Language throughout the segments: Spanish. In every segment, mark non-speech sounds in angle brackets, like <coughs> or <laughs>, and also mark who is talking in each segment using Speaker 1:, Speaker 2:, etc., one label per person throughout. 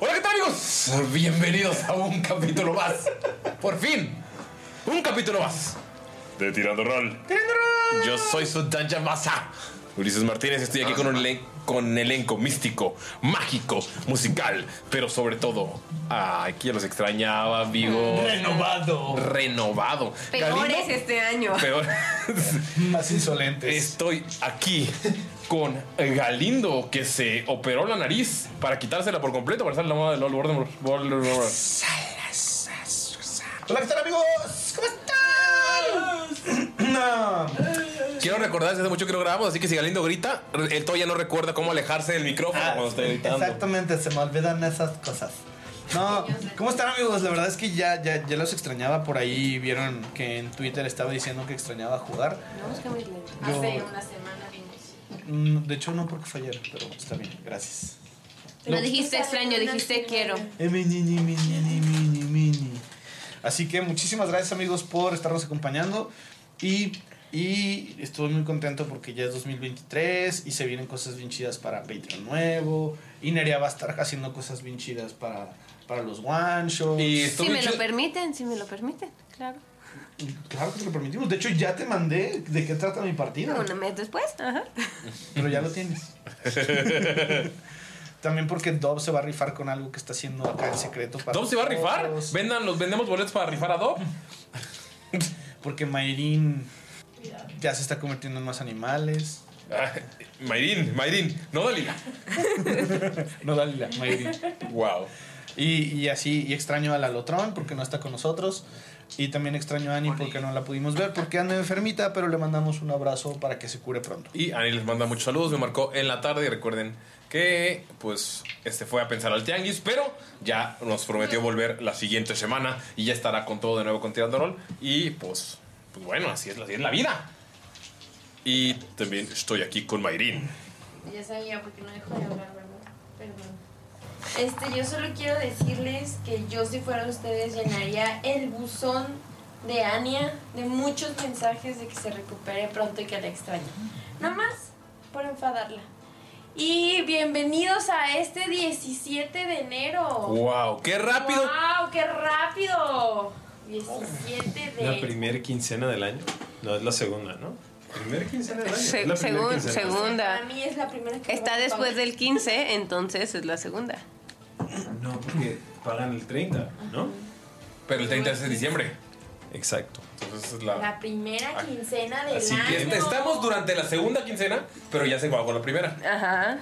Speaker 1: Hola, ¿qué tal amigos? Bienvenidos a un capítulo más. Por fin, un capítulo más.
Speaker 2: de Tirando Rol.
Speaker 1: Yo soy su Danja Masa. Ulises Martínez, estoy aquí con un elen- con elenco místico, mágico, musical, pero sobre todo, aquí los extrañaba, vivo.
Speaker 3: Renovado.
Speaker 1: Renovado.
Speaker 4: Peores
Speaker 1: Galindo,
Speaker 4: este año.
Speaker 1: Peor. Más insolentes. Estoy aquí con Galindo, que se operó la nariz para quitársela por completo, para estar la moda de Lord Voldemort. Voldemort.
Speaker 3: Hola, ¿qué tal amigos? ¿Cómo están?
Speaker 1: Quiero recordar, hace mucho que no grabamos, así que si Galindo grita, él todavía no recuerda cómo alejarse del micrófono cuando está gritando.
Speaker 5: Exactamente, se me olvidan esas cosas. No, ¿cómo están amigos? La verdad es que ya, ya, ya los extrañaba por ahí. Vieron que en Twitter estaba diciendo que extrañaba jugar. Yo-
Speaker 4: Hace una semana vimos.
Speaker 5: Mm, De hecho, no porque fue ayer, pero está bien, gracias.
Speaker 4: No dijiste
Speaker 6: este
Speaker 4: extraño, dijiste quiero.
Speaker 5: Eh, mini, ni, mini, ni, mini, mini. Así que muchísimas gracias amigos por estarnos acompañando y, y estoy muy contento porque ya es 2023 y se vienen cosas bien chidas para Patreon nuevo y Nerea va a estar haciendo cosas bien chidas para, para los one shows.
Speaker 4: Si me lo permiten, si me lo permiten, claro.
Speaker 5: Claro que te lo permitimos. De hecho, ya te mandé de qué trata mi partida.
Speaker 4: Un mes después. Ajá.
Speaker 5: Pero ya lo tienes. También porque Dob se va a rifar con algo que está haciendo acá en secreto. para
Speaker 1: ¿Dob se va a rifar?
Speaker 5: nosotros.
Speaker 1: Vendan, los vendemos boletos para rifar a Dob.
Speaker 5: Porque Mayrin ya se está convirtiendo en más animales.
Speaker 1: Ah, Mayrin, Mayrin, no Dalila.
Speaker 5: <laughs> no Dalila, Mayrin.
Speaker 1: Wow.
Speaker 5: Y, y así, y extraño a Lalotron porque no está con nosotros. Y también extraño a Annie porque no la pudimos ver porque anda enfermita, pero le mandamos un abrazo para que se cure pronto.
Speaker 1: Y Ani les manda muchos saludos, me marcó en la tarde y recuerden que pues este fue a pensar al tianguis, pero ya nos prometió volver la siguiente semana y ya estará con todo de nuevo con Tirando Rol y pues, pues bueno, así es, así es la vida. Y también estoy aquí con Mayrin.
Speaker 4: Ya sabía porque no dejó de hablar, ¿verdad? Perdón. Este, yo solo quiero decirles que yo si fueran ustedes llenaría el buzón de Ania de muchos mensajes de que se recupere pronto y que la extraño. Nada más por enfadarla. Y bienvenidos a este 17 de enero.
Speaker 2: Wow, qué rápido.
Speaker 4: ¡Wow! ¡Qué rápido! 17 de
Speaker 2: La primera quincena del año. No, es la segunda, ¿no? Primera quincena del año.
Speaker 6: Se-
Speaker 2: es la primera
Speaker 6: según,
Speaker 2: quincena del año.
Speaker 6: segunda.
Speaker 4: mí es la primera que
Speaker 6: Está
Speaker 4: me
Speaker 6: después
Speaker 4: paga.
Speaker 6: del 15, entonces es la segunda.
Speaker 2: No, porque pagan el 30, ¿no?
Speaker 1: Pero el 30 es de diciembre.
Speaker 2: Exacto.
Speaker 1: Entonces es
Speaker 4: La primera quincena del
Speaker 1: Así
Speaker 4: año.
Speaker 1: que est- estamos durante la segunda quincena, pero ya se bajó la primera.
Speaker 6: Ajá.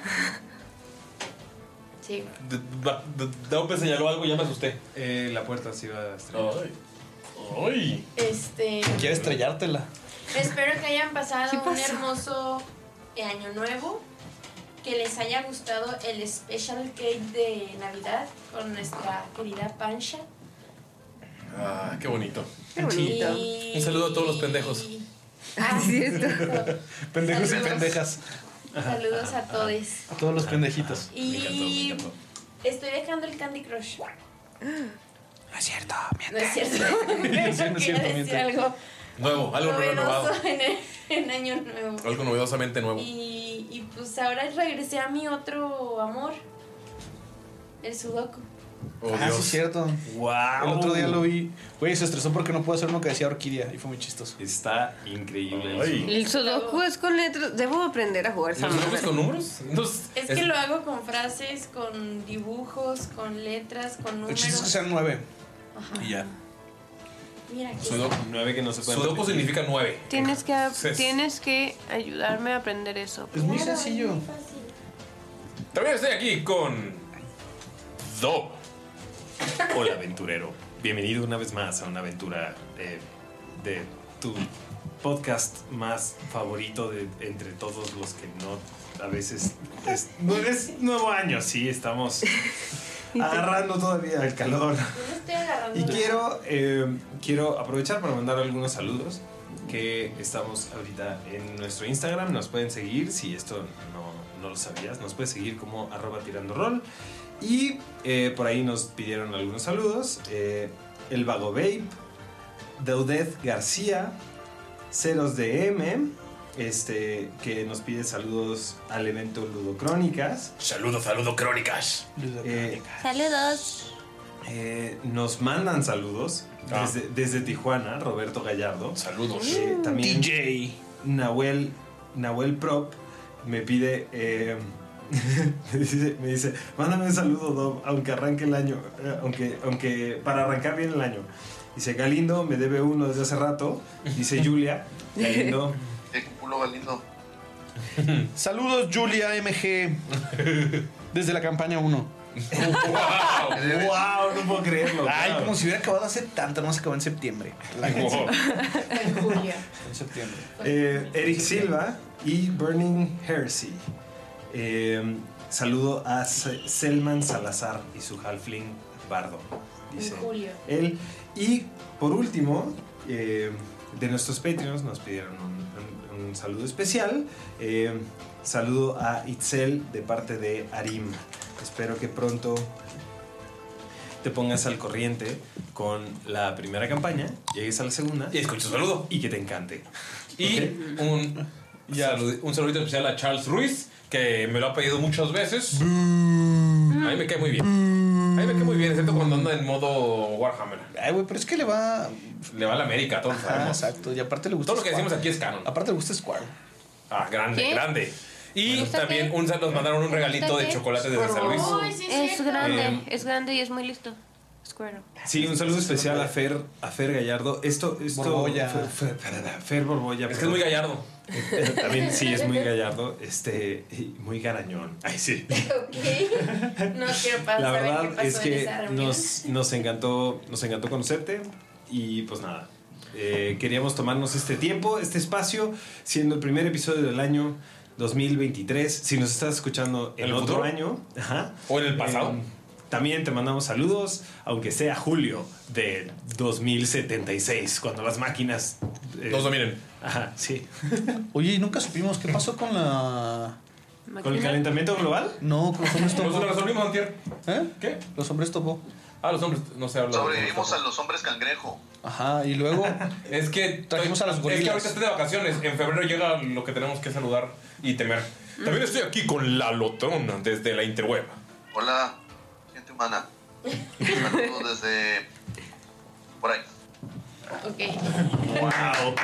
Speaker 4: Sí.
Speaker 1: D- ba- d- Daupe señaló algo y ya me asusté.
Speaker 2: Eh, la puerta se iba a estrellar.
Speaker 1: ¡Ay!
Speaker 4: Este.
Speaker 2: Quiero estrellártela.
Speaker 4: Espero que hayan pasado un hermoso año nuevo. Que les haya gustado el special cake de Navidad con nuestra querida Pancha.
Speaker 1: Ah, qué bonito.
Speaker 4: Qué bonito. Y-
Speaker 1: Un saludo a todos los pendejos.
Speaker 5: Pendejos y
Speaker 4: Saludos.
Speaker 5: pendejas.
Speaker 4: Saludos a todos.
Speaker 5: A todos los pendejitos.
Speaker 4: Y estoy dejando el Candy Crush.
Speaker 5: No es cierto,
Speaker 4: No <laughs> es cierto.
Speaker 1: <laughs> Sí, no es
Speaker 4: Quería
Speaker 1: cierto,
Speaker 4: decir
Speaker 1: miente.
Speaker 4: algo
Speaker 1: Nuevo, algo renovado.
Speaker 4: novedoso en, el- en Año Nuevo.
Speaker 1: Algo novedosamente nuevo.
Speaker 4: Y, y pues ahora regresé a mi otro amor, el Sudoku.
Speaker 1: Oh,
Speaker 5: ah, sí, es cierto. El otro día lo vi. Güey, se estresó porque no pudo hacer uno que decía orquídea y fue muy chistoso.
Speaker 2: Está increíble.
Speaker 6: El sudoku es con letras. Debo aprender a jugar esa madre.
Speaker 1: números?
Speaker 4: Es que lo hago con frases, con dibujos, con letras, con
Speaker 5: El chiste es que
Speaker 4: números.
Speaker 5: sean nueve.
Speaker 4: Ajá.
Speaker 5: Y ya.
Speaker 4: Mira, aquí
Speaker 1: Sudoku,
Speaker 2: nueve que no se pueden
Speaker 1: Sudoku significa nueve.
Speaker 6: Tienes que,
Speaker 1: Ses.
Speaker 6: tienes que ayudarme a aprender eso.
Speaker 1: Es muy sencillo. También estoy aquí con
Speaker 2: Do. Hola, aventurero. Bienvenido una vez más a una aventura eh, de tu podcast más favorito de entre todos los que no a veces es, no es nuevo año,
Speaker 6: <laughs>
Speaker 2: sí, estamos agarrando todavía el calor.
Speaker 4: yo no estoy agarrando.
Speaker 2: Y
Speaker 4: nada.
Speaker 2: quiero, eh, quiero aprovechar para mandar algunos saludos que estamos ahorita en nuestro Instagram. Nos pueden seguir, si esto no, no lo sabías, nos puedes seguir como arroba tirando rol. Y eh, por ahí nos pidieron algunos saludos. eh, el Vago Babe, Deudez García, Ceros de M, este, que nos pide saludos al evento Ludocrónicas.
Speaker 1: Saludos, saludos, Crónicas.
Speaker 2: Eh,
Speaker 6: Saludos.
Speaker 2: eh, nos mandan saludos desde, desde Tijuana, Roberto Gallardo. Eh,
Speaker 1: Saludos.
Speaker 2: también DJ. Nahuel, Nahuel Prop me pide. eh, <laughs> me, dice, me dice, mándame un saludo, Dob, aunque arranque el año. eh, aunque, aunque para arrancar bien el año. Dice Galindo, me debe uno desde hace rato. Dice Julia. Galindo.
Speaker 7: Culo Galindo.
Speaker 5: Saludos, Julia <laughs> MG. Desde la campaña 1.
Speaker 2: ¡Wow! ¡Wow! No puedo creerlo.
Speaker 5: Ay,
Speaker 2: wow.
Speaker 5: como si hubiera acabado hace tanto. No se acabó en septiembre.
Speaker 2: <laughs>
Speaker 5: La canción.
Speaker 4: En julio.
Speaker 5: En septiembre.
Speaker 2: Eh, Eric Silva y Burning Heresy. Eh, saludo a Se- Selman Salazar y su halfling Bardo. Dice
Speaker 4: En julio.
Speaker 2: él. Y por último, eh, de nuestros Patreons nos pidieron un, un- un saludo especial. Eh, saludo a Itzel de parte de Arim. Espero que pronto te pongas al corriente con la primera campaña, llegues a la segunda
Speaker 1: Y escuches saludo.
Speaker 2: y que te encante.
Speaker 1: Y un, salud- un saludito especial a Charles Ruiz, que me lo ha pedido muchas veces. A mí me cae muy bien. A mí me cae muy bien, excepto cuando anda en modo Warhammer.
Speaker 5: Ay, güey, pero es que le va.
Speaker 1: Le va a la América, todos
Speaker 5: Ajá,
Speaker 1: sabemos.
Speaker 5: exacto. Y aparte le gusta.
Speaker 1: Todo lo que decimos aquí es canon.
Speaker 5: Aparte le gusta Square.
Speaker 1: Ah, grande,
Speaker 5: ¿Qué?
Speaker 1: grande. Y también un, nos mandaron un regalito de chocolate desde San Luis.
Speaker 6: es grande,
Speaker 2: Eh,
Speaker 6: es grande y es muy listo. <laughs> Squirtle.
Speaker 2: Sí, un saludo especial a Fer, a Fer Gallardo. Esto, esto
Speaker 5: Borbolla.
Speaker 2: Fer, Fer- perdón, Fer Borbolla.
Speaker 1: Es que es muy gallardo.
Speaker 2: También sí, es muy gallardo. Este, y muy garañón. Ay, sí.
Speaker 4: Ok. No quiero pasar.
Speaker 2: La
Speaker 4: qué
Speaker 2: verdad
Speaker 4: pasó
Speaker 2: es
Speaker 4: en
Speaker 2: que
Speaker 4: esa reunión.
Speaker 2: nos, nos encantó, nos encantó conocerte y pues nada. eh, queríamos tomarnos este tiempo, este espacio, siendo el primer episodio del año 2023. Si nos estás escuchando en
Speaker 1: ¿El
Speaker 2: otro
Speaker 1: futuro?
Speaker 2: año, ajá, Eh,
Speaker 1: o en el pasado.
Speaker 2: también te mandamos saludos, aunque sea julio de 2076, cuando las máquinas eh,
Speaker 1: Nos dominan.
Speaker 2: Ajá, sí.
Speaker 5: Oye, y nunca supimos qué pasó con la.
Speaker 2: ¿Con
Speaker 5: <laughs>
Speaker 2: el calentamiento global?
Speaker 5: No, con los hombres topo.
Speaker 1: Nosotros resolvimos antier.
Speaker 5: ¿Eh?
Speaker 1: ¿Qué?
Speaker 5: Los hombres topo.
Speaker 1: Ah, los hombres no se habla.
Speaker 7: Sobrevivimos a los hombres cangrejo.
Speaker 5: Ajá, y luego.
Speaker 1: Es que
Speaker 5: trajimos a los
Speaker 1: Es que
Speaker 5: gorilas.
Speaker 1: ahorita estoy de vacaciones. En febrero llega lo que tenemos que saludar y temer. También estoy aquí con la Lotona desde la interweb.
Speaker 7: Hola, gente humana. Saludos desde por ahí.
Speaker 2: ¡Wow!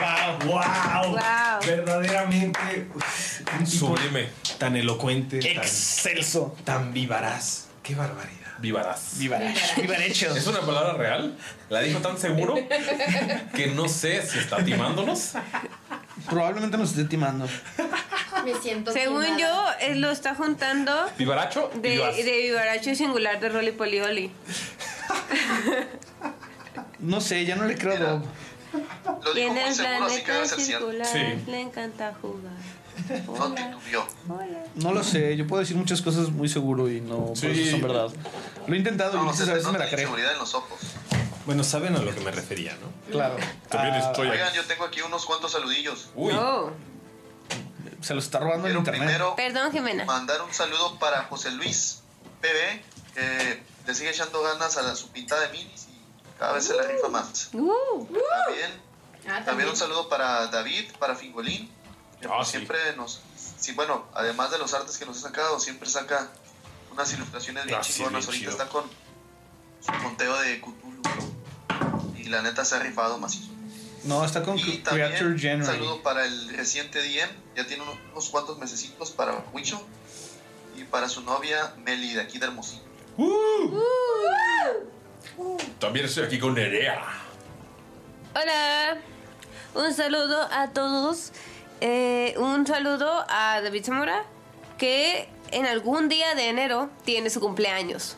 Speaker 2: ¡Wow! ¡Wow! Verdaderamente uf, un tipo
Speaker 1: Sublime.
Speaker 2: Tan elocuente.
Speaker 5: Excelso.
Speaker 2: Tan, tan vivaraz. ¡Qué barbaridad!
Speaker 1: Vivarás.
Speaker 5: Vivarás. Vivarechos.
Speaker 1: Es una palabra real. La dijo tan seguro que no sé si está timándonos.
Speaker 5: Probablemente nos esté timando.
Speaker 4: <laughs> Me siento
Speaker 6: Según yo,
Speaker 4: quemada.
Speaker 6: eh, lo está juntando
Speaker 1: Vivaracho y
Speaker 6: de,
Speaker 1: Vivaz.
Speaker 6: de vivaracho y singular de Rolly Polioli.
Speaker 5: No sé, ya no le creo a Dob.
Speaker 6: Y en el planeta
Speaker 5: ser cierto.
Speaker 6: circular
Speaker 5: Sí.
Speaker 6: le encanta jugar.
Speaker 7: No titubió.
Speaker 5: No lo sé, yo puedo decir muchas cosas muy seguro y no por eso son verdad. Lo he intentado y muchas veces me la creo.
Speaker 7: Seguridad en los ojos.
Speaker 2: Bueno, saben a lo que me refería, ¿no?
Speaker 5: Claro.
Speaker 2: También estoy
Speaker 7: Oigan,
Speaker 2: aquí.
Speaker 7: yo tengo aquí unos cuantos saludillos.
Speaker 6: No.
Speaker 5: Se lo está robando el internet.
Speaker 6: Perdón, Jimena.
Speaker 7: Mandar un saludo para José Luis PB, que le sigue echando ganas a la- su pintada de minis y cada vez se la rifa más. También, Ah, también
Speaker 2: <laughs>
Speaker 7: un saludo para David, para Fingolín, que
Speaker 2: Ah,
Speaker 7: pues siempre nos... Sí, bueno, además de los artes que nos ha sacado, siempre saca unas ilustraciones bien
Speaker 2: Ah, sí,
Speaker 7: chingonas.
Speaker 2: bien
Speaker 7: Ahorita
Speaker 2: chido.
Speaker 7: está con su conteo de Cthulhu. Y la neta se ha rifado más.
Speaker 5: No, está con
Speaker 7: Y
Speaker 5: Creature
Speaker 7: también un
Speaker 5: January.
Speaker 7: saludo para el reciente DM, ya tiene unos, unos cuantos mesecitos para Wicho y para su novia Meli de aquí de Hermosillo.
Speaker 6: ¡Uh!
Speaker 4: ¡Uh!
Speaker 1: También estoy aquí con Nerea.
Speaker 6: Hola. Un saludo a todos. Eh, un saludo a David Zamora, que en algún día de enero tiene su cumpleaños.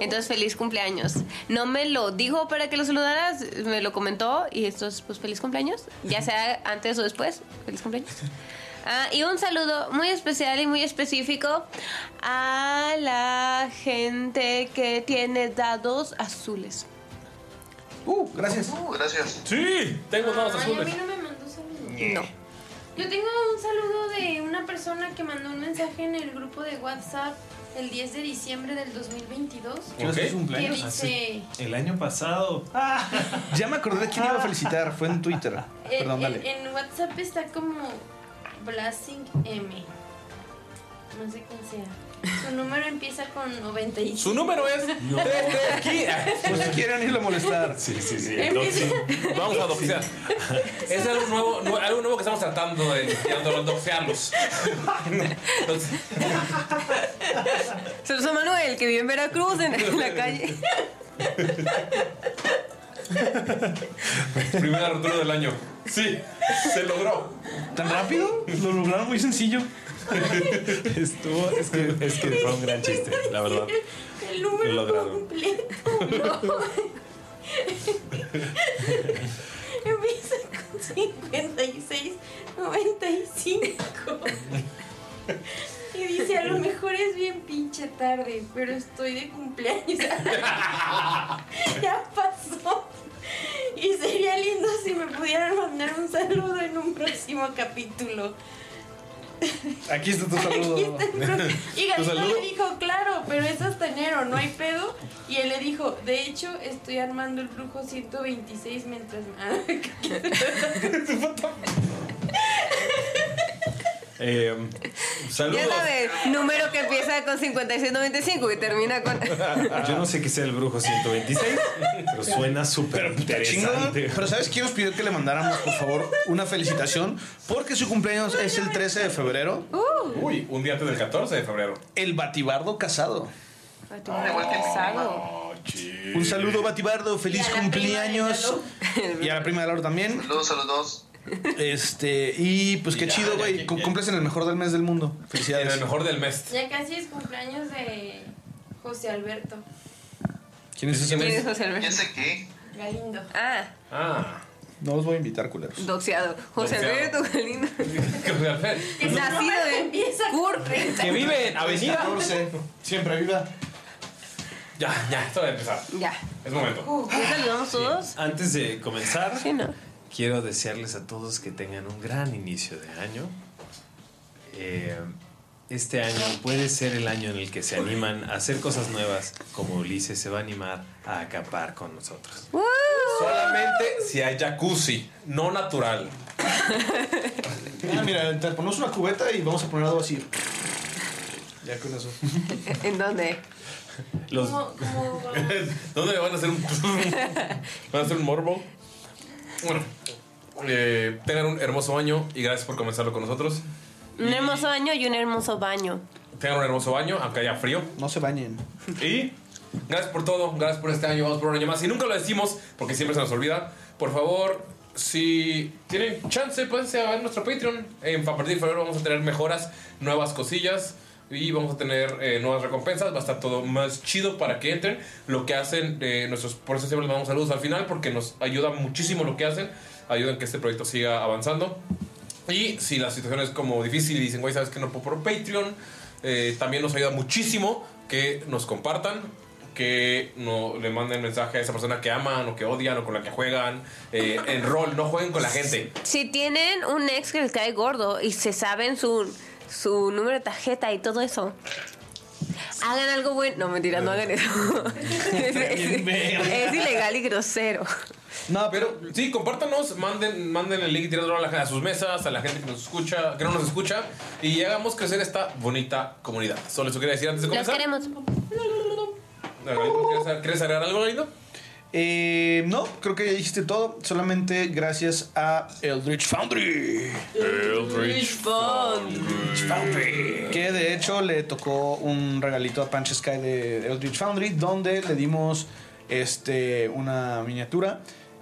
Speaker 6: Entonces, feliz cumpleaños. No me lo dijo para que lo saludaras, me lo comentó y esto es pues feliz cumpleaños, ya sea antes o después, feliz cumpleaños. Ah, y un saludo muy especial y muy específico a la gente que tiene dados azules.
Speaker 5: Uh, gracias.
Speaker 7: gracias.
Speaker 1: Sí, tengo dados
Speaker 4: Ay, Ah, a mí
Speaker 1: azules.
Speaker 4: no me mandó saludos.
Speaker 1: No.
Speaker 4: Yo tengo un saludo de una persona que mandó un mensaje en el grupo de WhatsApp el 10 de diciembre del 2022.
Speaker 5: ¿Quieres que es un
Speaker 4: Que
Speaker 5: cumpleaños?
Speaker 4: dice,
Speaker 5: Ah, sí.
Speaker 2: El año pasado.
Speaker 5: Ya me acordé de quién iba a felicitar, fue
Speaker 4: <laughs>
Speaker 5: en Twitter.
Speaker 4: en-
Speaker 5: Perdón,
Speaker 4: Eh, en,
Speaker 5: dale.
Speaker 4: en WhatsApp está como Blasting M. No sé quién sea. Su número empieza con 95.
Speaker 1: Su número es
Speaker 5: No.
Speaker 1: 3
Speaker 5: Pues si quieren irlo a molestar.
Speaker 2: Sí, sí, sí.
Speaker 1: Doxing. Vamos a doxear. Es algo nuevo, nu- algo nuevo que estamos tratando de, de doxearlos.
Speaker 6: <laughs> Saludos a Manuel, que vive en Veracruz, en, en la calle.
Speaker 1: Primera ruptura del año. Sí, se logró.
Speaker 5: ¿Tan rápido? Lo lograron muy sencillo.
Speaker 2: Estuvo, es que, es que fue un gran chiste, la verdad.
Speaker 4: El
Speaker 2: Lo
Speaker 4: número
Speaker 2: lograron.
Speaker 4: completo. no. <laughs> Empieza con 56, 95. Y dice, a lo mejor es bien pinche tarde, pero estoy de cumpleaños. <laughs> ya pasó. Y sería lindo si me pudieran mandar un saludo en un próximo capítulo.
Speaker 5: Aquí está tu saludo.
Speaker 4: Y
Speaker 5: <laughs>
Speaker 2: Pues,
Speaker 5: Tu
Speaker 4: Galindo
Speaker 5: saludo.
Speaker 4: le dijo, claro, pero es hasta enero, no hay pedo. Y él le dijo, de hecho, estoy armando el brujo 126 mientras... <laughs>
Speaker 2: Eh, saludos.
Speaker 6: Ya sabes, número que empieza con 5695 y termina con. <laughs>
Speaker 2: Yo no sé qué sea el brujo 126, pero suena súper
Speaker 5: Chingón.
Speaker 2: interesante.
Speaker 5: Pero ¿sabes quién nos pidió que le mandáramos, por favor, una felicitación? Porque su cumpleaños es el 13 de febrero.
Speaker 6: uh.
Speaker 1: Uy, un día antes del 14 de febrero.
Speaker 5: El Batibardo casado.
Speaker 6: Casado.
Speaker 5: Un saludo, Batibardo. Feliz cumpleaños. Y a la prima de Lalo también.
Speaker 7: Saludos a los dos.
Speaker 5: Este, y pues qué
Speaker 1: ya,
Speaker 5: chido,
Speaker 1: ya,
Speaker 5: güey.
Speaker 1: ya,
Speaker 5: Cum-
Speaker 1: ya.
Speaker 5: Cumples en el mejor del mes del mundo. Felicidades.
Speaker 1: En el mejor del mes.
Speaker 4: Ya casi es cumpleaños de José Alberto
Speaker 5: ¿Quién es ese?
Speaker 6: ¿Quién es José Alberto?
Speaker 7: qué?
Speaker 4: Galindo.
Speaker 6: Ah,
Speaker 1: Ah.
Speaker 5: No os voy a invitar, culeros.
Speaker 1: <laughs>
Speaker 6: doxeado. José
Speaker 1: Doxeado.
Speaker 6: Alberto Galindo. Nacido en Curry.
Speaker 1: Que vive en Avenida.
Speaker 5: 14. Siempre viva.
Speaker 1: Ya, ya, esto va a empezar.
Speaker 6: Ya.
Speaker 1: Es momento.
Speaker 6: Uh, ¿Ya saludamos todos?
Speaker 2: Antes de comenzar,
Speaker 6: Sí, ¿no?
Speaker 2: quiero desearles a todos que tengan un gran inicio de año. Eh, este año puede ser el año en el que se animan a hacer cosas nuevas, como Ulises se va a animar a acampar con nosotros.
Speaker 1: Solamente si hay jacuzzi, no natural.
Speaker 5: Ah, mira, te ponemos una cubeta y vamos a poner algo así. Ya con eso.
Speaker 6: <laughs> ¿En dónde?
Speaker 2: Los-
Speaker 4: Como- como-
Speaker 1: <laughs> ¿Dónde van a hacer un. <laughs> van a hacer un morbo? Bueno, eh, tengan un hermoso año y gracias por comenzarlo con nosotros.
Speaker 6: Un hermoso año y un hermoso baño.
Speaker 1: Tengan un hermoso baño, aunque haya frío.
Speaker 5: No se bañen.
Speaker 1: Y gracias por todo, gracias por este año, vamos por un año más. Y nunca lo decimos porque siempre se nos olvida. Por favor, si tienen chance, pónganse a ver nuestro Patreon. En- a partir de febrero vamos a tener mejoras, nuevas cosillas y vamos a tener eh, nuevas recompensas. Va a estar todo más chido para que entren. Lo que hacen eh, nuestros, por eso siempre les mandamos saludos al final porque nos ayuda muchísimo lo que hacen. Ayudan que este proyecto siga avanzando. Y si la situación es como difícil y dicen, güey, sabes que no puedo por Patreon, eh, también nos ayuda muchísimo que nos compartan, que no, le manden mensaje a esa persona que aman o que odian o con la que juegan. eh, en rol, no jueguen con la gente.
Speaker 6: Si tienen un ex que les cae gordo y se saben su, su número de tarjeta y todo eso, hagan algo bueno. No, mentira, no hagan eso. es, es- es ilegal y grosero.
Speaker 1: No, pero sí, compártanos, manden, manden el link tirando a, la- a sus mesas, a la gente que nos escucha, que no nos escucha, y hagamos crecer esta bonita comunidad. Solo eso quería decir antes de
Speaker 6: Los
Speaker 1: comenzar.
Speaker 6: queremos.
Speaker 1: Algarito, ¿Quieres, quieres agregar algo, Algarito?
Speaker 5: Eh, no, creo que ya dijiste todo. Solamente gracias a Eldritch Foundry.
Speaker 1: Eldritch
Speaker 5: Foundry. Que de hecho le tocó un regalito a Punch Sky de Eldritch Foundry, donde le dimos este, una miniatura.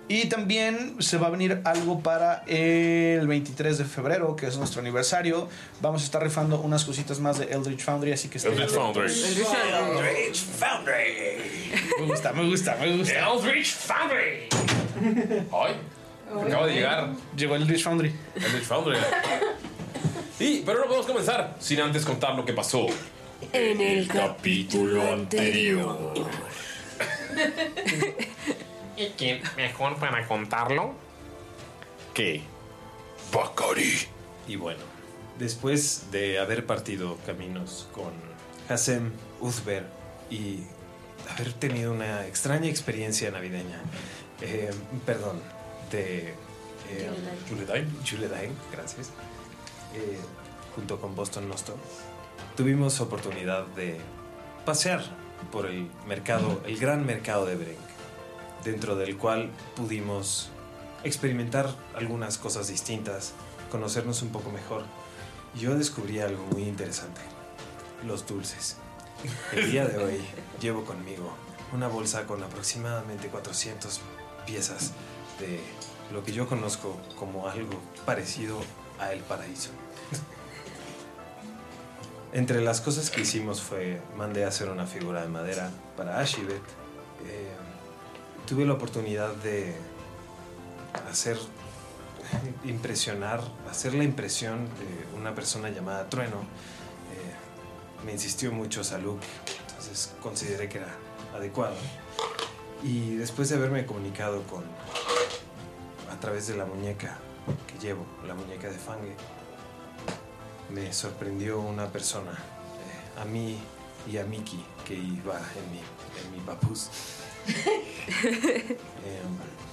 Speaker 5: Y también se va a venir algo para el 23 de febrero, que es nuestro aniversario. Vamos a estar rifando unas cositas más de Eldritch Foundry, así que
Speaker 1: Eldritch Foundry. Eldritch Foundry. Eldritch
Speaker 5: Me gusta, me gusta, me gusta.
Speaker 1: Eldritch Foundry. <laughs> Ay, me acaba de llegar.
Speaker 5: Llegó el Eldritch Foundry.
Speaker 1: Eldritch Foundry. Y, pero no podemos comenzar sin antes contar lo que pasó.
Speaker 6: En el
Speaker 1: capítulo anterior. ¿Y quién mejor para contarlo? ¿Qué? Bacari.
Speaker 2: Y bueno, después de haber partido caminos con Hasem, Uzber y haber tenido una extraña experiencia navideña, eh, perdón, de... eh,
Speaker 1: Juledain.
Speaker 2: Juledain, gracias. Eh, junto con Boston Noston, tuvimos oportunidad de pasear por el mercado, el gran mercado de Beren dentro del cual pudimos experimentar algunas cosas distintas, conocernos un poco mejor. Yo descubrí algo muy interesante, los dulces. El día de hoy llevo conmigo una bolsa con aproximadamente 400 piezas de lo que yo conozco como algo parecido a el paraíso. Entre las cosas que hicimos fue mandé a hacer una figura de madera para Ashibet. eh, tuve la oportunidad de hacer impresionar, hacer la impresión de una persona llamada Trueno. Eh, me insistió mucho Saluk, entonces consideré que era adecuado. Y después de haberme comunicado con a través de la muñeca que llevo, la muñeca de Fange, me sorprendió una persona, eh, a mí y a Miki, que iba en mi, en mi papús. Em,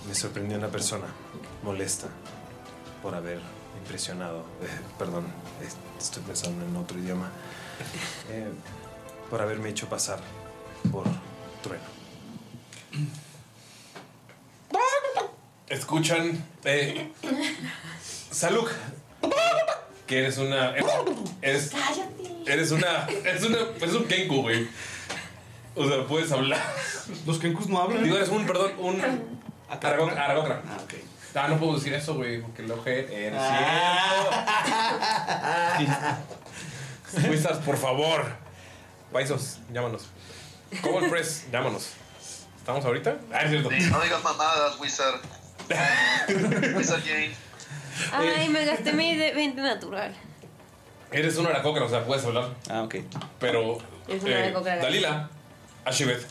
Speaker 2: me sorprendió una persona molesta por haber impresionado, eh, perdón, es- estoy pensando en otro idioma, Em, por haberme hecho pasar por trueno.
Speaker 1: Escuchan. Eh, Saluk. Que eres una. Eres, eres una. Eres una. Eres un Kenku, güey. O sea, puedes hablar.
Speaker 5: Los Kenkus no hablan.
Speaker 1: Digo, eres un, perdón, un. Aragokra. Ah, ok. Ah, no puedo decir eso, güey, porque eh, lo que eres
Speaker 5: Ah.
Speaker 1: cierto. Wizards, por favor. Paisos, llámanos. Cobalt Press, llámanos. ¿Estamos ahorita? Ah, es cierto.
Speaker 7: No digas mamadas,
Speaker 1: <laughs>
Speaker 7: Wizard. Wizard Jane.
Speaker 6: Ay, me gasté mi de 20 natural.
Speaker 1: Eres un aracocra, o sea, puedes hablar.
Speaker 5: Ah, ok.
Speaker 1: Pero. eh,
Speaker 6: Es una aracocra.
Speaker 1: Dalila, Ashibet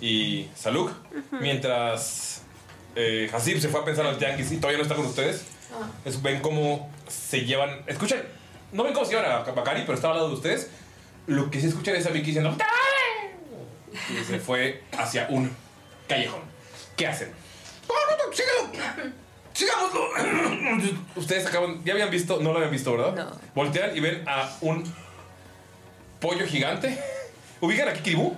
Speaker 1: y Saluk,
Speaker 2: Mm.
Speaker 1: mientras eh, Hasib se fue a pensar al tianguis y todavía no está con ustedes, es- ven cómo se llevan. Escuchen, no ven cómo se llevan a Bakari, pero está al lado de ustedes. Lo que sí escuchan es a Vicky diciendo. "¡Dale!", Y se fue hacia un callejón. ¿Qué hacen? ¡Síguelo! ¡Sigámoslo! <coughs> Ustedes acaban. Ya habían visto, no lo habían visto, ¿verdad? No. Voltean y ven a un pollo gigante. ¿Ubican a Kikiribu?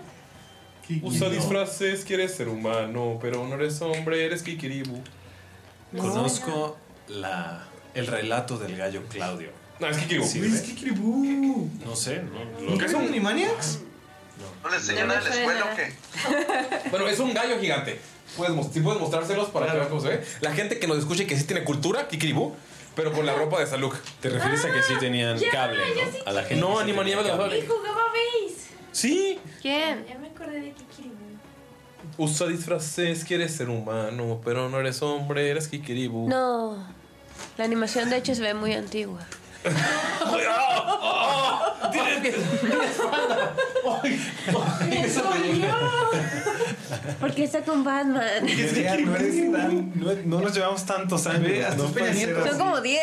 Speaker 1: Usa disfraces, quieres ser humano, pero no eres hombre, eres Kikiribu.
Speaker 2: No. Conozco la, el relato del gallo Claudio.
Speaker 1: No, es Kikiribu.
Speaker 2: Sirve.
Speaker 1: Es
Speaker 2: No sé, no.
Speaker 1: ¿Nunca es un Animaniacs?
Speaker 7: ¿No le enseñaron en la escuela o qué?
Speaker 1: Bueno, es un gallo gigante. Puedes, mos- sí puedes mostrárselos para que vean cómo se ve. La gente que nos escuche que sí tiene cultura, Kikribu, pero con la ropa de Saluk.
Speaker 2: Te refieres a que sí tenían
Speaker 4: Ah, ya,
Speaker 2: cable,
Speaker 4: ya
Speaker 2: ¿no?
Speaker 4: sí
Speaker 2: a la gente.
Speaker 1: No,
Speaker 2: que sí
Speaker 1: ni
Speaker 2: tenía
Speaker 1: manía de la
Speaker 2: cable.
Speaker 4: Y jugaba base.
Speaker 1: Sí.
Speaker 4: ¿Quién? Ya me acordé de Kikiribu.
Speaker 1: Usa disfraces, quieres ser humano, pero no eres hombre, eres Kikiribu.
Speaker 6: No. La animación, de hecho, se ve muy antigua. ¿Por qué está con Batman?
Speaker 2: Vea, no, eres tan- no- no nos llevamos tantos años.
Speaker 5: hasta
Speaker 2: no
Speaker 5: es Peña
Speaker 2: parece-
Speaker 5: Nieto.
Speaker 6: Son como 10.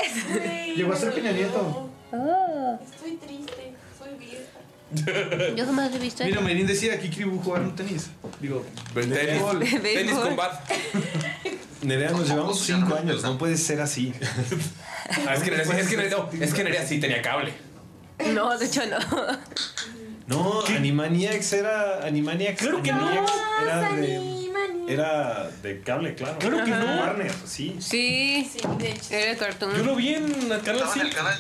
Speaker 5: Llegó a ser Peña Nieto.
Speaker 6: Oh.
Speaker 4: Estoy triste, soy vieja.
Speaker 6: Yo jamás he visto
Speaker 5: Mira, Mayrin decía que Kiribu jugaron tenis. Digo,
Speaker 2: Tenis. Tenis con
Speaker 1: bat.
Speaker 2: Nerea, nos llevamos cinco años, no puede ser así.
Speaker 1: Ah, es que Nerea sí- es que Nerea- no, es que Nerea sí tenía cable.
Speaker 6: No, de hecho no.
Speaker 2: No, Animaniacs era. Animaniacs. Claro
Speaker 6: que no.
Speaker 2: Era de, era de cable, claro.
Speaker 6: Claro que no.
Speaker 2: Warner, sí. <laughs>
Speaker 6: Sí. de hecho. Era cartoon.
Speaker 2: Yo lo vi en el canal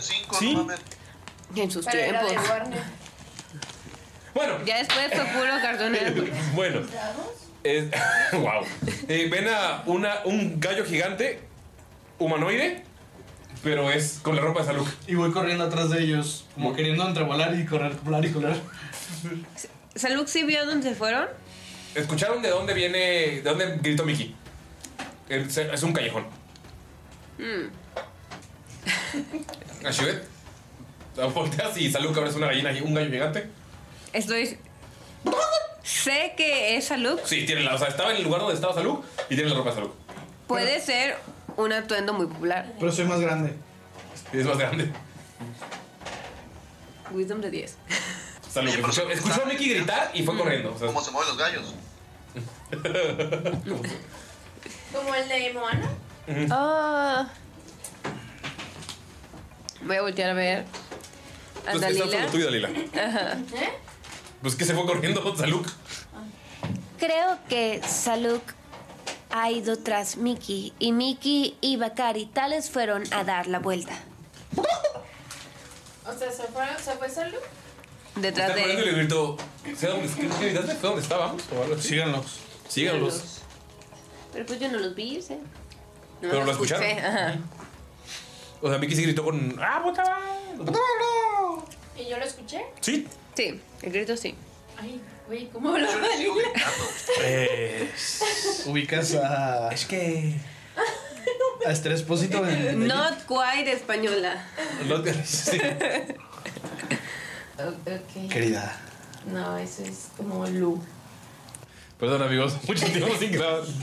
Speaker 2: 5.
Speaker 6: Sí. En sus
Speaker 4: Pero era de
Speaker 6: tiempos.
Speaker 4: Warner.
Speaker 1: Bueno.
Speaker 6: Ya después fue puro cartoon network.
Speaker 1: Bueno. Es, <laughs> wow. Eh, ven a una, un gallo gigante, humanoide, pero es con la ropa de Saluk.
Speaker 5: Y voy corriendo atrás de ellos, como queriendo entrevolar y correr, volar y correr.
Speaker 6: ¿Salud sí vio dónde fueron?
Speaker 1: ¿Escucharon de dónde viene, de dónde gritó Mickey? Es, es un callejón.
Speaker 6: Mm.
Speaker 1: Ashibet, volteas y Saluk ahora es una gallina, un gallo gigante.
Speaker 6: Estoy. Sé que es Salud.
Speaker 1: Sí, tiene la, o sea, estaba en el lugar donde estaba Saluk y tiene la ropa de Saluk.
Speaker 6: Puede ser un atuendo muy popular.
Speaker 5: Pero soy más grande.
Speaker 1: Es más grande.
Speaker 6: Wisdom de 10.
Speaker 1: Saluk. Escuchó, escuchó a Mickey gritar y
Speaker 5: Mm.
Speaker 1: fue corriendo. ¿Cómo
Speaker 7: se mueven los
Speaker 1: <laughs>
Speaker 7: gallos?
Speaker 4: Como el de Moana.
Speaker 6: Ah. Voy a voltear a ver. A
Speaker 1: Entonces,
Speaker 6: Dalila.
Speaker 1: ¿qué estás tú y Dalila?
Speaker 6: Ajá.
Speaker 8: ¿Eh?
Speaker 1: Pues que se fue corriendo <laughs> Saluk.
Speaker 8: Creo que Saluk ha ido tras Mickey y Mickey y Bakari tales fueron a dar
Speaker 4: <laughs>
Speaker 8: la vuelta.
Speaker 4: O sea, se fue, se fue Salud.
Speaker 6: Detrás
Speaker 1: Está corriendo y le gritó, ¿sé dónde, qué, qué gritaste? ¿Fue dónde estábamos? o algo así?
Speaker 5: Síganlos.
Speaker 1: Síganlos.
Speaker 6: Pero pues yo no los vi, ¿sí?
Speaker 1: Pero lo escucharon.
Speaker 6: escuché, ajá.
Speaker 1: O sea, Mickey sí gritó con... ¡Ah, puta madre!
Speaker 4: ¿Y yo lo escuché?
Speaker 1: Sí.
Speaker 6: Sí, el grito sí. <laughs>
Speaker 4: Ay, güey, ¿cómo lo Dalila?
Speaker 5: Pues, Ubicas a. Es que. A este expósito en.
Speaker 6: Not quite española.
Speaker 1: No te- sí.
Speaker 5: Querida.
Speaker 4: No, eso es como Lu.
Speaker 1: Perdón, amigos. <laughs> Mucho tiempo sin grabar. <laughs>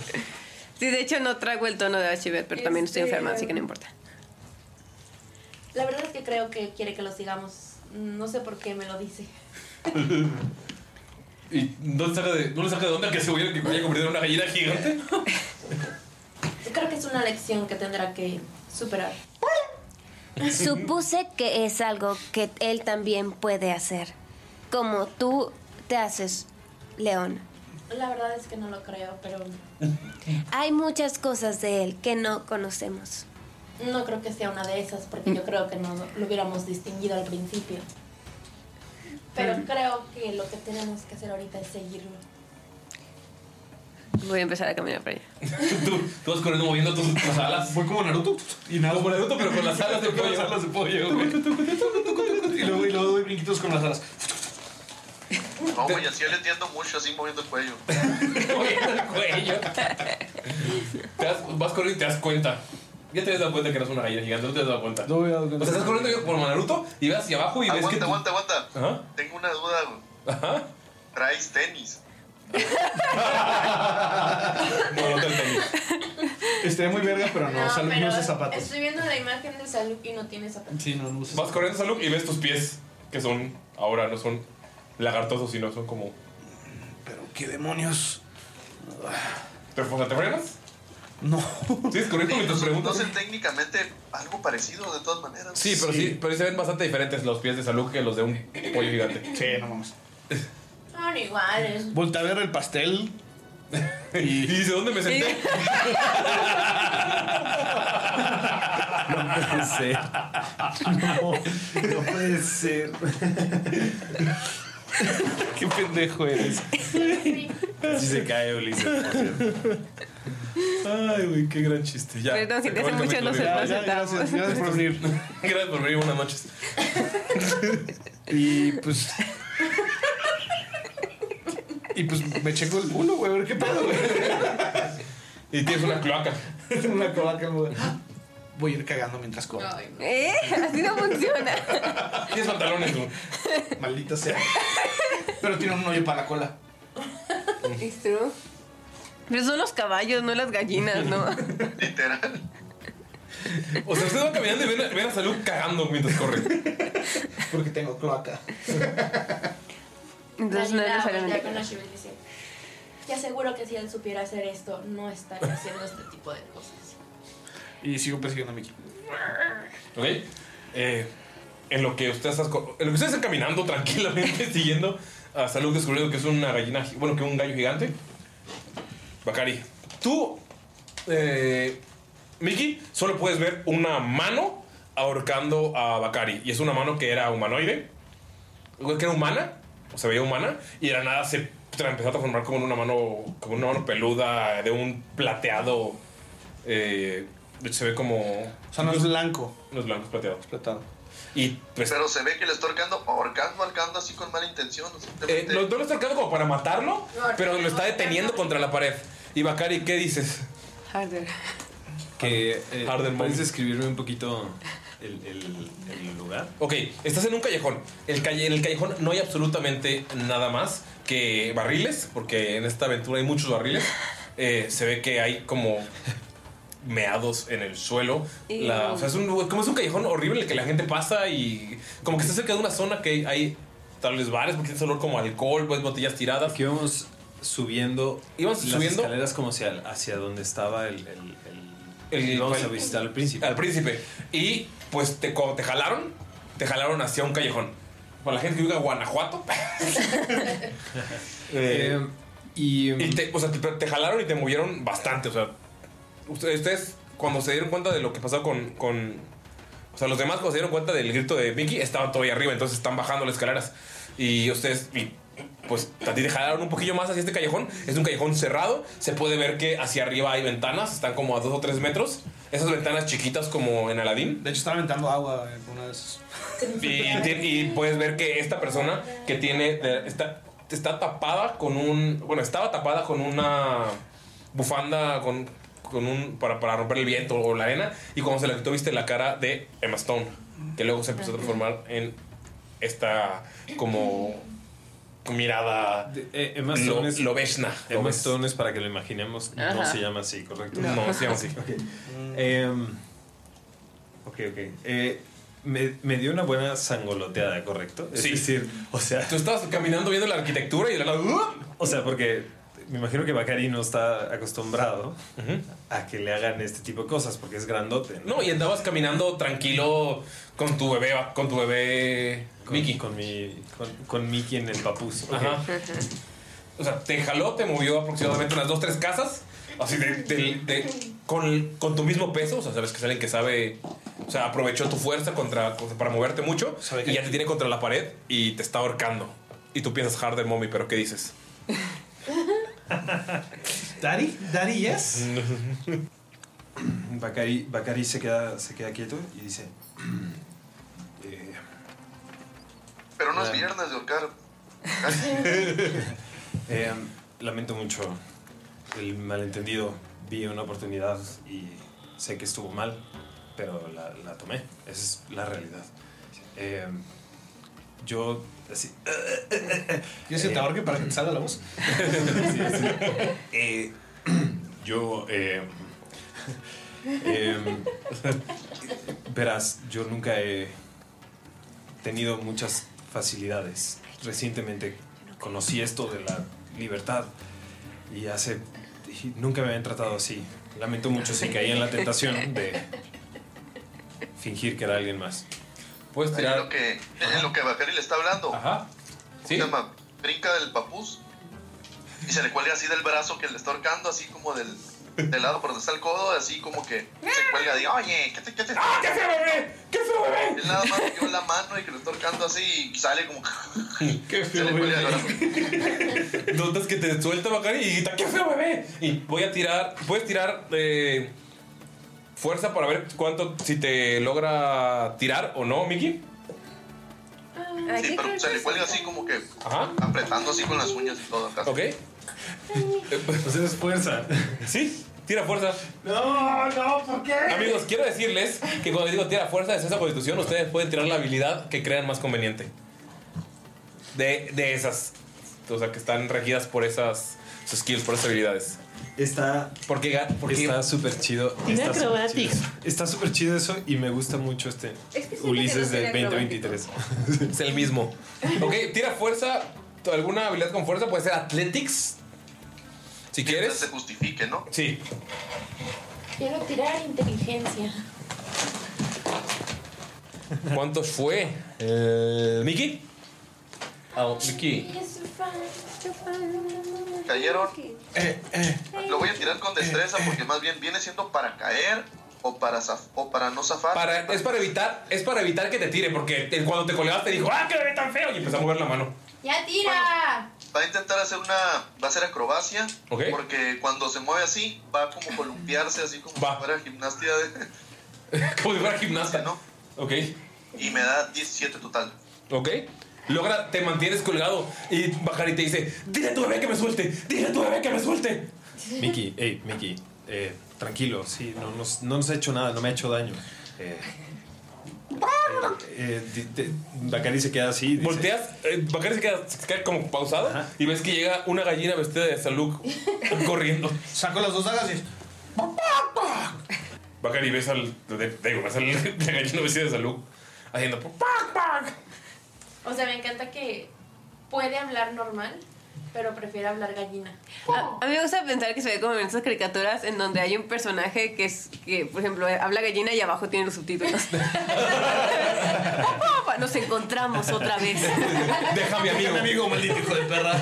Speaker 6: Sí, de hecho no traigo el tono de Archibald, pero también estoy
Speaker 4: Este-
Speaker 6: enferma, así que no importa.
Speaker 4: La verdad es que creo que quiere que lo sigamos. No sé por qué me lo dice.
Speaker 1: ¿Y no le saca de, no le saca de onda que se hubiera que haya convertido en una gallina gigante?
Speaker 4: Creo que es una lección que tendrá que superar.
Speaker 8: Supuse que es algo que él también puede hacer, como tú te haces, León.
Speaker 4: La verdad es que no lo creo, pero
Speaker 8: Hay muchas cosas de él que no conocemos.
Speaker 4: no creo que sea una de esas porque yo creo que no lo hubiéramos distinguido al
Speaker 2: <laughs>
Speaker 4: principio. Pero creo que lo que tenemos que hacer ahorita es seguirlo.
Speaker 6: Voy a empezar a caminar para allá.
Speaker 1: Tú, tú vas corriendo moviendo tus, tus alas. Fue como Naruto.
Speaker 5: Y nada.
Speaker 1: Como Naruto, pero con las alas de pollo.
Speaker 5: Y luego, y luego doy brinquitos con las alas.
Speaker 7: No, güey, así yo le entiendo mucho, así moviendo el cuello.
Speaker 1: moviendo el cuello. Te das- vas corriendo y te das cuenta. Ya te has dado cuenta que eras una gallina gigante, no te has dado cuenta. No
Speaker 5: voy a
Speaker 1: O sea, estás corriendo yo como Naruto y vas hacia abajo y ves que.
Speaker 7: Aguanta,
Speaker 1: tú-
Speaker 7: aguanta, aguanta.
Speaker 1: Ajá.
Speaker 7: Tengo una duda, güey.
Speaker 1: ¿Ah? Ajá.
Speaker 7: ¿Traes tenis?
Speaker 1: No, no te entendí.
Speaker 5: Estaría muy verga, pero no, Salud no usa zapatos.
Speaker 4: estoy viendo la imagen de Salud y no tiene zapatos.
Speaker 5: Sí, no, no usa
Speaker 1: Vas corriendo, Saluk, y ves tus pies, que son. Ahora no son lagartosos, sino son como.
Speaker 5: Pero qué demonios.
Speaker 1: ¿Te, o sea, ¿te frenas?
Speaker 5: No.
Speaker 1: ¿Sigues corriendo mientras
Speaker 7: No
Speaker 1: preguntas?
Speaker 7: sé, técnicamente algo parecido, de todas maneras.
Speaker 1: Sí, pero sí. pero sí se ven bastante diferentes los pies de Saluk que los de un pollo gigante.
Speaker 5: Sí, no vamos.
Speaker 4: Son iguales.
Speaker 5: Volta a ver el pastel.
Speaker 1: <laughs> Y, dice, ¿dónde me senté?
Speaker 4: <laughs>
Speaker 2: No puede ser. No, no puede <laughs> ser. Qué pendejo eres. Así se cae Ulises. por cierto. Ay, güey, qué gran chiste. Ya.
Speaker 6: Perdón, si
Speaker 2: se
Speaker 6: te
Speaker 2: acabó
Speaker 6: hacen
Speaker 2: el
Speaker 6: mucho,
Speaker 2: capítulo.
Speaker 6: nos Ya, ya, sentamos. gracias, gracias por
Speaker 5: <laughs> venir.
Speaker 2: gracias por venir, buenas noches.
Speaker 5: Y pues. Y pues me checo el culo, güey, a ver qué pedo, güey.
Speaker 2: Y tienes una cloaca.
Speaker 5: <laughs> una cloaca, güey. Voy a ir cagando mientras como.
Speaker 6: ¿Eh? <laughs> Así no funciona.
Speaker 2: Tienes pantalones, güey.
Speaker 5: Maldita sea. Pero tiene un hoyo para la cola.
Speaker 6: ¿Es true? Pero son los caballos, no las gallinas,
Speaker 4: <laughs>
Speaker 6: ¿no?
Speaker 1: O sea, ustedes van caminando y ven a, ven a Salud cagando mientras corre.
Speaker 5: Porque tengo cloaca.
Speaker 6: Entonces no es
Speaker 4: Dalila voltea
Speaker 6: necesariamente.
Speaker 4: con Ashibel y dice, te aseguro que si él supiera hacer esto, no estaría haciendo este tipo de cosas.
Speaker 5: Y sigo persiguiendo a Mickey.
Speaker 1: Ok. Eh, en lo que ustedes están, co- en lo que ustedes están caminando tranquilamente, <laughs> siguiendo a Salud descubriendo que es una gallina, gi- bueno, que un gallo gigante. Bakari, tú, eh, Mickey, solo puedes ver una mano ahorcando a Bakari. Y es una mano que era humanoide, que era humana, o se veía humana, y de la nada se tra- empezó a transformar como en una mano, como en una mano peluda, de un plateado. eh, de hecho, se ve como. O
Speaker 5: sea, no es blanco.
Speaker 1: No es blanco, es plateado.
Speaker 5: plateado.
Speaker 1: Y pues,
Speaker 7: Pero se ve que le está ahorcando, ahorcando, ahorcando así con mala intención. o sea,
Speaker 1: eh, lo, no lo está ahorcando como para matarlo, pero lo está deteniendo contra la pared. Y Bakari, ¿qué dices?
Speaker 6: Harder.
Speaker 2: Que eh, ¿Puedes
Speaker 1: Harden moment.
Speaker 2: describirme un poquito el, el- el lugar?
Speaker 1: Ok, estás en un callejón. El calle- en el callejón no hay absolutamente nada más que barriles, porque en esta aventura hay muchos barriles. Eh, se ve que hay como meados en el suelo.
Speaker 2: Y-
Speaker 1: La- o sea, es, un, como es un callejón horrible en el que la gente pasa y como que está cerca de una zona que hay tal vez bares, porque tiene olor como a alcohol, pues botellas tiradas.
Speaker 2: Que íbamos subiendo.
Speaker 1: Íbamos
Speaker 2: las
Speaker 1: subiendo.
Speaker 2: escaleras como hacia, hacia donde estaba el. el, el,
Speaker 1: El-
Speaker 2: íbamos a
Speaker 1: cuál-
Speaker 2: visitar al príncipe.
Speaker 1: Al príncipe. Y pues te, cuando te jalaron, te jalaron hacia un callejón. Para la gente que vive a Guanajuato. Eh,
Speaker 2: y
Speaker 1: te, o sea, te, te jalaron y te movieron bastante. O sea, ustedes, ustedes cuando se dieron cuenta de lo que pasó con, con... O sea, los demás cuando se dieron cuenta del grito de Mickey estaban todavía arriba, entonces están bajando las escaleras. Y ustedes, y, pues, a ti te jalaron un poquillo más hacia este callejón. Es un callejón cerrado. Se puede ver que hacia arriba hay ventanas, están como a dos o tres metros. Esas ventanas chiquitas como en Aladdin.
Speaker 5: De hecho, están aventando agua en una de esas.
Speaker 1: Y, ti- y puedes ver que esta persona que tiene. eh, Está, está tapada con un. Bueno, estaba tapada con una bufanda con, con un. Para, para romper el viento o la arena. Y cuando se la quitó, viste la cara de Emma Stone. Que luego se empezó a transformar en esta. Como. Mirada.
Speaker 2: eh, Emma Stone
Speaker 1: lo-
Speaker 2: es-
Speaker 1: lobesna.
Speaker 2: Emma
Speaker 1: Lobes-
Speaker 2: Stone es para que lo imaginemos. No
Speaker 1: Ajá.
Speaker 2: se llama así, ¿correcto?
Speaker 1: No. No, se llama <laughs> así.
Speaker 2: Ok. Em, ok, ok. Eh, me, me dio una buena sangoloteada, ¿correcto? Es
Speaker 1: Sí.
Speaker 2: decir, o sea.
Speaker 1: Tú estabas caminando viendo la arquitectura y de la. ¡uh!
Speaker 2: O sea, porque me imagino que Bacari no está acostumbrado a que le hagan este tipo de cosas porque es grandote.
Speaker 1: No, y andabas caminando tranquilo con tu bebé, con tu bebé Mickey.
Speaker 2: Con mi. Con, con Mickey en el papus. ok.
Speaker 1: <laughs> Ajá. O sea, te jaló, te movió aproximadamente unas dos, tres casas. Así de, de- de- con, con tu mismo peso. O sea, sabes que es alguien que sabe. O sea, aprovechó tu fuerza contra, para moverte mucho. Y ya te tiene contra la pared y te está ahorcando. Y tú piensas harder, mommy, pero ¿qué dices?
Speaker 5: ¿Daddy? ¿Daddy yes?
Speaker 2: Bacari, Bacari se, queda, se queda quieto y dice. <clears throat> eh,
Speaker 7: Pero no es
Speaker 2: la-
Speaker 7: viernes de ahorcar.
Speaker 1: <laughs>
Speaker 2: Eh, lamento mucho el malentendido. Vi una oportunidad y sé que estuvo mal, pero la, la tomé. Esa es la realidad. Eh, yo así.
Speaker 5: ¿Quieres que te ahorque para que te salga la voz?
Speaker 2: <laughs> Sí, sí. Eh, <clears throat> yo. eh, eh, <laughs> verás, yo nunca he tenido muchas facilidades. Recientemente conocí esto de la libertad y hace. y nunca me habían tratado así. Lamento mucho si caí en la tentación de fingir que era alguien más.
Speaker 1: Puedes
Speaker 7: Ahí en lo que, en lo que Bacari le está hablando.
Speaker 1: Ajá. Sí.
Speaker 7: Se llama, brinca del papús y se le cuelga así del brazo que le está ahorcando, así como del, del lado por donde está el codo, así como que se cuelga de, oye, ¿qué te, qué te... ¡Ah,
Speaker 3: qué feo, bebé!
Speaker 7: ¡Qué feo, bebé! Él nada más dio la mano y que lo está ahorcando así y sale como...
Speaker 1: ¡Qué feo, bebé! Notas que te suelta Bacari y grita, ¡qué feo, bebé! Y voy a tirar, puedes tirar eh, fuerza para ver cuánto, si te logra tirar o no, Mickey.
Speaker 7: Sí, pero se le <laughs> cuelga así como que apretando así con las uñas y todo. Acá.
Speaker 1: Ok.
Speaker 2: Pues es fuerza.
Speaker 1: Sí, tira fuerza.
Speaker 3: No, no, ¿por qué?
Speaker 1: Amigos, quiero decirles que cuando les digo tira fuerza de esa constitución, ustedes pueden tirar la habilidad que crean más conveniente. De, de esas. O sea, que están regidas por esas sus skills, por esas habilidades.
Speaker 2: Está.
Speaker 1: Porque, ga- porque
Speaker 2: Está súper chido.
Speaker 1: Tiene
Speaker 2: está súper
Speaker 1: acrobatics.
Speaker 2: chido. Está súper chido eso y me gusta mucho este
Speaker 1: Es que siento que
Speaker 2: Ulises
Speaker 1: no
Speaker 2: del
Speaker 1: sería
Speaker 2: 2023.
Speaker 1: es el mismo. Ok, tira fuerza. ¿Alguna habilidad con fuerza? Puede ser Athletics. Si quieres.
Speaker 7: se justifique, ¿no?
Speaker 1: Sí.
Speaker 4: Quiero tirar inteligencia.
Speaker 1: ¿Cuántos fue? Eh, ¿Miki? Ah, Miki.
Speaker 7: Cayeron.
Speaker 1: Eh,
Speaker 7: Lo voy a tirar con destreza porque más bien viene siendo para caer o para, zaf- o para no zafar.
Speaker 1: Para- es para evitar es para evitar que te tire porque te- cuando te colgaste dijo ah qué bebé tan feo y empezó a mover la mano
Speaker 4: ¡Ya tira!
Speaker 7: Va a intentar hacer una. Va a ser acrobacia.
Speaker 1: Ok.
Speaker 7: Porque cuando se mueve así, va como columpiarse, así como si fuera gimnasia. de-
Speaker 1: <laughs> como si fuera gimnasta
Speaker 7: ¿no?
Speaker 1: ok
Speaker 7: y me da 17 total
Speaker 1: ok logra te mantienes colgado y bajar y te dice dile a tu bebé que me suelte dile a tu bebé que me suelte
Speaker 2: Miki, hey, Miki, eh, tranquilo, sí, no nos, no nos ha hecho nada, no me ha hecho daño. Eh, eh, di- te- Bacari se queda así.
Speaker 1: Volteas, eh, Bacari se queda, se queda como pausada y ves que llega una gallina vestida de Saluk corriendo.
Speaker 5: Saco las dos dagas y.
Speaker 1: Bacari ves al. de- Digo, ves al- <laughs> la gallina vestida de Saluk haciendo. "Pum".
Speaker 4: O sea, me encanta que puede hablar normal, pero prefiere hablar gallina.
Speaker 6: A, a mí me gusta pensar que se ve como en esas caricaturas en donde hay un personaje que es que, por ejemplo, habla gallina y abajo tiene los subtítulos. <laughs> Nos encontramos otra vez.
Speaker 1: Deja a mi amigo. amigo, maldito hijo de perra.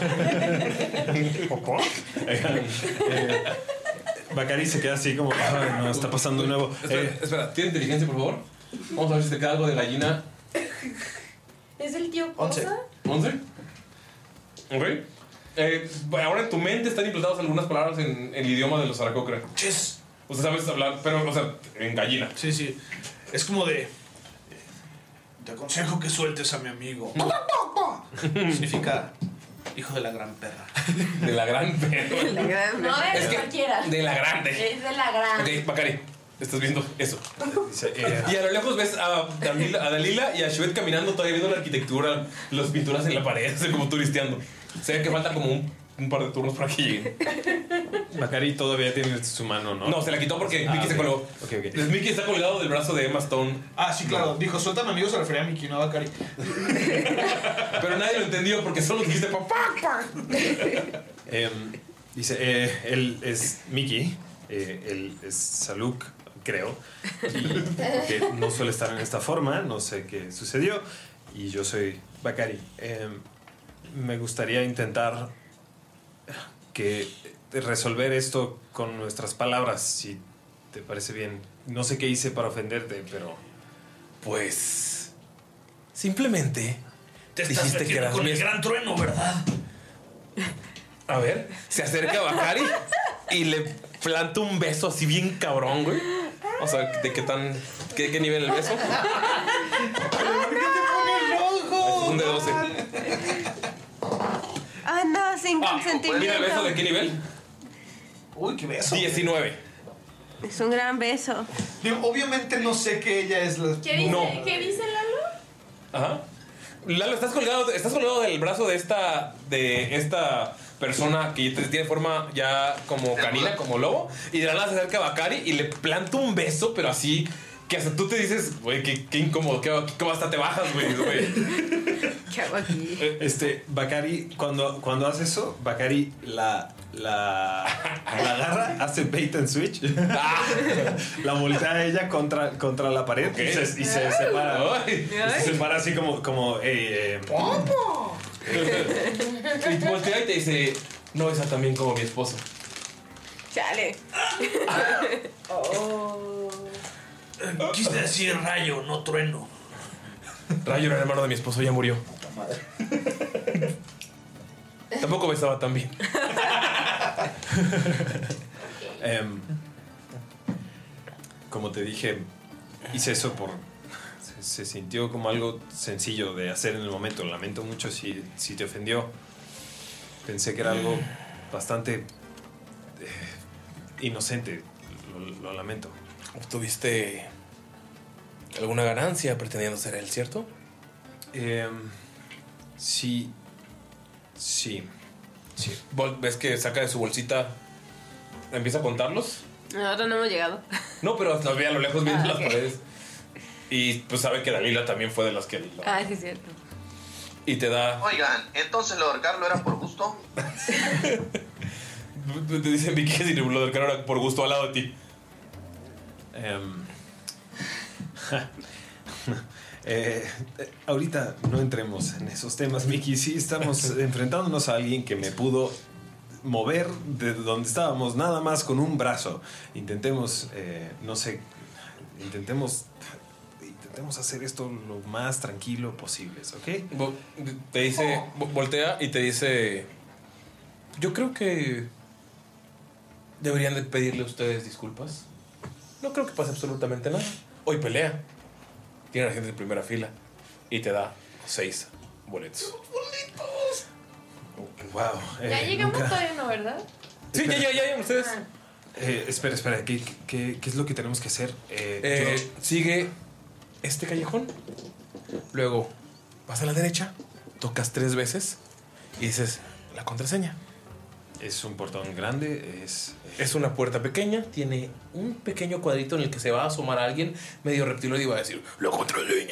Speaker 2: Eh, Bacari se queda así como, "Ay, no, está pasando de nuevo. Eh,
Speaker 1: Espera, espera, ¿tiene inteligencia, por favor? Vamos a ver si te queda algo de gallina.
Speaker 4: ¿Es el tío Cosa?
Speaker 1: ¿11? Ok. Eh, ahora en tu mente están implantadas algunas palabras en, en el idioma de los aracocra. Yes. O sea, sabes hablar, pero, o sea, en gallina.
Speaker 5: Sí, sí. Es como de. Te aconsejo que sueltes a mi amigo. Significa hijo de la gran perra.
Speaker 1: De la gran perra.
Speaker 5: De la
Speaker 4: <laughs>
Speaker 5: gran
Speaker 4: No,
Speaker 5: perra.
Speaker 4: es,
Speaker 5: Es que-
Speaker 4: cualquiera.
Speaker 1: de la
Speaker 4: <laughs>
Speaker 1: grande.
Speaker 4: Es de la grande.
Speaker 1: Ok, Bacari, estás viendo eso.
Speaker 2: eh,
Speaker 1: <laughs> Y a lo lejos ves a Dalila, a Dalila y a Shubet caminando, todavía viendo la arquitectura, las pinturas en la pared, así como turisteando. Se ve que falta como un, un par de turnos para que lleguen.
Speaker 2: Bacari todavía tiene su mano, ¿no?
Speaker 1: No, se la quitó porque
Speaker 2: Ah,
Speaker 1: Mickey se
Speaker 2: ok.
Speaker 1: colgó.
Speaker 2: Ok, ok.
Speaker 1: Entonces, Mickey está colgado del brazo de Emma Stone.
Speaker 5: Ah, sí, claro. Dijo, suéltame amigo, se refería a Miki, no a Bacari.
Speaker 1: Pero nadie lo entendió porque solo dijiste papá.
Speaker 2: Em, dice, eh, él es Mickey, eh, él es Saluk, creo, y-
Speaker 4: <laughs>
Speaker 2: que no suele estar en esta forma, no sé qué sucedió, y yo soy Bakari. Em, me gustaría intentar que resolver esto con nuestras palabras, si te parece bien. No sé qué hice para ofenderte, pero...
Speaker 1: Pues... Simplemente...
Speaker 2: Te
Speaker 1: estás Dijiste metiendo que eras con el mes- gran trueno,
Speaker 2: ¿verdad?
Speaker 1: A ver, se acerca a Bakari y le planta un beso así bien cabrón, güey. Vamos a ver de qué tan. qué, qué nivel el beso. Un de 12.
Speaker 6: Ah, no, sin
Speaker 1: Mira el beso
Speaker 6: consentimiento.
Speaker 1: de qué nivel.
Speaker 5: Uy, qué beso.
Speaker 1: 19.
Speaker 6: Es un gran beso.
Speaker 5: Digo, obviamente no sé que ella es la.
Speaker 4: ¿Qué dice,
Speaker 1: No.
Speaker 4: ¿Qué dice Lalo?
Speaker 1: Ajá. Lalo, estás colgado, estás colgado del brazo de esta. de esta persona que te- tiene forma ya como canina, como lobo. Y de la nada se acerca a Bakari y le planta un beso, pero <laughs> así. Que hasta tú te dices, güey, qué, qué incómodo, qué, cómo hasta te bajas, güey, güey.
Speaker 6: <laughs> ¿Qué hago aquí?
Speaker 2: Este, Bakari, cuando, cuando hace eso, Bakari la, la, la agarra, hace bait and switch,
Speaker 1: Ah.
Speaker 2: la voltea a ella contra, contra la pared y, se, y se separa.
Speaker 1: Ay. Oh.
Speaker 2: Se separa así como, como eh, eh,
Speaker 1: Y voltea y te dice, no esa también como mi esposo.
Speaker 6: Chale.
Speaker 4: Oh.
Speaker 9: Quise decir rayo, no trueno.
Speaker 1: Rayo era el hermano de mi esposo, ya murió. Tampoco besaba tan bien.
Speaker 2: Em, como te dije, hice eso por. Se, se sintió como algo sencillo de hacer en el momento. Lamento mucho si, si te ofendió. Pensé que era algo bastante. eh, inocente. Lo, lo lamento.
Speaker 1: ¿Obtuviste alguna ganancia pretendiendo ser él, cierto?
Speaker 2: Em, sí. Sí.
Speaker 1: Sí. Vol- ¿Ves que saca de su bolsita? Empieza a contarlos.
Speaker 6: Nosotros no hemos llegado.
Speaker 1: No, pero hasta ve a lo lejos viendo
Speaker 6: Ah,
Speaker 1: las
Speaker 6: ok.
Speaker 1: paredes. Y pues sabe que Dalila también fue de las que. lo-
Speaker 6: Ah, sí, es cierto.
Speaker 1: Y te da.
Speaker 7: Oigan, entonces lo de ahorcarlo era por
Speaker 6: <laughs>
Speaker 7: gusto.
Speaker 1: Te dicen, Vicky, que si lo del canal era por gusto al lado de ti.
Speaker 2: Em, <laughs> eh, eh, ahorita no entremos en esos temas, Mickey. Sí, estamos enfrentándonos a alguien que me pudo mover de donde estábamos nada más con un brazo. Intentemos, eh, no sé, intentemos, intentemos hacer esto lo más tranquilo posible, ¿ok?
Speaker 1: Vo- Te dice. vo- Voltea y te dice. Yo creo que. Deberían de pedirle a ustedes disculpas. No creo que pase absolutamente nada. Hoy pelea. Tiene a la gente de primera fila. Y te da seis boletos.
Speaker 2: Wow. eh,
Speaker 4: Ya llegamos todavía, ¿no, verdad? Ah.
Speaker 1: Sí, ya, ya, ya, ya, ustedes.
Speaker 2: Eh, espera, espera, ¿qué, qué, qué es lo que tenemos que hacer? Eh,
Speaker 1: Eh,
Speaker 2: yo-
Speaker 1: Sigue este callejón. Luego vas a la derecha, tocas tres veces <laughs> y dices la contraseña.
Speaker 2: Es un portón grande, es. eh,
Speaker 1: Es una puerta pequeña, tiene un pequeño cuadrito en el que se va a asomar alguien medio reptiloide y va a decir la contraseña.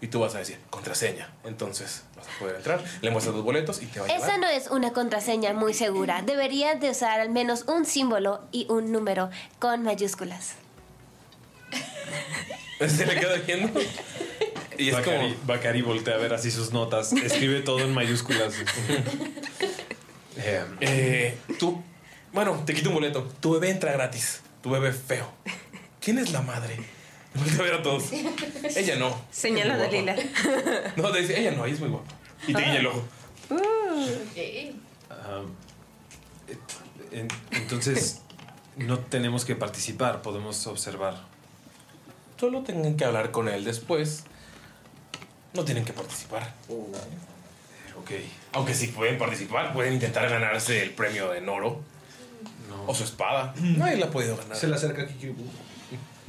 Speaker 1: Y tú vas a decir contraseña. Entonces vas a poder entrar, le muestras los boletos y te va a llevar.
Speaker 8: Esa no es una contraseña muy segura. Deberías de usar al menos un símbolo y un número con mayúsculas.
Speaker 1: Se le queda viendo. Y
Speaker 2: es Bacari, Bacari voltea a ver así sus notas. Escribe todo en mayúsculas. Em,
Speaker 1: Eh, tú, bueno, te quito un boleto. Tu bebé entra gratis. Tu bebé feo. ¿Quién es la madre? Voltea a ver a todos. Ella no.
Speaker 6: Señala a
Speaker 1: Es muy
Speaker 6: Dalila.
Speaker 1: guapa. No, te dice, ella no, ella es muy guapa. Y te guiña el ojo.
Speaker 6: <laughs> Uh.
Speaker 2: Ah, eh, en- entonces, no tenemos que participar, podemos observar.
Speaker 1: Solo tengan que hablar con él después. No tienen que participar.
Speaker 2: Ok.
Speaker 1: Aunque sí pueden participar, pueden intentar ganarse el premio en oro. O su espada. Nadie la ha podido ganar.
Speaker 9: Mm. Se le acerca Kikiribu.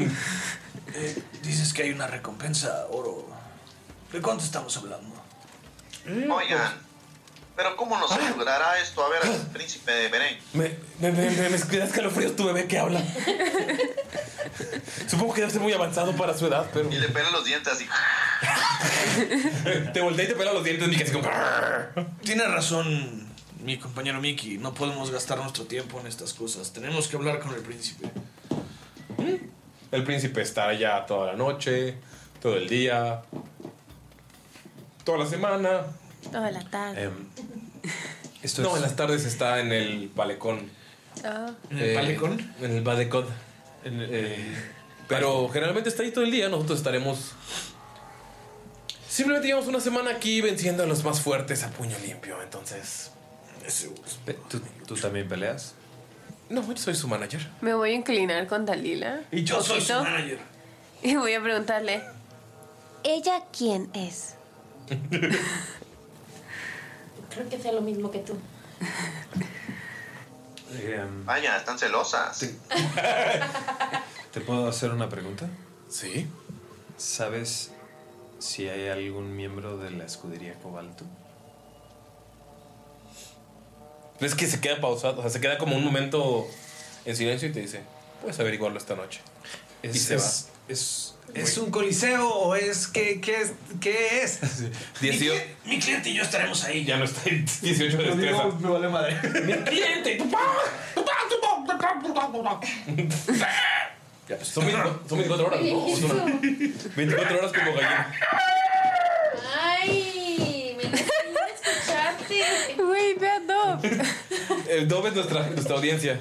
Speaker 9: Eh, dices que hay una recompensa, oro. ¿De cuánto estamos hablando?
Speaker 7: Oigan, pero ¿cómo nos ayudará esto? A ver, al príncipe de Beren.
Speaker 1: Ah. Me, me, me, me, me da escalofríos tu bebé que habla.
Speaker 6: <laughs>
Speaker 1: Supongo que debe ser muy avanzado para su edad, pero. Y
Speaker 7: le pela los dientes así.
Speaker 1: pues, te voltea y te pela los dientes, Mickey, así como.
Speaker 9: Tiene razón mi compañero Mickey. No podemos gastar nuestro tiempo en estas cosas. Tenemos que hablar con el príncipe.
Speaker 1: <laughs> El príncipe estará allá toda la noche, todo el día, toda la semana.
Speaker 8: Toda la tarde.
Speaker 1: Eh.
Speaker 9: Em,
Speaker 2: Esto
Speaker 1: no,
Speaker 2: es-
Speaker 1: en las tardes está en el palecón.
Speaker 4: Ah.
Speaker 1: Eh, En el Badecon. Eh, pero generalmente está ahí todo el día. Nosotros estaremos. Simplemente llevamos una semana aquí venciendo a los más fuertes a puño limpio. Entonces.
Speaker 2: ¿Tú, tú también peleas?
Speaker 1: No, yo soy su manager.
Speaker 6: Me voy a inclinar con Dalila.
Speaker 2: Y yo soy su
Speaker 6: Poquito.
Speaker 2: manager.
Speaker 6: Y voy a preguntarle.
Speaker 8: ¿Ella quién es?
Speaker 4: Creo que sea lo mismo que tú.
Speaker 7: Vaya, están celosas.
Speaker 2: ¿Te puedo hacer una pregunta?
Speaker 1: Sí.
Speaker 2: ¿Sabes si hay algún miembro de la escudería Cobalto?
Speaker 1: Ves que se queda pausado. O sea, se queda como un momento en silencio y te dice: Puedes averiguarlo esta noche.
Speaker 2: Es-
Speaker 1: y se
Speaker 2: es-
Speaker 1: va.
Speaker 2: Es, ¿Es un coliseo o es qué, qué es? ¿Qué es?
Speaker 9: Mi cliente y yo estaremos ahí.
Speaker 1: Ya no está <laughs> en 18 de
Speaker 9: Lo digo,
Speaker 1: destreza.
Speaker 9: me vale madre.
Speaker 1: Mi cliente. Ya, pues, son 24 son 24 horas, ¿no? Es una- 24 horas como gallina.
Speaker 4: ¡Ay! ¡Me <laughs> escuchaste!
Speaker 6: Güey, ve a Dob.
Speaker 1: El Dove es nuestra, nuestra audiencia.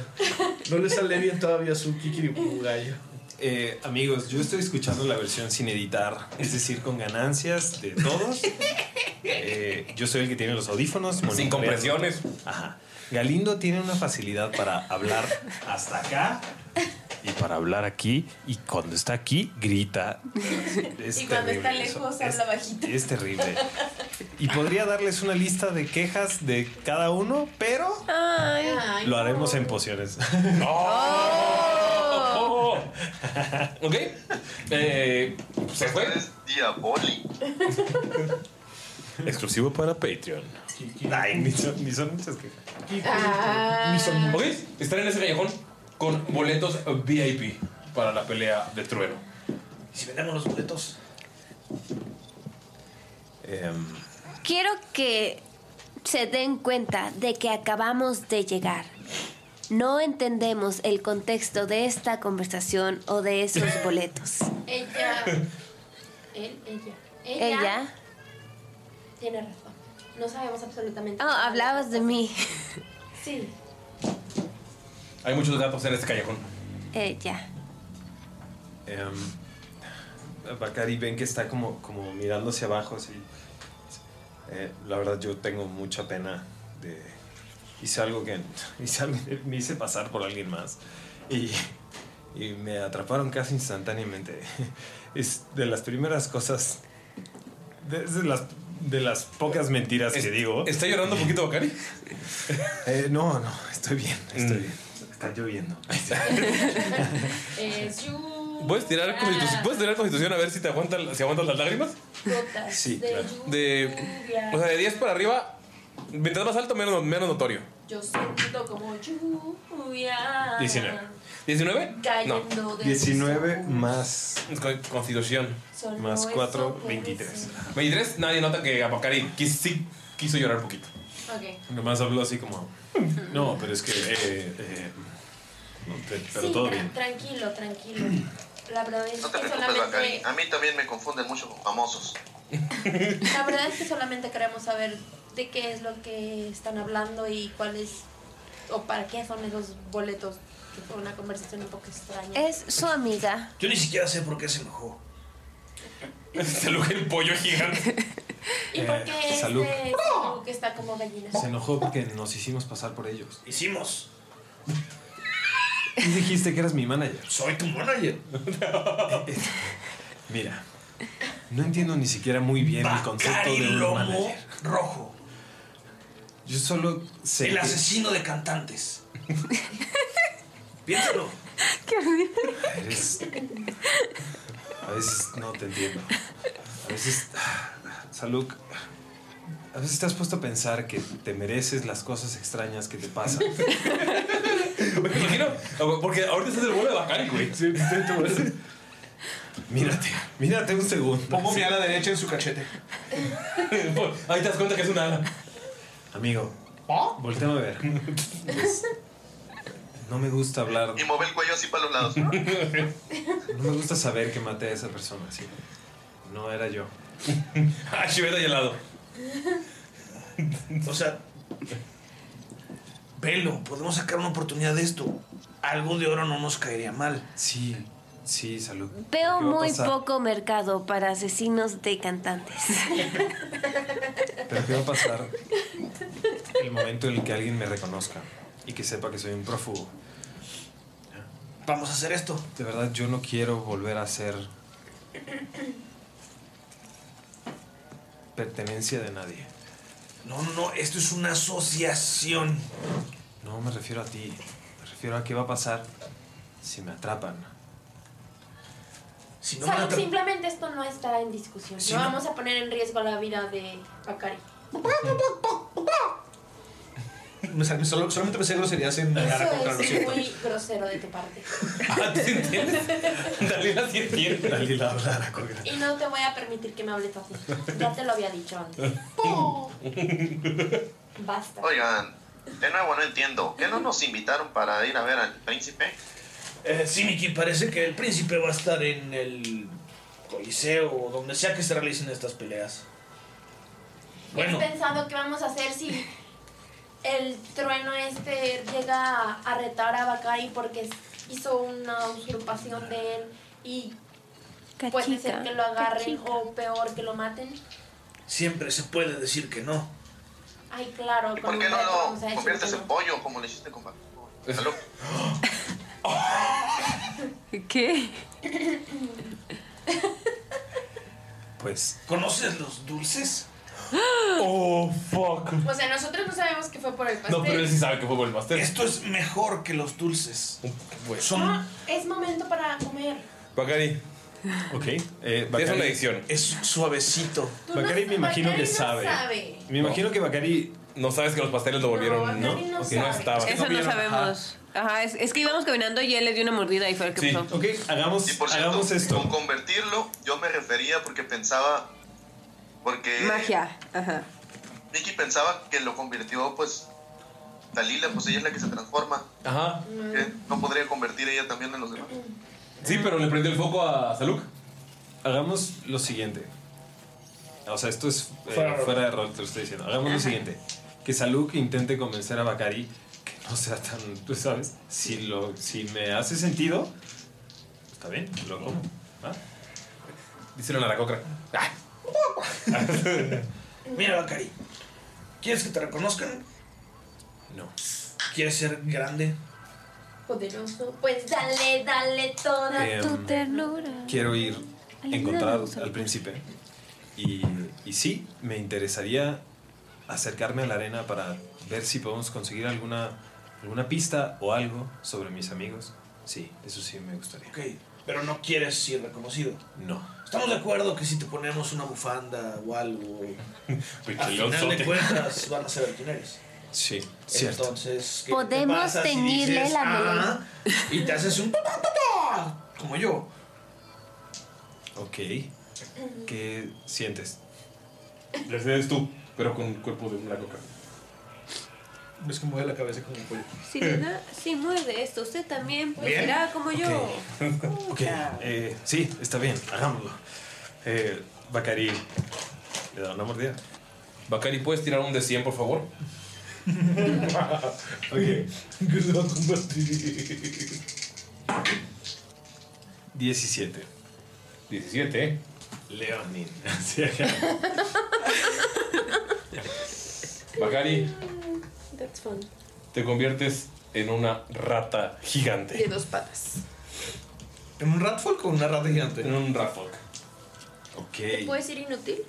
Speaker 5: No le sale bien todavía su Kikiribu gallo.
Speaker 2: Eh, amigos, yo estoy escuchando la versión sin editar, es decir, con ganancias de todos. Eh, yo soy el que tiene los audífonos. monitoreo.
Speaker 1: compresiones.
Speaker 2: Ajá. Galindo tiene una facilidad para hablar hasta acá y para hablar aquí. Y cuando está aquí, grita. Es
Speaker 4: y cuando está
Speaker 2: terrible eso.
Speaker 4: lejos, habla bajito.
Speaker 2: Es terrible. Y podría darles una lista de quejas de cada uno, pero
Speaker 6: Ay.
Speaker 2: lo haremos en pociones. Oh.
Speaker 1: <laughs> ok. Eh, ¿Se fue?
Speaker 7: Diabólico.
Speaker 2: Exclusivo para Patreon. Ay, ni son, ni son muchas quejas.
Speaker 1: Ah. Ok, Están en ese callejón con boletos VIP para la pelea de trueno.
Speaker 9: Si vendemos los boletos.
Speaker 1: Em,
Speaker 8: Quiero que se den cuenta de que acabamos de llegar. No entendemos el contexto de esta conversación o de
Speaker 9: <coughs>
Speaker 8: esos boletos. <laughs>
Speaker 4: Ella. Él, ella. Ella.
Speaker 8: Ella.
Speaker 4: Tiene razón. No sabemos absolutamente.
Speaker 8: Oh, hablabas de mí. <laughs> ah.
Speaker 4: Sí.
Speaker 1: Hay muchos gatos en este callejón.
Speaker 8: Ella.
Speaker 2: Em, Bacari ven que está como, como mirando hacia abajo. Así. Eh, la verdad, yo tengo mucha pena de. Hice algo que. <laughs> Hice algo- me hice pasar por alguien más. Y, y me atraparon casi instantáneamente. <laughs> Es de las primeras cosas. de- es de las, de las pocas mentiras que digo.
Speaker 1: ¿Está llorando un poquito Bacari?
Speaker 2: Eh, no, no, estoy bien, estoy bien. Está lloviendo.
Speaker 4: Es lluvia.
Speaker 1: <laughs> ¿Puedes tirar, constitu- ¿Puedes tirar constitución a ver si te aguantan, si aguantas las lágrimas?
Speaker 4: Gotas
Speaker 1: Sí,
Speaker 4: de
Speaker 1: claro. De, o sea, de 10 para arriba, mientras más alto, menos, menos notorio.
Speaker 4: Yo siento como lluvia.
Speaker 1: 19.
Speaker 4: Cayendo de
Speaker 2: 19 más.
Speaker 1: Constitución.
Speaker 4: Solo Más eso cuatro, puede 23. ser.
Speaker 1: 23, nadie nota que Apacari quiso, sí quiso llorar un poquito.
Speaker 4: Mm. Ok.
Speaker 2: Nomás habló así como. No, pero es que. eh, eh, no, pe- pero
Speaker 4: sí,
Speaker 2: todo
Speaker 4: tra-
Speaker 2: bien.
Speaker 4: tranquilo, tranquilo.
Speaker 1: <clears throat>
Speaker 4: La verdad es
Speaker 7: No te
Speaker 4: que
Speaker 7: preocupes, Bacari.
Speaker 4: solamente.
Speaker 7: A mí también me confunden mucho con
Speaker 1: <laughs>
Speaker 7: famosos.
Speaker 4: La verdad es que solamente queremos saber de qué es lo que están hablando y cuáles. o para qué son esos boletos. Que fue una conversación un poco extraña.
Speaker 8: Es su amiga.
Speaker 9: <laughs> Yo ni siquiera sé por qué se enojó.
Speaker 1: Se enojó el pollo gigante.
Speaker 4: ¿Y por qué
Speaker 2: Eh,
Speaker 4: este
Speaker 2: salud.
Speaker 4: Saluk está como gallina?
Speaker 2: Se enojó porque nos hicimos pasar por ellos.
Speaker 9: Hicimos.
Speaker 2: Y dijiste que eras mi manager.
Speaker 9: Soy tu
Speaker 2: <laughs>
Speaker 9: manager.
Speaker 2: Eh, Mira, no entiendo ni siquiera muy bien el concepto
Speaker 9: Cari
Speaker 2: de un
Speaker 9: Lomo
Speaker 2: manager.
Speaker 9: Rojo.
Speaker 2: Yo solo sé.
Speaker 9: El
Speaker 2: que-
Speaker 9: asesino de cantantes. Piénsalo.
Speaker 6: Qué horrible.
Speaker 2: Eres- A veces no te entiendo. A veces. Saluk. A veces te has puesto a pensar que te mereces las cosas extrañas que te pasan.
Speaker 1: <laughs> Me imagino, porque ahorita estás en el vuelo de Bacari, güey. <laughs>
Speaker 2: Mírate, mírate un segundo.
Speaker 5: Pongo mi ala derecha en su cachete.
Speaker 1: Ahí te das cuenta que es una ala.
Speaker 2: Amigo,
Speaker 9: ¿Ah?
Speaker 2: volteame a ver. Es- No me gusta hablar.
Speaker 7: Y mueve el cuello así para los lados.
Speaker 2: No me gusta saber que maté a esa persona, sí. No era
Speaker 1: <laughs>
Speaker 2: yo.
Speaker 1: Ah, Shibeta y al lado.
Speaker 9: O sea, velo, podemos sacar una oportunidad de esto. Algo de oro no nos caería mal.
Speaker 2: Sí, sí, salud.
Speaker 8: Veo
Speaker 9: ¿Qué va a
Speaker 8: muy
Speaker 9: pasar?
Speaker 8: poco mercado para asesinos de cantantes.
Speaker 2: Pero ¿qué va a pasar el momento en el que alguien me reconozca y que sepa que soy un prófugo?
Speaker 9: Vamos a hacer esto.
Speaker 2: De verdad, yo no quiero volver a ser pertenencia de nadie.
Speaker 9: No, no, no, esto es una asociación.
Speaker 2: No me refiero a ti. Me refiero a qué va a pasar si me atrapan.
Speaker 9: Si
Speaker 4: Salud, simplemente esto no está en discusión.
Speaker 2: Sí,
Speaker 4: no,
Speaker 2: no.
Speaker 4: vamos a poner en riesgo la vida de Bakari.
Speaker 5: Me sal- solo- solamente me sé groserías en la cara contra
Speaker 4: Eso
Speaker 5: los
Speaker 4: es
Speaker 5: ciertos.
Speaker 4: muy grosero de tu parte.
Speaker 9: <laughs>
Speaker 1: Dalila sí entiende.
Speaker 2: Dalila hablará con
Speaker 4: Y no te voy a permitir que me hables así. Ya te lo había dicho antes. Basta.
Speaker 7: Oigan, de nuevo no entiendo. ¿Qué no nos invitaron para ir a ver al príncipe?
Speaker 9: Eh, sí, Miki, parece que el príncipe va a estar en el coliseo o donde sea que se realicen estas peleas.
Speaker 4: ¿Qué has
Speaker 9: Bueno,
Speaker 4: pensado que vamos a hacer si el trueno este llega a, a retar a Bakari porque hizo una usurpación de él y puede ser
Speaker 9: Cachica,
Speaker 4: que lo agarren
Speaker 9: cachica.
Speaker 4: o peor que lo maten.
Speaker 9: Siempre se puede decir que no.
Speaker 4: Ay, claro,
Speaker 7: ¿Y
Speaker 4: con
Speaker 7: por qué
Speaker 4: un
Speaker 7: no
Speaker 4: reto
Speaker 7: lo
Speaker 4: vamos a decir
Speaker 7: conviertes
Speaker 4: que
Speaker 7: en pollo como le hiciste con Bac- Aló.
Speaker 6: ¿Qué?
Speaker 2: Pues.
Speaker 9: ¿Conoces los dulces?
Speaker 2: Oh, fuck.
Speaker 4: O sea, nosotros no sabemos que fue por el
Speaker 7: pues
Speaker 4: pastel.
Speaker 9: No,
Speaker 7: este-
Speaker 9: pero él
Speaker 1: sí sabe que fue el pastel.
Speaker 9: Esto es mejor que los dulces.
Speaker 4: No, Ah, es momento para comer.
Speaker 1: Bacari.
Speaker 2: Ok.
Speaker 1: es una adicción.
Speaker 9: Es suavecito.
Speaker 4: Tú no-
Speaker 2: Bacari me imagino
Speaker 4: Bacari
Speaker 2: que
Speaker 4: no
Speaker 2: sabe.
Speaker 4: sabe.
Speaker 2: Me imagino que Bacari.
Speaker 1: No sabes que los pasteles lo volvieron. No, no, estaba.
Speaker 6: Eso no sabemos. Ajá, es, es que íbamos caminando y él le dio una mordida y fue el que pasó.
Speaker 2: Ok, hagamos, hagamos esto.
Speaker 7: Con convertirlo, yo me refería porque pensaba. Porque
Speaker 6: Magia. Ajá.
Speaker 7: Nikki pensaba que lo convirtió, pues. Dalila, pues ella es la que se transforma.
Speaker 1: Ajá.
Speaker 7: que No podría convertir ella también en los demás.
Speaker 1: Sí, pero le prendió el foco a Saluk.
Speaker 2: Hagamos lo siguiente. O sea, esto es eh,
Speaker 1: Fuera de rol.
Speaker 2: fuera de rol, te lo estoy diciendo. Hagamos lo
Speaker 1: Ajá.
Speaker 2: siguiente. Que Saluk intente convencer a Bakari que no sea tan, tú sabes, si, lo, si me hace sentido, está bien, lo ¿Ah? como. ¿va?
Speaker 1: Díselo a la cocra.
Speaker 2: Ah.
Speaker 1: <laughs>
Speaker 9: Mira, Bakari. ¿Quieres que te reconozcan?
Speaker 2: No.
Speaker 9: ¿Quieres ser grande?
Speaker 4: Poderoso. Pues dale, dale toda
Speaker 2: Em,
Speaker 4: tu ternura.
Speaker 2: Quiero ir a encontrar
Speaker 4: Ayúdanos,
Speaker 2: al príncipe. Y, y sí, me interesaría acercarme a la arena para ver si podemos conseguir alguna, alguna pista o algo sobre mis amigos. Sí, eso sí me gustaría.
Speaker 9: Ok, pero no quieres ser reconocido.
Speaker 2: No.
Speaker 9: Estamos de acuerdo que si te ponemos una bufanda o
Speaker 2: <laughs>
Speaker 9: algo, al final
Speaker 2: Pichilosote.
Speaker 9: de cuentas van a saber quién eres.
Speaker 2: Sí, cierto.
Speaker 9: Entonces, ¿qué
Speaker 8: Podemos
Speaker 9: te pasa si
Speaker 8: teñirle
Speaker 9: dices,
Speaker 8: la
Speaker 9: "Ah",
Speaker 8: melena.
Speaker 9: Y te haces un... Como yo.
Speaker 2: Ok. ¿Qué sientes?
Speaker 1: Lo eres tú, pero con el cuerpo de una coca.
Speaker 5: Es que mueve la cabeza como un pollo.
Speaker 6: Si, <laughs> nena, si mueve esto, usted también pues,
Speaker 2: ¿Bien?
Speaker 6: será como yo.
Speaker 2: <laughs> Ok, eh, sí, está bien, hagámoslo. Eh, Bacari, le da una mordida.
Speaker 1: Bacari, ¿puedes tirar un de 100, por favor?
Speaker 2: <laughs> Ok, 17.
Speaker 1: 17.
Speaker 2: Leonin.
Speaker 1: Bacari,
Speaker 4: Mm, That's fun.
Speaker 1: te conviertes en una rata gigante.
Speaker 4: dos patas.
Speaker 9: ¿En un ratfolk o una rata gigante?
Speaker 1: En un ratfolk.
Speaker 2: Ok.
Speaker 4: ¿Puede ser inútil?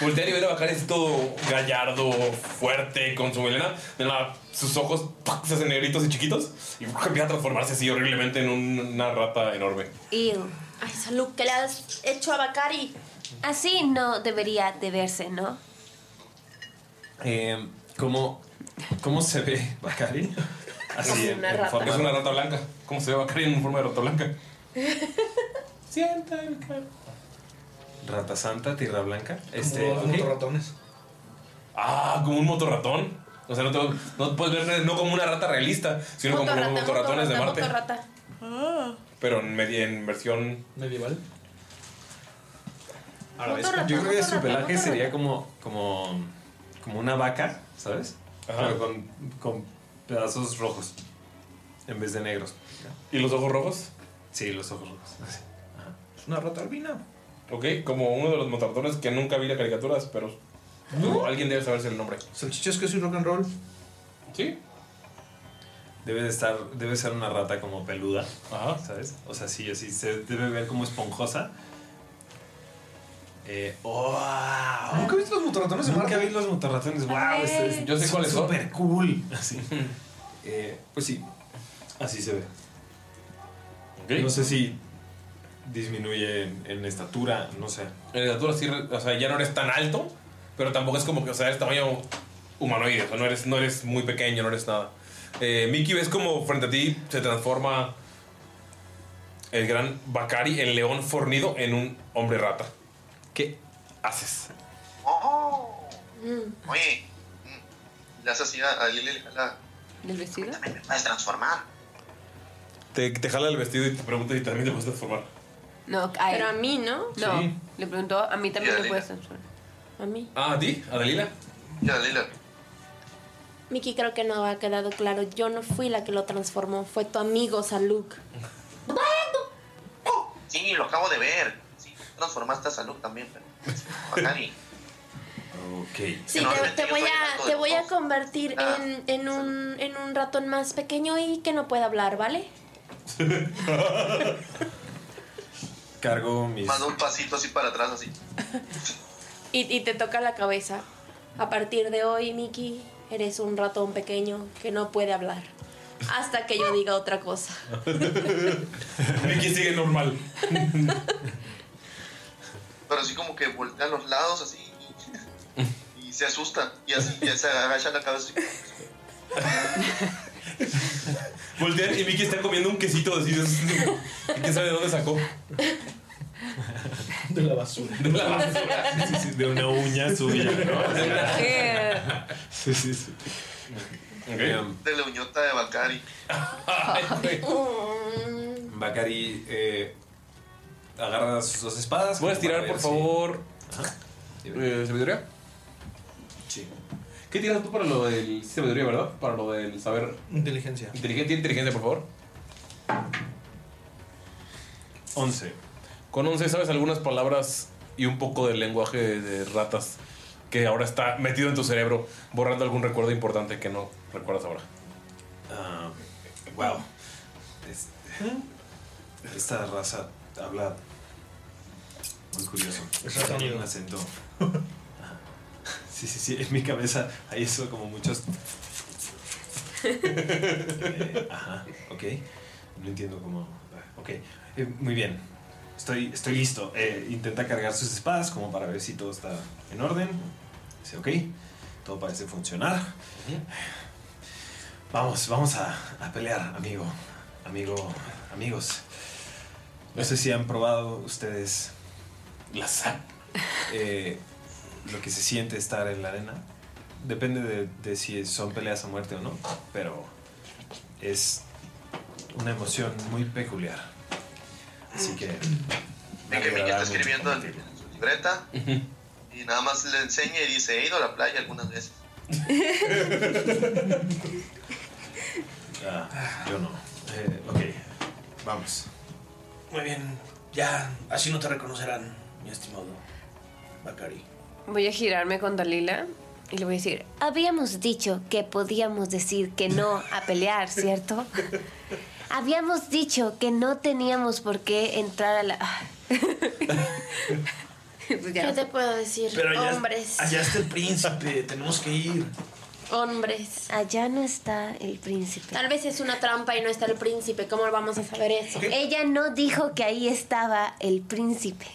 Speaker 1: Voltea y ver a Pues Bacari es todo gallardo, fuerte, con su melena. De la- sus ojos ¡pac! se hacen negritos y chiquitos. Y empieza a transformarse así horriblemente en un- una rata enorme.
Speaker 8: Ew.
Speaker 4: Ay, salud, que le has hecho a Bakari?
Speaker 8: Así no debería de verse, ¿no?
Speaker 2: Eh, ¿cómo, ¿Cómo se ve Bacari? Así,
Speaker 8: Es
Speaker 2: en-
Speaker 8: una
Speaker 2: en
Speaker 8: rata.
Speaker 2: forma-
Speaker 1: Es una rata blanca. ¿Cómo se ve Bacari en forma de rata blanca? Sienta el calor.
Speaker 2: Rata Santa, Tierra Blanca. Este,
Speaker 9: dos
Speaker 2: ok.
Speaker 9: motorratones.
Speaker 1: Ah, como un motorratón. O sea, no, te, no puedes ver no como una rata realista, sino como los motorratones de Marte.
Speaker 4: Motorrata. Ah.
Speaker 1: Pero en, medi- en versión
Speaker 5: medieval.
Speaker 2: Ahora ves,
Speaker 1: Motorrata,
Speaker 2: yo creo que su
Speaker 1: motorrata,
Speaker 2: pelaje
Speaker 1: motorrata.
Speaker 2: sería como, como, como una vaca, ¿sabes? Pero con, con pedazos rojos en vez de negros.
Speaker 1: ¿Y los ojos rojos?
Speaker 2: Sí, los ojos rojos. así.
Speaker 9: Es una rata albina.
Speaker 1: Ok, como uno de los motorratones que nunca vi las caricaturas, pero como alguien debe saberse el nombre.
Speaker 9: Salchichas que soy rock and roll.
Speaker 1: Sí.
Speaker 2: Debe de estar, debe ser una rata como peluda, ¿sabes? O sea, sí, así se debe ver como esponjosa. Eh, ¡Wow!
Speaker 5: Ah,
Speaker 9: ¿Nunca viste los motorratones de
Speaker 2: Nunca
Speaker 9: Marte?
Speaker 2: vi los motorratones. ¡Wow!
Speaker 9: Ay.
Speaker 2: este es-
Speaker 9: Yo sé
Speaker 2: son
Speaker 9: cuáles son.
Speaker 2: Súper cool. Así. <laughs> Eh, pues sí, así se ve. No sé si disminuye en, en estatura, no sé.
Speaker 1: En la altura sí, o sea, ya no eres tan alto, pero tampoco es como que, o sea, eres tamaño humanoide, o sea, no eres, no eres muy pequeño, no eres nada. Eh, Mickey, ves como frente a ti se transforma el gran Bakari, el león fornido, en un hombre rata. ¿Qué haces?
Speaker 7: Oh. Oye, mm, le hace así a, a Lili, le jala.
Speaker 6: ¿Del vestido?
Speaker 7: ¿Me puedes transformar?
Speaker 1: Te, te jala el vestido y te pregunta si también te puedes transformar.
Speaker 6: No, a Pero a mí, ¿no? No.
Speaker 1: Sí.
Speaker 6: Le preguntó, a mí también
Speaker 1: Y a
Speaker 6: me puedes transformar. A mí.
Speaker 1: Ah, ¿a ti? ¿A Dalila?
Speaker 7: Ya, Lila.
Speaker 4: Miki, creo que no ha quedado claro. Yo no fui la que lo transformó, fue tu amigo Saluk.
Speaker 7: Sí, lo acabo de ver. Sí, transformaste a Salud también,
Speaker 1: <laughs>
Speaker 7: pero. Bacani.
Speaker 2: <laughs> Ok.
Speaker 4: Sí, te, te voy a, te voy a convertir en, en un, en un ratón más pequeño y que no pueda hablar, ¿vale?
Speaker 2: Cargo mis.
Speaker 7: Mando un pasito así para atrás,
Speaker 1: <laughs>
Speaker 7: así.
Speaker 4: Y, y te toca la cabeza. A partir de hoy, Miki, eres un ratón pequeño que no puede hablar. Hasta que yo diga otra cosa.
Speaker 5: Mickey sigue normal.
Speaker 7: Pero así como que voltea a los lados, así. Y, y se asusta. Y así y se agacha la cabeza.
Speaker 1: <laughs> Voltean y Mickey está comiendo un quesito así. ¿Y ¿Quién sabe de dónde sacó?
Speaker 10: De la
Speaker 2: <laughs>
Speaker 10: basura.
Speaker 1: De la basura. Sí, sí, sí, de una uña suya, ¿no? Sí, sí, sí.
Speaker 7: Em, De la uñota de Bacari.
Speaker 2: Bakari eh, agarra sus dos espadas.
Speaker 1: ¿Puedes tirar, por favor? Eh,
Speaker 2: ¿Sabiduría? Sí.
Speaker 1: ¿Qué tiras tú para lo del sabiduría, verdad? Para lo del saber.
Speaker 10: Inteligencia.
Speaker 1: Inteligencia, inteligencia, por favor.
Speaker 2: 11.
Speaker 1: Con 11 sabes algunas palabras y un poco del lenguaje de ratas que ahora está metido en tu cerebro, borrando algún recuerdo importante que no recuerdas ahora.
Speaker 2: Ah, wow. Es- esta raza habla muy curioso.
Speaker 10: Exacto,
Speaker 2: Tiene
Speaker 10: amigo.
Speaker 2: un acento. Ajá. Sí, sí, sí. En mi cabeza hay eso como muchos. Eh, ajá, ok. No entiendo cómo. Ok, eh, muy bien. Estoy, estoy listo. Eh, intenta cargar sus espadas como para ver si todo está en orden. Dice, ok, todo parece funcionar. Vamos, vamos a, a pelear, amigo. Amigo, amigos. No sé si han probado ustedes
Speaker 8: <laughs>
Speaker 2: la sal. Eh, lo que se siente estar en la arena. Depende de, de si son peleas a muerte o no, pero es una emoción muy peculiar. Así que.
Speaker 8: <clears throat>
Speaker 7: De que Miki está escribiendo en su libreta. Y nada más le enseña y dice: He ido a la playa algunas veces.
Speaker 2: Ah, yo no. Eh, ok, vamos.
Speaker 5: Muy bien, ya, así no te reconocerán, mi estimado Bakari.
Speaker 6: Voy a girarme con Dalila y le voy a decir,
Speaker 8: Habíamos dicho que podíamos decir que no a pelear, ¿cierto? <laughs> Habíamos dicho que no teníamos por qué entrar a la... ah, Pues
Speaker 4: ¿Qué te puedo decir?
Speaker 5: Pero allá,
Speaker 4: Hombres.
Speaker 5: allá está el príncipe, <laughs> tenemos que ir.
Speaker 4: Hombres. Allá no está el príncipe. Tal vez es una trampa y no está el príncipe. ¿Cómo vamos a saber eso?
Speaker 8: Ella no dijo que ahí estaba el príncipe.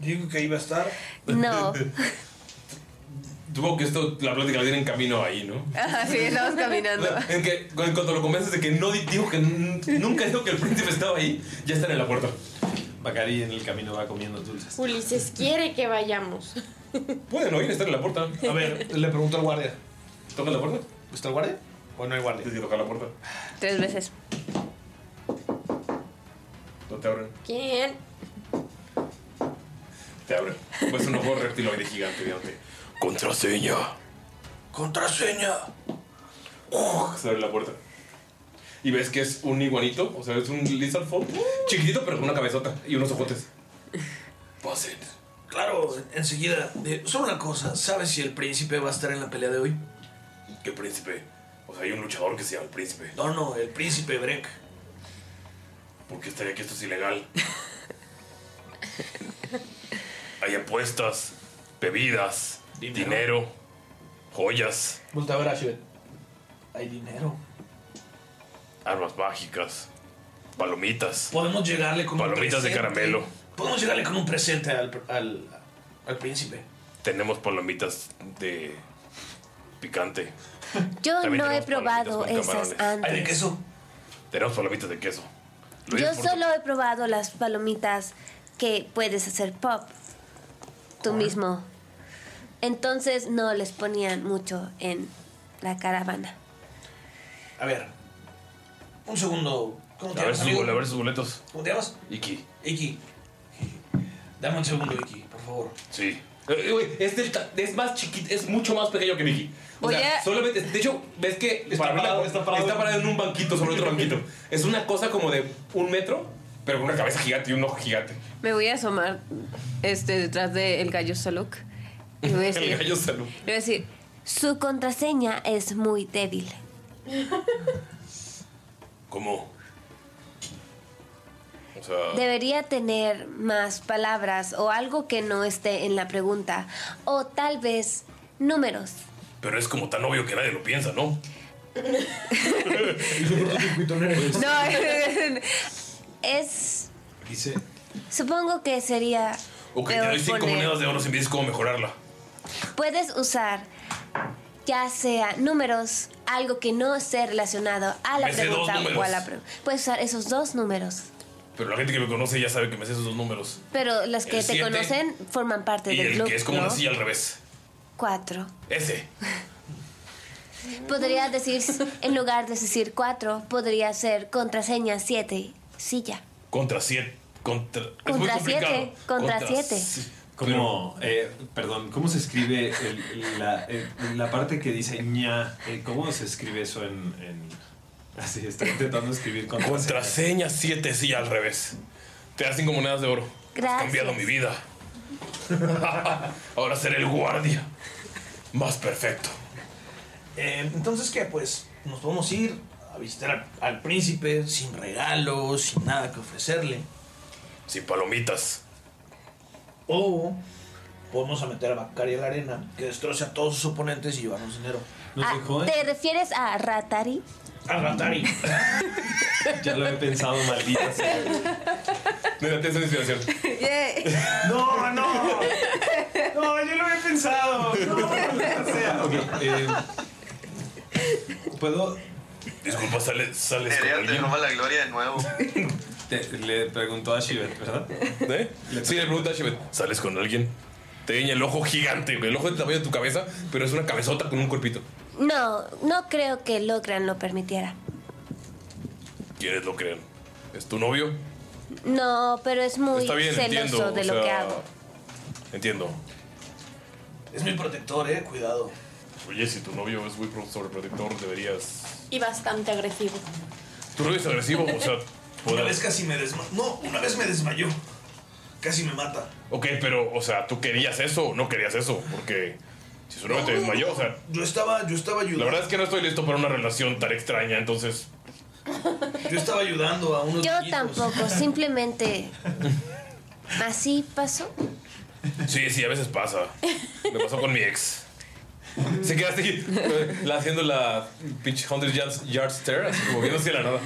Speaker 5: Digo que iba a estar.
Speaker 8: No.
Speaker 1: <laughs> Supongo que esto, la plática la tienen camino ahí, ¿no?
Speaker 6: <laughs> ah, sí, estamos caminando.
Speaker 1: En que en cuanto lo convences de que no di- dijo que n- nunca dijo que el príncipe estaba ahí, ya están en la puerta.
Speaker 2: Bacari en el camino va comiendo dulces.
Speaker 4: Ulises quiere que vayamos.
Speaker 1: Pueden oír, están en la puerta.
Speaker 10: A ver, le pregunto al guardia.
Speaker 1: ¿Toca la puerta?
Speaker 10: ¿Está el guardia? ¿O no hay guardia?
Speaker 1: Sí, toca la puerta.
Speaker 6: Tres veces.
Speaker 1: No te abren.
Speaker 4: ¿Quién?
Speaker 1: Te abren. Pues un ojo reptiloide gigante, gigante. Contraseña.
Speaker 5: Contraseña.
Speaker 1: Se abre la puerta. Y ves que es un iguanito, o sea, es un lizard folk. Chiquitito, pero con una cabezota y unos ojotes.
Speaker 5: Pasen. Claro, enseguida. Eh, Solo una cosa, ¿sabes si el príncipe va a estar en la pelea de hoy?
Speaker 1: ¿Qué príncipe? O sea, hay un luchador que se llama el príncipe.
Speaker 5: No, no, el príncipe Brenk.
Speaker 1: ¿Por qué estaría aquí? Esto es ilegal. Hay apuestas, bebidas, dinero, joyas,
Speaker 10: Volta a ver a Shivet. Hay dinero.
Speaker 1: armas mágicas, palomitas.
Speaker 5: Podemos llegarle con un
Speaker 1: Palomitas de
Speaker 5: presente.
Speaker 1: caramelo.
Speaker 5: Podemos llegarle con un presente al, al, al príncipe.
Speaker 1: Tenemos palomitas de picante.
Speaker 8: Yo
Speaker 1: También
Speaker 8: no he
Speaker 1: tenemos palomitas
Speaker 8: probado
Speaker 1: con
Speaker 8: esas
Speaker 1: camarones.
Speaker 8: antes.
Speaker 1: Tenemos palomitas de queso. Lo
Speaker 8: Yo
Speaker 1: dices por-
Speaker 8: solo he probado las palomitas que puedes hacer pop tú mismo. Entonces no les ponían mucho en la caravana.
Speaker 5: A ver. Un segundo. ¿Cómo te
Speaker 1: A ver,
Speaker 5: llamas,
Speaker 1: sus,
Speaker 5: amigo?
Speaker 1: bol- a ver sus boletos.
Speaker 5: <laughs> ¿Cómo te llamas?
Speaker 1: Iki.
Speaker 5: Iki. Dame un segundo, Iki, por favor.
Speaker 1: Sí. Eh, güey, es, del ta- es más chiquito, es mucho más pequeño que Mickey. O
Speaker 6: Oye.
Speaker 1: sea, solamente, de hecho, ves que está parado, está parado, en un banquito sobre otro <laughs> banquito. Es una cosa como de un metro, pero con una cabeza gigante y un ojo gigante.
Speaker 6: Me voy a asomar este, detrás del gallo Saluk. Y voy a decir,
Speaker 1: <laughs> El gallo salud.
Speaker 6: le voy a decir,
Speaker 8: Su contraseña es muy
Speaker 1: <laughs>
Speaker 8: débil.
Speaker 1: ¿Cómo? O sea.
Speaker 8: Debería tener más palabras o algo que no esté en la pregunta. O tal vez
Speaker 1: <laughs>
Speaker 8: números.
Speaker 1: Pero es como tan obvio que nadie lo piensa,
Speaker 8: <laughs>
Speaker 1: ¿no?
Speaker 8: No, eh. <laughs> es...
Speaker 2: Dice.
Speaker 8: Supongo que sería...
Speaker 1: Ok, te doy
Speaker 8: peor
Speaker 1: cinco
Speaker 8: poner-
Speaker 1: monedas de oro si me dices cómo mejorarla.
Speaker 8: Puedes usar ya sea números, algo que no esté relacionado a la
Speaker 1: Me sé dos
Speaker 8: pregunta o a
Speaker 1: números.
Speaker 8: la pregunta. Puedes usar esos dos números.
Speaker 1: Pero la gente que me conoce ya sabe que me sé esos dos números.
Speaker 8: Pero las que
Speaker 1: El
Speaker 8: te
Speaker 1: siete
Speaker 8: conocen forman parte
Speaker 1: Y
Speaker 8: del
Speaker 1: el
Speaker 8: club.
Speaker 1: que es como
Speaker 8: ¿no?
Speaker 1: una silla al revés.
Speaker 8: Cuatro.
Speaker 1: Ese.
Speaker 8: Podría decir, en lugar de decir cuatro, podría ser contraseña siete, silla.
Speaker 1: Contra siete. Contra.
Speaker 2: Es muy
Speaker 8: Contra
Speaker 2: complicado.
Speaker 8: siete, contra,
Speaker 2: Contra
Speaker 8: siete.
Speaker 2: Como, eh, perdón, ¿cómo se escribe el- el- la, eh, la parte que dice ña? Eh, ¿Cómo se escribe eso en...? en- así, este, estoy intentando escribir con...
Speaker 1: Contraseña 7, sí, al revés. Te das cinco monedas de oro. Has
Speaker 8: Gracias.
Speaker 1: cambiado mi vida. Ahora seré el guardia. Más perfecto.
Speaker 5: <laughs> Eh, Entonces, ¿qué? Pues nos podemos ir a visitar al, al príncipe sin regalos, sin nada que ofrecerle.
Speaker 1: Sin palomitas.
Speaker 5: O podemos a meter a Bacari a la arena, que destroce a todos sus oponentes y llevarnos dinero.
Speaker 8: Ah, ¿Te refieres a Ratari?
Speaker 5: A
Speaker 1: <laughs>
Speaker 5: Ratari.
Speaker 2: Ya lo he pensado, maldita sea.
Speaker 1: Mira, te es una inspiración.
Speaker 5: No, no.
Speaker 2: No, yo lo había pensado. No, maldita sea. Ok, eh, ¿Puedo...?
Speaker 1: Disculpa, sale, sales
Speaker 2: con
Speaker 7: Te roba la gloria de nuevo.
Speaker 2: <laughs> Te- le preguntó a Shivet, ¿verdad?
Speaker 1: ¿Eh? Sí, le pregunta a Shivet, ¿sales con alguien? Te guiña el ojo gigante, güey, el ojo del tamaño de tu cabeza, pero es una cabezota con un cuerpito.
Speaker 8: No, no creo que Logran lo permitiera.
Speaker 1: ¿Quiénes lo crean? ¿Es tu novio?
Speaker 8: No, pero es muy
Speaker 1: Está bien,
Speaker 8: celoso
Speaker 1: entiendo.
Speaker 8: de
Speaker 1: o
Speaker 8: lo
Speaker 1: sea,
Speaker 8: que hago.
Speaker 1: Entiendo.
Speaker 5: Es mi protector, eh, cuidado.
Speaker 1: Oye, si tu novio es muy pro- sobreprotector, deberías.
Speaker 4: Y bastante agresivo.
Speaker 1: Tu novio es agresivo, o sea.
Speaker 5: Una vez casi me desmayó. No, una vez me desmayó. Casi me mata.
Speaker 1: Ok, pero, o sea, ¿tú querías eso o no querías eso? Porque si su novio te desmayó, o sea.
Speaker 5: Yo estaba, yo estaba ayudando.
Speaker 1: La verdad es que no estoy listo para una relación tan extraña, entonces.
Speaker 5: Yo estaba ayudando a unos.
Speaker 8: Yo tampoco, simplemente... Así pasó.
Speaker 1: Sí, sí, a veces pasa. Me pasó con mi ex. Se quedaste aquí eh, la- haciendo la pinche 100 yards, yard stare, así como viendo hacia la nada.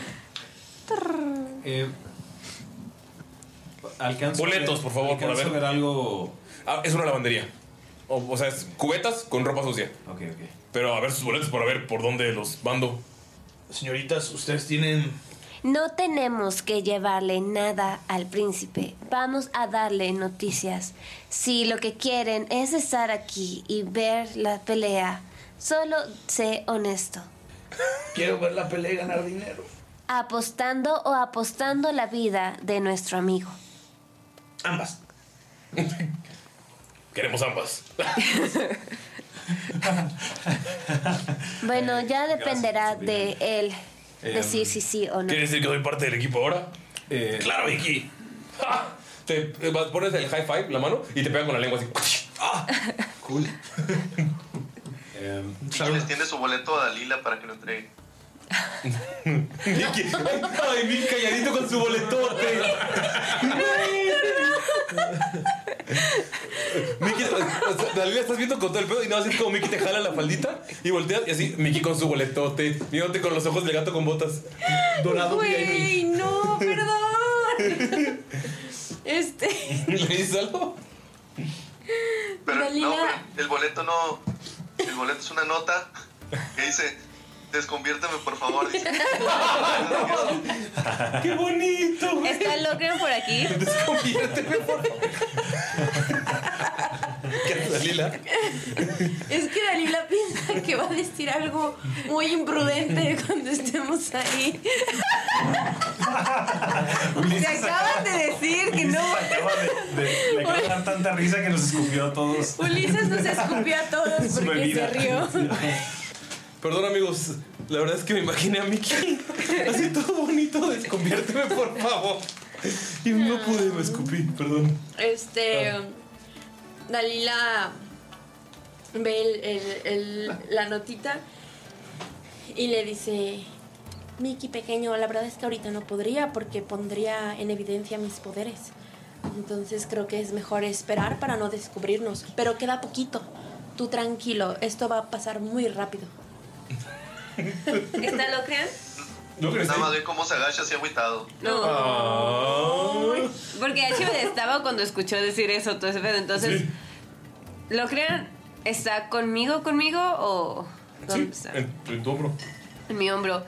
Speaker 2: Eh, alcanzo
Speaker 1: Boletos, por favor, para
Speaker 2: alcanzo
Speaker 1: ver.
Speaker 2: a ver algo.
Speaker 1: Ah, es una lavandería. O, o sea, es cubetas con ropa sucia.
Speaker 2: Ok, ok.
Speaker 1: Pero a ver sus boletos para ver por dónde los mando.
Speaker 5: Señoritas, ustedes tienen.
Speaker 8: No tenemos que llevarle nada al príncipe. Vamos a darle noticias. Si lo que quieren es estar aquí y ver la pelea, solo sé honesto.
Speaker 5: Quiero ver la pelea y ganar dinero.
Speaker 8: Apostando o apostando la vida de nuestro amigo.
Speaker 5: Ambas.
Speaker 1: <laughs>
Speaker 8: <laughs>
Speaker 1: Queremos ambas.
Speaker 8: Bueno, ya dependerá de él
Speaker 1: Em,
Speaker 8: decir si sí o no.
Speaker 1: ¿Quiere decir que soy parte del equipo ahora? ¡Claro, <laughs> Vicky! ¡Ja! Eh, Te eh, vas- pones el high five, la mano, y te pega con la lengua así. <laughs>
Speaker 2: Cool.
Speaker 1: Em,
Speaker 7: Mickey le extiende su boleto a Dalila para que lo entregue.
Speaker 1: Mickey, ay, ay, Mickey calladito con su
Speaker 8: <laughs>
Speaker 1: boletote. Mickey, o sea, Dalila estás viendo con todo el pedo y nada más es como Mickey te jala la faldita y volteas y así Mickey con su boletote, mirándote con los ojos del gato con botas.
Speaker 4: Güey, no, perdón. Este.
Speaker 1: ¿Le dices algo?
Speaker 7: Pero no,
Speaker 4: Dalila.
Speaker 7: el boleto no. El boleto es una nota que dice: Desconviérteme, por favor.
Speaker 1: <laughs> ¡Qué bonito!
Speaker 6: ¿Está Logran por aquí?
Speaker 1: Desconviérteme, por favor. ¿Qué hace Dalila?
Speaker 4: Es que Dalila piensa que va a decir algo muy imprudente cuando estemos ahí. Se acaban de decir que no.
Speaker 2: Acaba de, de, le acaba dar tanta risa que nos escupió a todos.
Speaker 4: <laughs> Ulises nos escupió a todos
Speaker 2: Su
Speaker 4: porque se
Speaker 2: bebida.
Speaker 4: rió.
Speaker 1: Perdón, amigos. La verdad es que me imaginé a Mickey <laughs> así todo bonito. Desconviérteme, por favor. Y
Speaker 4: Ah.
Speaker 1: no pude, me escupí, perdón.
Speaker 4: Este.
Speaker 1: Ah.
Speaker 4: Dalila ve el- el- el- la notita y le dice: Miki pequeño, la verdad es que ahorita no podría porque pondría en evidencia mis poderes. Entonces creo que es mejor esperar para no descubrirnos. Pero queda poquito. Tú tranquilo, esto va a pasar muy rápido. <laughs>
Speaker 6: ¿Está lo crean?
Speaker 7: Nada más ve cómo se agacha así agüitado.
Speaker 6: No. Porque H estaba cuando escuchó decir eso, todo ese pedo. Entonces, ¿lo crean? ¿Está conmigo, conmigo o dónde
Speaker 4: pues,
Speaker 6: está?
Speaker 1: En, en tu hombro.
Speaker 6: En mi hombro.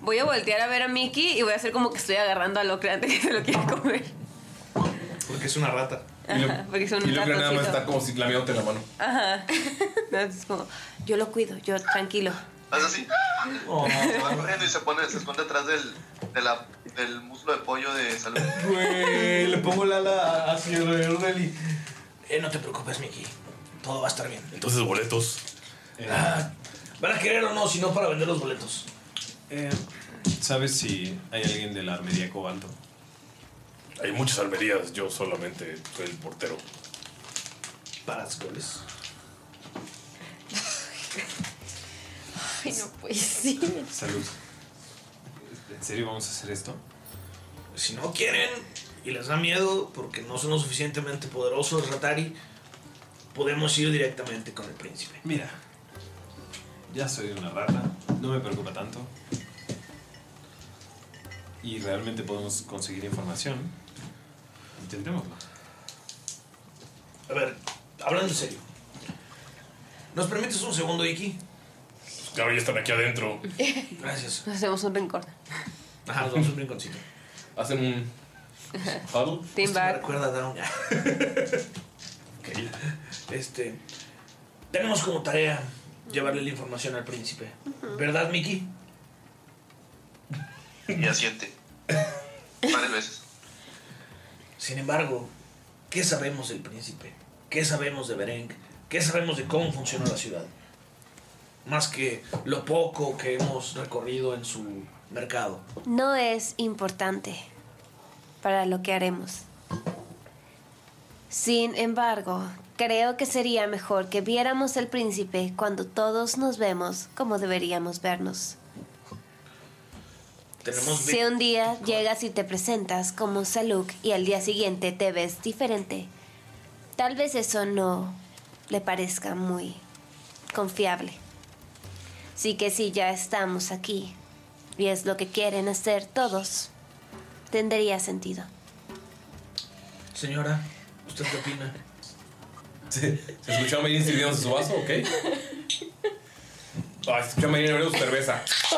Speaker 6: Voy a voltear a ver a Mickey y voy a hacer como que estoy agarrando a Locre antes que se lo quiera comer.
Speaker 11: Porque es una
Speaker 4: <laughs>
Speaker 11: rata.
Speaker 1: Y lo-
Speaker 6: Ajá, porque es un
Speaker 1: Y luego nada más
Speaker 6: ratoncito.
Speaker 1: está como si lamiándote la mano.
Speaker 6: Ajá. No, es como, yo lo cuido, yo tranquilo.
Speaker 7: Haz así. Se va corriendo y se pone, se esconde atrás del, de la- del muslo de pollo de salud.
Speaker 5: Güey, le pongo la ala a señor Urdeli. Eh, no te preocupes, Mickey. Todo va a estar bien.
Speaker 1: Entonces,
Speaker 4: <laughs>
Speaker 1: boletos.
Speaker 5: Ah, ¿Van a querer o no? Si no, para vender los boletos.
Speaker 2: Eh, ¿Sabes si hay alguien de la armería Cobalto?
Speaker 1: Hay muchas armerías, yo solamente soy el portero.
Speaker 5: ¿Paras goles?
Speaker 4: Ay, no, pues sí.
Speaker 2: Salud. ¿En serio vamos a hacer esto?
Speaker 5: Si no quieren y les da miedo porque no son lo suficientemente poderosos, Ratari, podemos ir directamente con el príncipe.
Speaker 2: Mira, ya soy una rata, no me preocupa tanto. Y realmente podemos conseguir información. Intentémoslo. <laughs>
Speaker 5: A ver, hablando en serio. ¿Nos permites un segundo, Iki?
Speaker 1: Claro, ya Pues, están aquí adentro.
Speaker 6: <laughs>
Speaker 5: Gracias.
Speaker 6: Nos hacemos un
Speaker 2: <laughs>
Speaker 6: rincón.
Speaker 5: Ajá, nos damos un rinconcito.
Speaker 1: Hacen un huddle.
Speaker 6: Team back.
Speaker 5: Recuerda dar
Speaker 7: <laughs>
Speaker 5: un Ok. Este. Tenemos como tarea llevarle la información al príncipe. ¿Verdad, Mickey?
Speaker 7: <laughs> Y asiente. Varias veces.
Speaker 5: Sin embargo, ¿qué sabemos del príncipe? ¿Qué sabemos de Bereng? ¿Qué sabemos de cómo funciona la ciudad? Más que lo poco que hemos recorrido en su mercado.
Speaker 8: No es importante para lo que haremos. Sin embargo, creo que sería mejor que viéramos al príncipe cuando todos nos vemos como deberíamos vernos.
Speaker 5: Tenemos
Speaker 8: Si un día llegas y te presentas como Saluk y al día siguiente te ves diferente, tal vez eso no le parezca muy confiable. Así que si ya estamos aquí y es lo que quieren hacer todos, tendría sentido.
Speaker 5: Señora, ¿usted qué opina?
Speaker 1: ¿Se, se escuchaba Mayrin sirviéndose su vaso
Speaker 4: <laughs>
Speaker 1: ok? Ah, se escuchaba Mayrin abriendo su cerveza.
Speaker 4: Ay,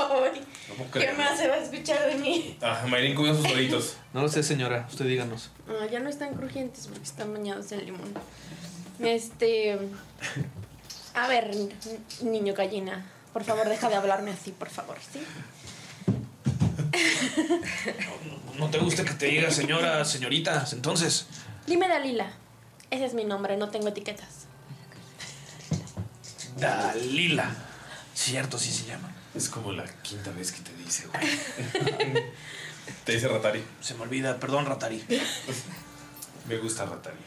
Speaker 1: No puedo
Speaker 4: ¿Qué
Speaker 1: creer.
Speaker 4: más se va a escuchar de mí?
Speaker 1: Ah, Mayrin comiendo sus doritos.
Speaker 11: No lo sé, señora. Usted díganos.
Speaker 4: Ah, ya no están crujientes porque están bañados en limón. Este. A ver, ni- niño gallina, por favor, deja de hablarme así, por favor, ¿sí?
Speaker 5: ¿No te gusta que te diga señora, señorita? Entonces,
Speaker 4: Dime Dalila. Ese es mi nombre, no tengo etiquetas.
Speaker 5: Dalila. Cierto, sí se llama.
Speaker 2: Es como la quinta vez que te dice, güey. <laughs>
Speaker 1: Te dice Ratari.
Speaker 5: Se me olvida, perdón, Ratari.
Speaker 2: Me gusta Ratari.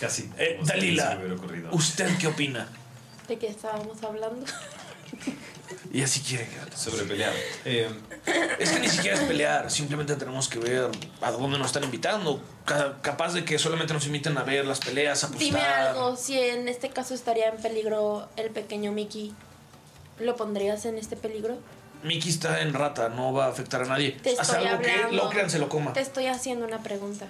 Speaker 2: Casi.
Speaker 5: Eh,
Speaker 2: como si se
Speaker 5: Dalila,
Speaker 2: me hubiera ocurrido.
Speaker 5: ¿usted qué opina?
Speaker 4: ¿De qué estábamos hablando? <laughs>
Speaker 5: Y así quieren que
Speaker 2: Sobre pelear. Eh,
Speaker 5: es que ni siquiera es pelear, simplemente tenemos que ver a dónde nos están invitando. Ca- capaz de que solamente nos inviten a ver las peleas, a apostar.
Speaker 4: Dime algo, si en este caso estaría en peligro el pequeño Mickey, ¿lo pondrías en este peligro?
Speaker 5: Mickey está en rata, no va a afectar a nadie.
Speaker 4: Te
Speaker 5: Hasta
Speaker 4: estoy
Speaker 5: algo
Speaker 4: hablando.
Speaker 5: que Locran se lo coma.
Speaker 4: Te estoy haciendo una pregunta.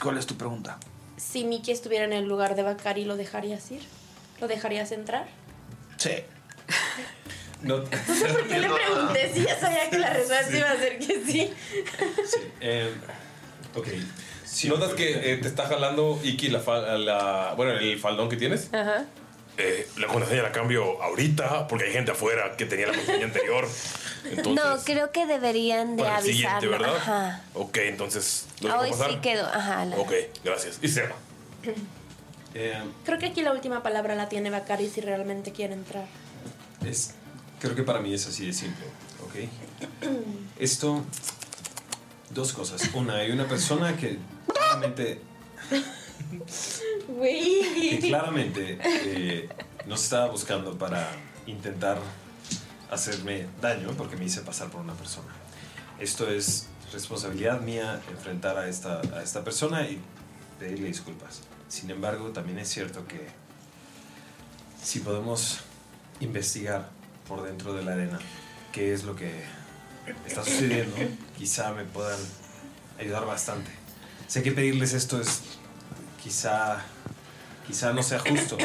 Speaker 5: ¿Cuál es tu pregunta?
Speaker 4: Si Mickey estuviera en el lugar de Bakari, ¿lo dejarías ir? ¿Lo dejarías entrar? <laughs>
Speaker 5: Sí.
Speaker 2: No,
Speaker 4: ¿Por qué le pregunté si ya sabía que la respuesta iba a ser que sí?
Speaker 2: eh, ok.
Speaker 1: Si notas que eh, te está jalando Iki la, fa- la- bueno, el faldón que tienes.
Speaker 6: Ajá.
Speaker 1: Eh, la contraseña la cambio ahorita porque hay gente afuera que tenía la contraseña <laughs> anterior. Entonces,
Speaker 8: no, creo que deberían de
Speaker 1: para el siguiente,
Speaker 8: avisarlo.
Speaker 1: ¿verdad?
Speaker 8: Ajá.
Speaker 1: Ok, entonces, ¿lo
Speaker 8: Ah,
Speaker 1: dejo
Speaker 8: Hoy
Speaker 1: pasar?
Speaker 8: sí quedó. Ajá. la-
Speaker 1: Ok, gracias. Y se va.
Speaker 2: Eh,
Speaker 4: Creo que aquí la última palabra la tiene Bakari si realmente quiere entrar.
Speaker 2: es, creo que para mí es así de simple, ¿ok? Esto, dos cosas. Una, hay una persona que claramente, que
Speaker 4: Güey.
Speaker 2: <laughs> claramente eh, nos estaba buscando para intentar hacerme daño porque me hice pasar por una persona. Esto es responsabilidad mía enfrentar a esta, a esta persona y pedirle disculpas. Sin embargo, también es cierto que si podemos investigar por dentro de la arena qué es lo que está sucediendo, quizá me puedan ayudar bastante. Sé que pedirles esto es quizá quizá no sea justo.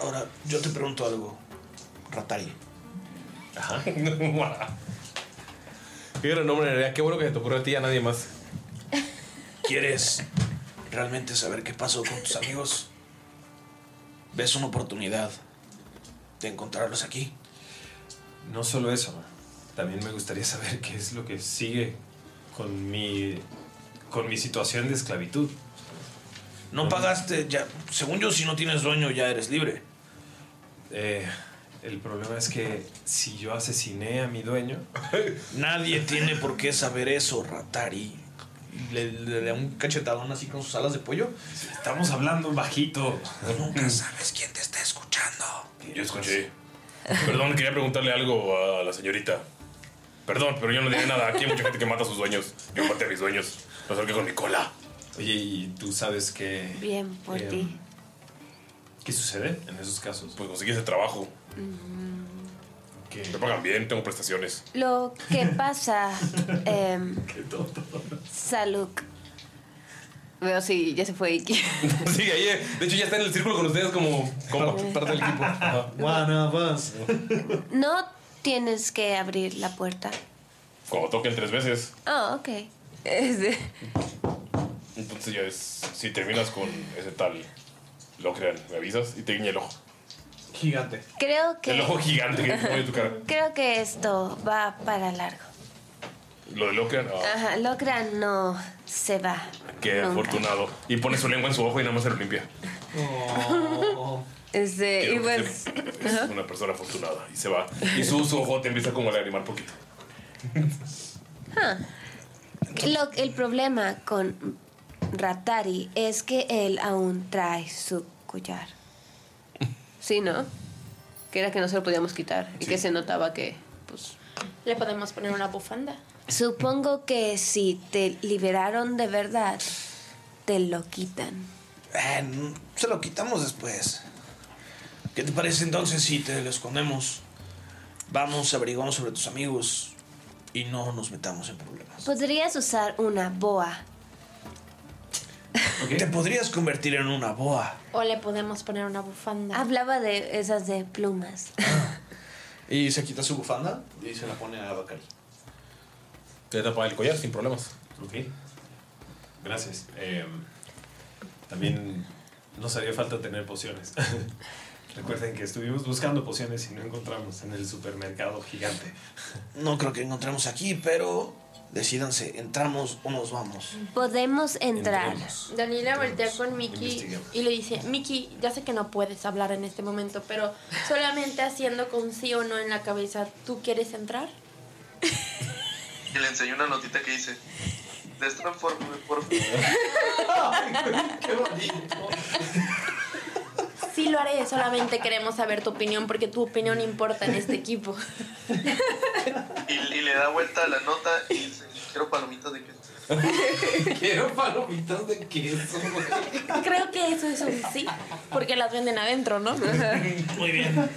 Speaker 5: Ahora, yo te pregunto algo. Ratari.
Speaker 2: Ajá.
Speaker 1: Qué gran nombre, en realidad. Qué bueno que te ocurrió a ti y a nadie más.
Speaker 5: ¿Quieres realmente saber qué pasó con tus amigos? ¿Ves una oportunidad de encontrarlos aquí?
Speaker 2: No solo eso, también me gustaría saber qué es lo que sigue con mi con mi situación de esclavitud.
Speaker 5: No pagaste ya. Según yo, si no tienes dueño, ya eres libre.
Speaker 2: Eh, el problema es que si yo asesiné a
Speaker 5: <laughs>
Speaker 2: mi dueño,
Speaker 5: Nadie tiene por qué saber eso, Ratari. Le, le da un cachetadón así con sus alas de pollo.
Speaker 2: Estamos hablando
Speaker 5: <clears throat>
Speaker 2: bajito.
Speaker 5: Nunca sabes quién te está escuchando.
Speaker 1: Yo escuché. Perdón, quería preguntarle algo a la señorita. Perdón, pero yo no diré nada. Aquí hay mucha gente que mata a sus dueños. Yo maté a mis dueños. Lo acerqué con mi cola.
Speaker 2: Oye, ¿y tú sabes qué?
Speaker 8: Bien por
Speaker 2: Eh,
Speaker 8: ti.
Speaker 2: ¿Qué sucede en esos casos?
Speaker 1: Pues conseguí ese trabajo.
Speaker 8: Mm.
Speaker 1: Me pagan bien, tengo prestaciones.
Speaker 8: Lo que
Speaker 1: <laughs>
Speaker 8: pasa, em, Saluk,
Speaker 6: Veo si ya se fue Iki.
Speaker 1: Sigue ahí, eh. De hecho, ya está en el círculo con ustedes como compa. Parte del equipo.
Speaker 12: One of us.
Speaker 8: no tienes que abrir la puerta.
Speaker 1: Cuando toquen tres veces.
Speaker 8: Ah, ok. Este,
Speaker 1: Entonces ya es. Si terminas con ese tal. Lo crean, me avisas y te guiña el ojo.
Speaker 12: Gigante.
Speaker 8: creo que
Speaker 1: El ojo gigante que te pone en tu cara.
Speaker 8: creo que esto va para largo.
Speaker 1: Lo de Locrean, ah,
Speaker 8: Ajá, Locran no se va.
Speaker 1: qué
Speaker 8: nunca.
Speaker 1: afortunado. Y pone su lengua en su ojo y nada más se lo limpia.
Speaker 6: <laughs> Este, y pues.
Speaker 1: Es una persona afortunada y se va. Y su, su ojo te empieza como a lagrimar poquito.
Speaker 8: Ah. Lo- el problema con Ratari es que él aún trae su collar.
Speaker 6: Sí, ¿no? Que era que no se lo podíamos quitar. Y que se notaba que, pues.
Speaker 4: Le podemos poner una bufanda.
Speaker 8: Supongo que si te liberaron de verdad, te lo quitan.
Speaker 5: Eh, mm, se lo quitamos después. ¿Qué te parece entonces si te lo escondemos? Vamos, averiguamos sobre tus amigos y no nos metamos en problemas.
Speaker 8: Podrías usar una boa.
Speaker 5: Te podrías convertir en una boa.
Speaker 8: O le podemos poner una bufanda. Hablaba de esas de plumas.
Speaker 12: Y se quita su bufanda y se la pone a Bakari.
Speaker 1: Te tapa el collar sin problemas.
Speaker 2: Ok. Gracias. Eh, también nos haría falta tener pociones. <laughs> Recuerden que estuvimos buscando pociones y no encontramos en el supermercado gigante.
Speaker 5: No creo que encontremos aquí, pero decidanse, ¿entramos o nos vamos?
Speaker 8: Podemos entrar.
Speaker 4: Daniela voltea con Miki
Speaker 5: Investiguemos.
Speaker 4: y le dice, Miki, ya sé que no puedes hablar en este momento, pero solamente haciendo con sí o no en la cabeza, ¿tú quieres entrar?
Speaker 7: Y le enseñé una notita que dice: Destransforme, por favor.
Speaker 4: Sí lo haré, solamente queremos saber tu opinión porque tu opinión importa en este <laughs> equipo.
Speaker 7: Y, y le da vuelta a la nota y dice: Quiero palomitas de queso.
Speaker 2: <laughs> Quiero palomitas de queso,
Speaker 4: Creo que eso es un sí, porque las venden adentro, ¿no?
Speaker 5: Muy bien.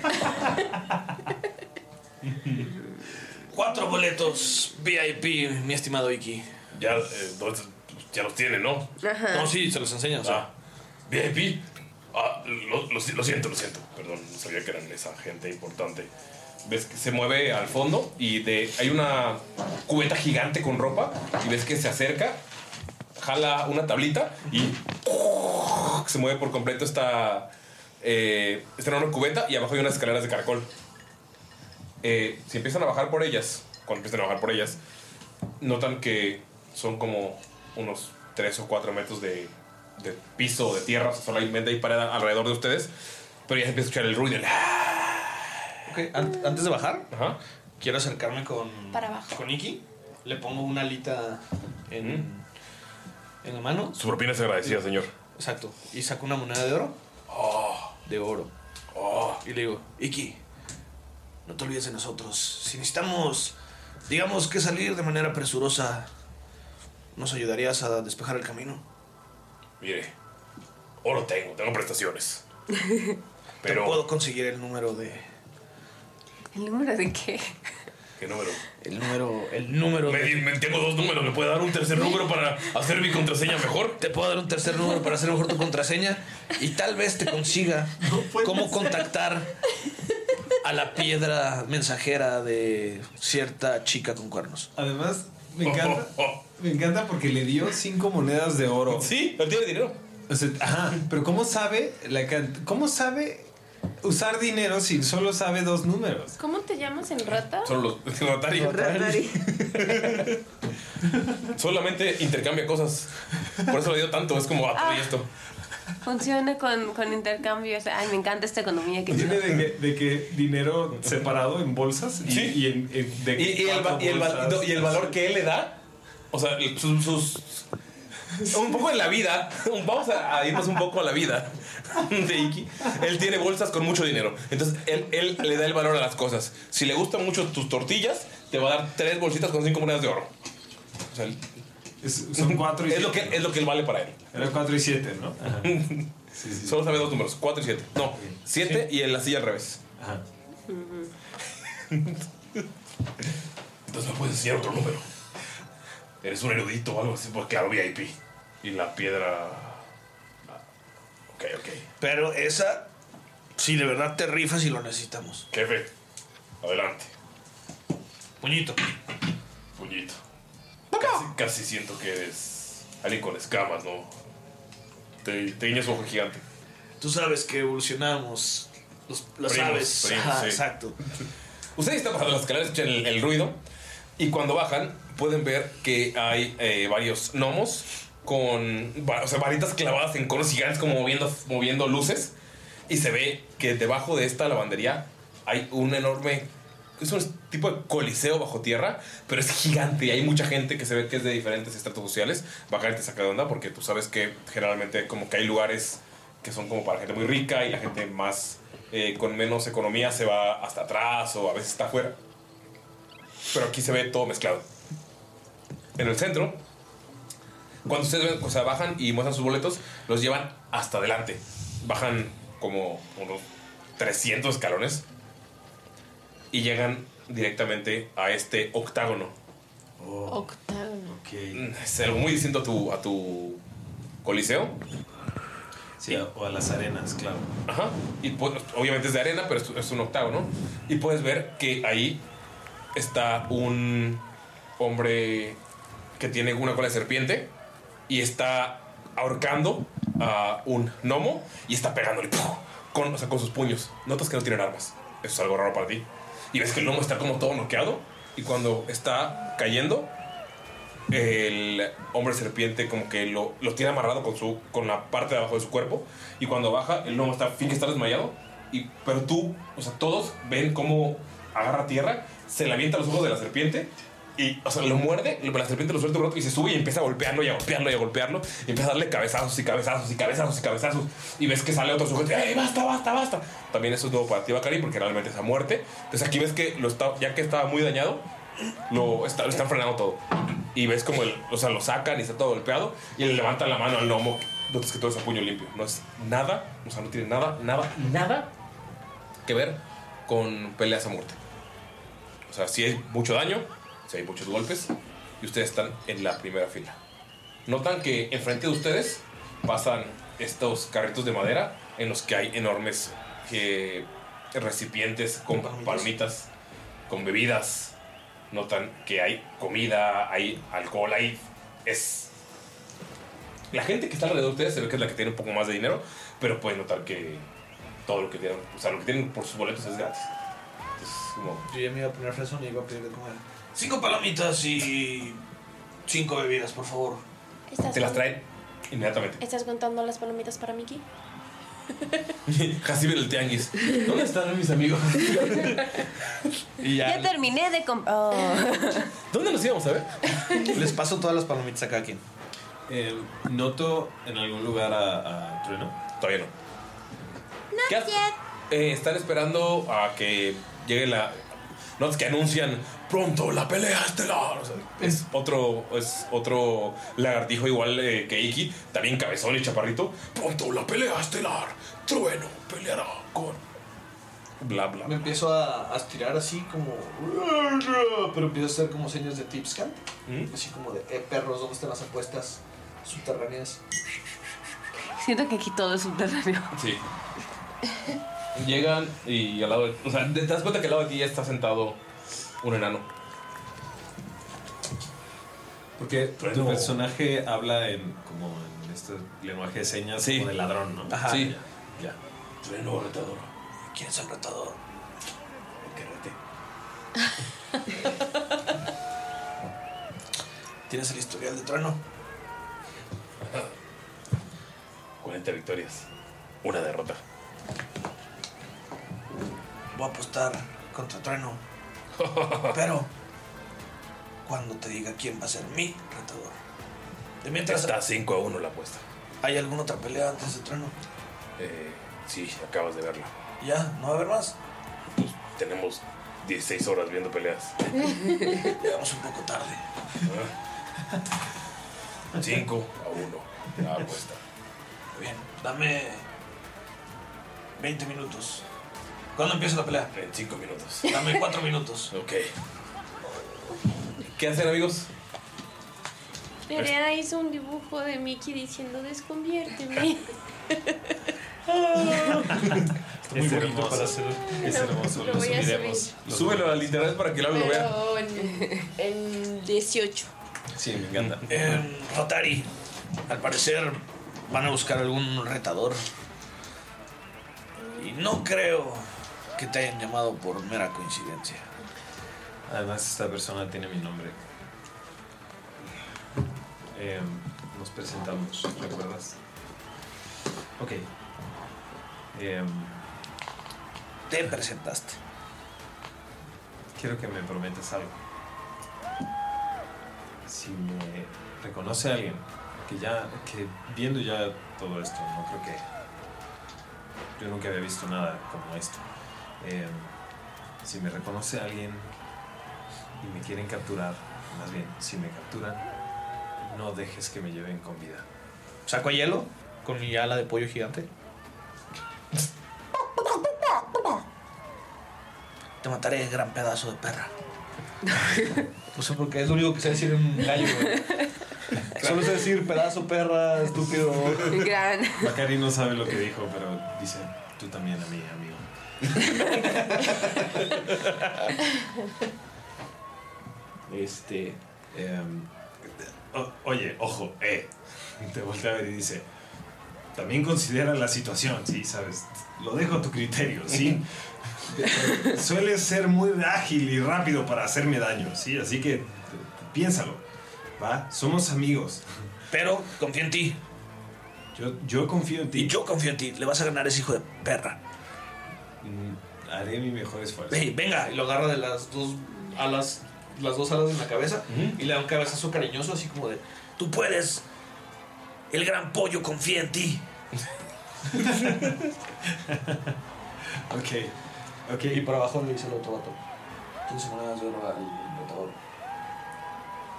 Speaker 5: Cuatro boletos VIP, mi estimado Iki.
Speaker 1: Ya, eh, dos- ya los tiene, ¿no?
Speaker 5: Ajá. No, sí, se los enseña. o sea.
Speaker 1: VIP. Ah, lo, lo si- lo siento, lo siento. Perdón, no sabía que eran esa gente importante. Ves que se mueve al fondo y de, hay una cubeta gigante con ropa y ves que se acerca, jala una tablita y <laughs> se mueve por completo esta, eh, esta enorme cubeta y abajo hay unas escaleras de caracol. Eh, si empiezan a bajar por ellas, cuando empiezan a bajar por ellas, notan que son como unos 3 o 4 metros de de piso, de tierra, o sea, solamente hay pared alrededor de ustedes, pero ya se empieza a escuchar el ruido. el "Ah,
Speaker 5: Ok, an- antes de bajar, quiero acercarme con,
Speaker 13: Para abajo.
Speaker 5: con Iki. Le pongo una alita en, en la mano.
Speaker 1: Mm. Su propina es agradecida, señor. Oh.
Speaker 5: Exacto. Y saco una moneda de oro. de oro. Y le digo,
Speaker 9: Iki, no te olvides de nosotros. Si necesitamos, digamos que salir de manera presurosa, ¿nos ayudarías a despejar el camino?
Speaker 1: Mire, oro tengo, tengo prestaciones.
Speaker 9: Pero puedo conseguir el número de.
Speaker 6: ¿El número de qué?
Speaker 1: ¿Qué número?
Speaker 9: El número. El número.
Speaker 1: Me,
Speaker 9: de-
Speaker 1: me- tengo dos números, ¿me puede dar un tercer número para hacer mi contraseña mejor?
Speaker 9: Te puedo dar un tercer número para hacer mejor tu contraseña y tal vez te consiga cómo contactar a la piedra mensajera de cierta chica con cuernos.
Speaker 2: Además, me
Speaker 1: <laughs>
Speaker 2: encanta, me encanta porque le dio cinco monedas de oro. Sí,
Speaker 1: no tiene dinero.
Speaker 2: ajá, pero ¿cómo sabe la can- ¿Cómo sabe usar dinero si solo sabe dos números?
Speaker 13: ¿Cómo te llamas en rata?
Speaker 1: Solo los Rotary. Solamente intercambia cosas. Por eso le dio tanto, es como a todo y esto.
Speaker 6: Funciona con, con intercambios. Ay, me encanta esta economía que
Speaker 2: Tiene de que, de que dinero separado en bolsas y, y en, en- de
Speaker 1: Y, y el, va- y el val-
Speaker 2: cuatro
Speaker 1: no, y el
Speaker 2: bolsas.
Speaker 1: valor que él le da, o sea, el- sus, sus- Un poco en la vida, <laughs> un- vamos a, a irnos un poco a la vida <laughs> de Iki. Él tiene bolsas con mucho dinero, entonces él, él le da el valor a las cosas. Si le gustan mucho tus tortillas, te va a dar tres bolsitas con cinco monedas de oro. O sea, él-
Speaker 2: son cuatro y
Speaker 1: es lo, que, es lo que él vale para él.
Speaker 2: Era 4 y 7,
Speaker 1: <laughs>
Speaker 2: ¿no? Ajá.
Speaker 1: Solo sabe dos números, 4 y 7. No, 7 y en la silla al revés.
Speaker 2: Ajá.
Speaker 1: Entonces me puedes enseñar otro número. Eres un erudito o algo así, pues claro, VIP. Y la piedra. Ok, ok.
Speaker 9: Pero esa, si de verdad te rifas y lo necesitamos.
Speaker 1: Jefe, adelante.
Speaker 9: Puñito.
Speaker 1: Puñito. Casi, casi siento que eres alguien con escamas, ¿no? Te, te guiñas ojo gigante.
Speaker 9: Tú sabes que evolucionamos. Los, las
Speaker 1: Primos,
Speaker 9: aves.
Speaker 1: primos,
Speaker 9: Ajá,
Speaker 1: sí.
Speaker 9: Exacto.
Speaker 1: <laughs> Ustedes están bajando las escaleras, escuchan el, el ruido. Y cuando bajan, pueden ver que hay eh, varios gnomos con va- o sea, varitas clavadas en conos gigantes, como moviendo, moviendo luces. Y se ve que debajo de esta lavandería hay un enorme. Es un tipo de coliseo bajo tierra, pero es gigante y hay mucha gente que se ve que es de diferentes estratos sociales. Bajar y te saca de onda porque tú sabes que generalmente, como que hay lugares que son como para gente muy rica y la gente más eh, con menos economía se va hasta atrás o a veces está afuera. Pero aquí se ve todo mezclado. En el centro, cuando ustedes ven, o sea, bajan y muestran sus boletos, los llevan hasta adelante. Bajan como unos 300 escalones y llegan directamente a este octágono.
Speaker 13: Octágono.
Speaker 1: Mm, Es algo muy distinto a tu, a tu coliseo.
Speaker 2: Sí, o a las arenas, claro.
Speaker 1: Ajá. Y pues, obviamente es de arena, pero es, es un octágono. Y puedes ver que ahí está un hombre que tiene una cola de serpiente y está ahorcando a un gnomo y está pegándole ¡puf! con, o sea, con sus puños. Notas que no tienen armas. Eso es algo raro para ti. Y ves que el gnomo está como todo noqueado y cuando está cayendo, el hombre serpiente como que lo, lo tiene amarrado con, su, con la parte de abajo de su cuerpo y cuando baja el gnomo está fin que está desmayado y, pero tú, o sea, todos ven cómo agarra tierra, se le avienta a los ojos de la serpiente y, o sea, lo muerde, la serpiente lo suelta un rato y se sube y empieza a golpearlo y a golpearlo y a golpearlo y empieza a darle cabezazos y cabezazos y cabezazos y cabezazos y ves que sale otro sujeto, ¡Ey, "Eh, basta, basta, basta! También eso es nuevo para ti, Bacari, porque realmente es a muerte. Entonces aquí ves que lo está, ya que estaba muy dañado, lo, está, lo están frenando todo. Y ves como el, o sea, lo sacan y está todo golpeado. Y le levantan la mano al gnomo. Notas que todo es a puño limpio. No es nada, o sea, no tiene nada, nada, nada que ver con peleas a muerte. O sea, si hay mucho daño, si hay muchos golpes. Y ustedes están en la primera fila. Notan que enfrente de ustedes pasan estos carritos de madera en los que hay enormes eh, recipientes con palmitas, con bebidas, notan que hay comida, hay alcohol, hay. Es. La gente que está alrededor de ustedes se ve que es la que tiene un poco más de dinero, pero pueden notar que todo lo que tienen, o sea, lo que tienen por sus boletos es gratis. Entonces, como.
Speaker 9: Yo ya me iba a poner fresón y iba a pedir de comer. Cinco palomitas y. Cinco bebidas, por favor.
Speaker 1: Te las traen Inmediatamente.
Speaker 13: ¿Estás contando las palomitas para Mickey?
Speaker 1: <laughs> Casi ver el tianguis. ¿Dónde están mis amigos? y
Speaker 6: Ya terminé de oh. comprar.
Speaker 1: ¿Dónde nos íbamos a ver?
Speaker 5: <laughs> Les paso todas las palomitas a cada quien.
Speaker 2: Eh, ¿Noto en algún lugar a, a Trueno?
Speaker 1: Todavía no. ¿Qué haces? Eh, están esperando a que llegue la. No, es que anuncian pronto la pelea estelar. O sea, es otro, es otro lagartijo igual eh, que Iki, también cabezón y chaparrito. Pronto la pelea estelar. Trueno peleará con. Bla, bla.
Speaker 5: Me empiezo a, a estirar así como. Pero empiezo a hacer como señas de tipscan.
Speaker 1: ¿Mm?
Speaker 5: Así como de, eh, perros, ¿dónde están las apuestas subterráneas?
Speaker 6: <laughs> Siento que aquí todo es subterráneo.
Speaker 2: <laughs>
Speaker 1: Sí. Llegan y al lado de. O sea, te das cuenta que al lado de ti ya está sentado un enano.
Speaker 2: Porque tu
Speaker 1: No.
Speaker 2: personaje habla en como en este lenguaje de señas como de ladrón, ¿no?
Speaker 9: Ajá. Sí.
Speaker 2: Ya. ya.
Speaker 9: Trueno retador. ¿Quién es el retador? El que <laughs> rete.
Speaker 5: ¿Tienes el historial de trueno?
Speaker 1: 40 victorias. Una derrota.
Speaker 9: Voy a apostar contra
Speaker 1: <laughs>
Speaker 9: Trueno. Pero cuando te diga quién va a ser mi retador. De mientras
Speaker 1: Está 5 a 1 la apuesta.
Speaker 9: hay alguna otra pelea antes de Trueno.
Speaker 1: Eh, sí, acabas de verla.
Speaker 9: Ya, no va a haber más.
Speaker 1: pues, Tenemos 16 horas viendo peleas.
Speaker 9: <laughs> Llegamos un poco tarde.
Speaker 1: 5 a Ah, pues 1 la apuesta.
Speaker 9: Bien, dame 20 minutos. ¿Cuándo empieza la pelea?
Speaker 1: En 5 minutos.
Speaker 9: Dame 4
Speaker 5: <laughs>
Speaker 9: minutos.
Speaker 1: Ok. ¿Qué hacen, amigos? <laughs>
Speaker 13: Nerea hizo un dibujo de Mickey diciendo desconviérteme.
Speaker 2: Está muy bonito para hacer. Es hermoso.
Speaker 13: Lo
Speaker 2: Lo,
Speaker 13: voy a
Speaker 2: subiremos.
Speaker 13: subir.
Speaker 2: Lo
Speaker 1: Súbelo al literal para que el
Speaker 2: lo vea.
Speaker 13: Pero en, en 18.
Speaker 2: Sí, me encanta.
Speaker 9: Eh, Rotari, al parecer van a buscar algún retador. Y no creo que te hayan llamado por mera coincidencia.
Speaker 2: Además, esta persona tiene mi nombre. Eh, nos presentamos, ¿recuerdas? Ok. Eh,
Speaker 9: Te presentaste.
Speaker 2: Quiero que me prometas algo. Si me reconoce alguien, que ya, que viendo ya todo esto, no creo que. Yo nunca había visto nada como esto. Eh, si me reconoce alguien y me quieren capturar, más bien, si me capturan, no dejes que me lleven con vida.
Speaker 5: Saco a hielo con mi ala de pollo gigante.
Speaker 9: Te mataré, gran pedazo de perra.
Speaker 5: <laughs> O sea, porque es lo único que sé decir en un gallo, güey. Solo sé decir pedazo, perra, estúpido.
Speaker 6: Gran.
Speaker 2: Bacari no sabe lo que dijo, pero dice, tú también a mí, amigo. este. em, o- oye, ojo, eh. Te voltea a ver y dice, también considera la situación, sí, sabes. Lo dejo a tu criterio, sí. Sueles ser muy ágil y rápido para hacerme daño, sí, así que eh, piénsalo. Va, somos amigos.
Speaker 9: Pero confío en ti.
Speaker 2: Yo, yo confío en ti.
Speaker 9: Y yo confío en ti. Le vas a ganar a ese hijo de perra.
Speaker 2: Mm, Haré mi mejor esfuerzo.
Speaker 9: Ey, venga.
Speaker 5: Y lo agarra de las dos alas, las dos alas en la cabeza y le da un cabezazo cariñoso, así como de.
Speaker 9: Tú puedes. El gran pollo confía en
Speaker 5: <laughs>
Speaker 9: ti.
Speaker 2: ok. Ok.
Speaker 5: Y para abajo le dice el otro vato: 15 monedas de oro al botador.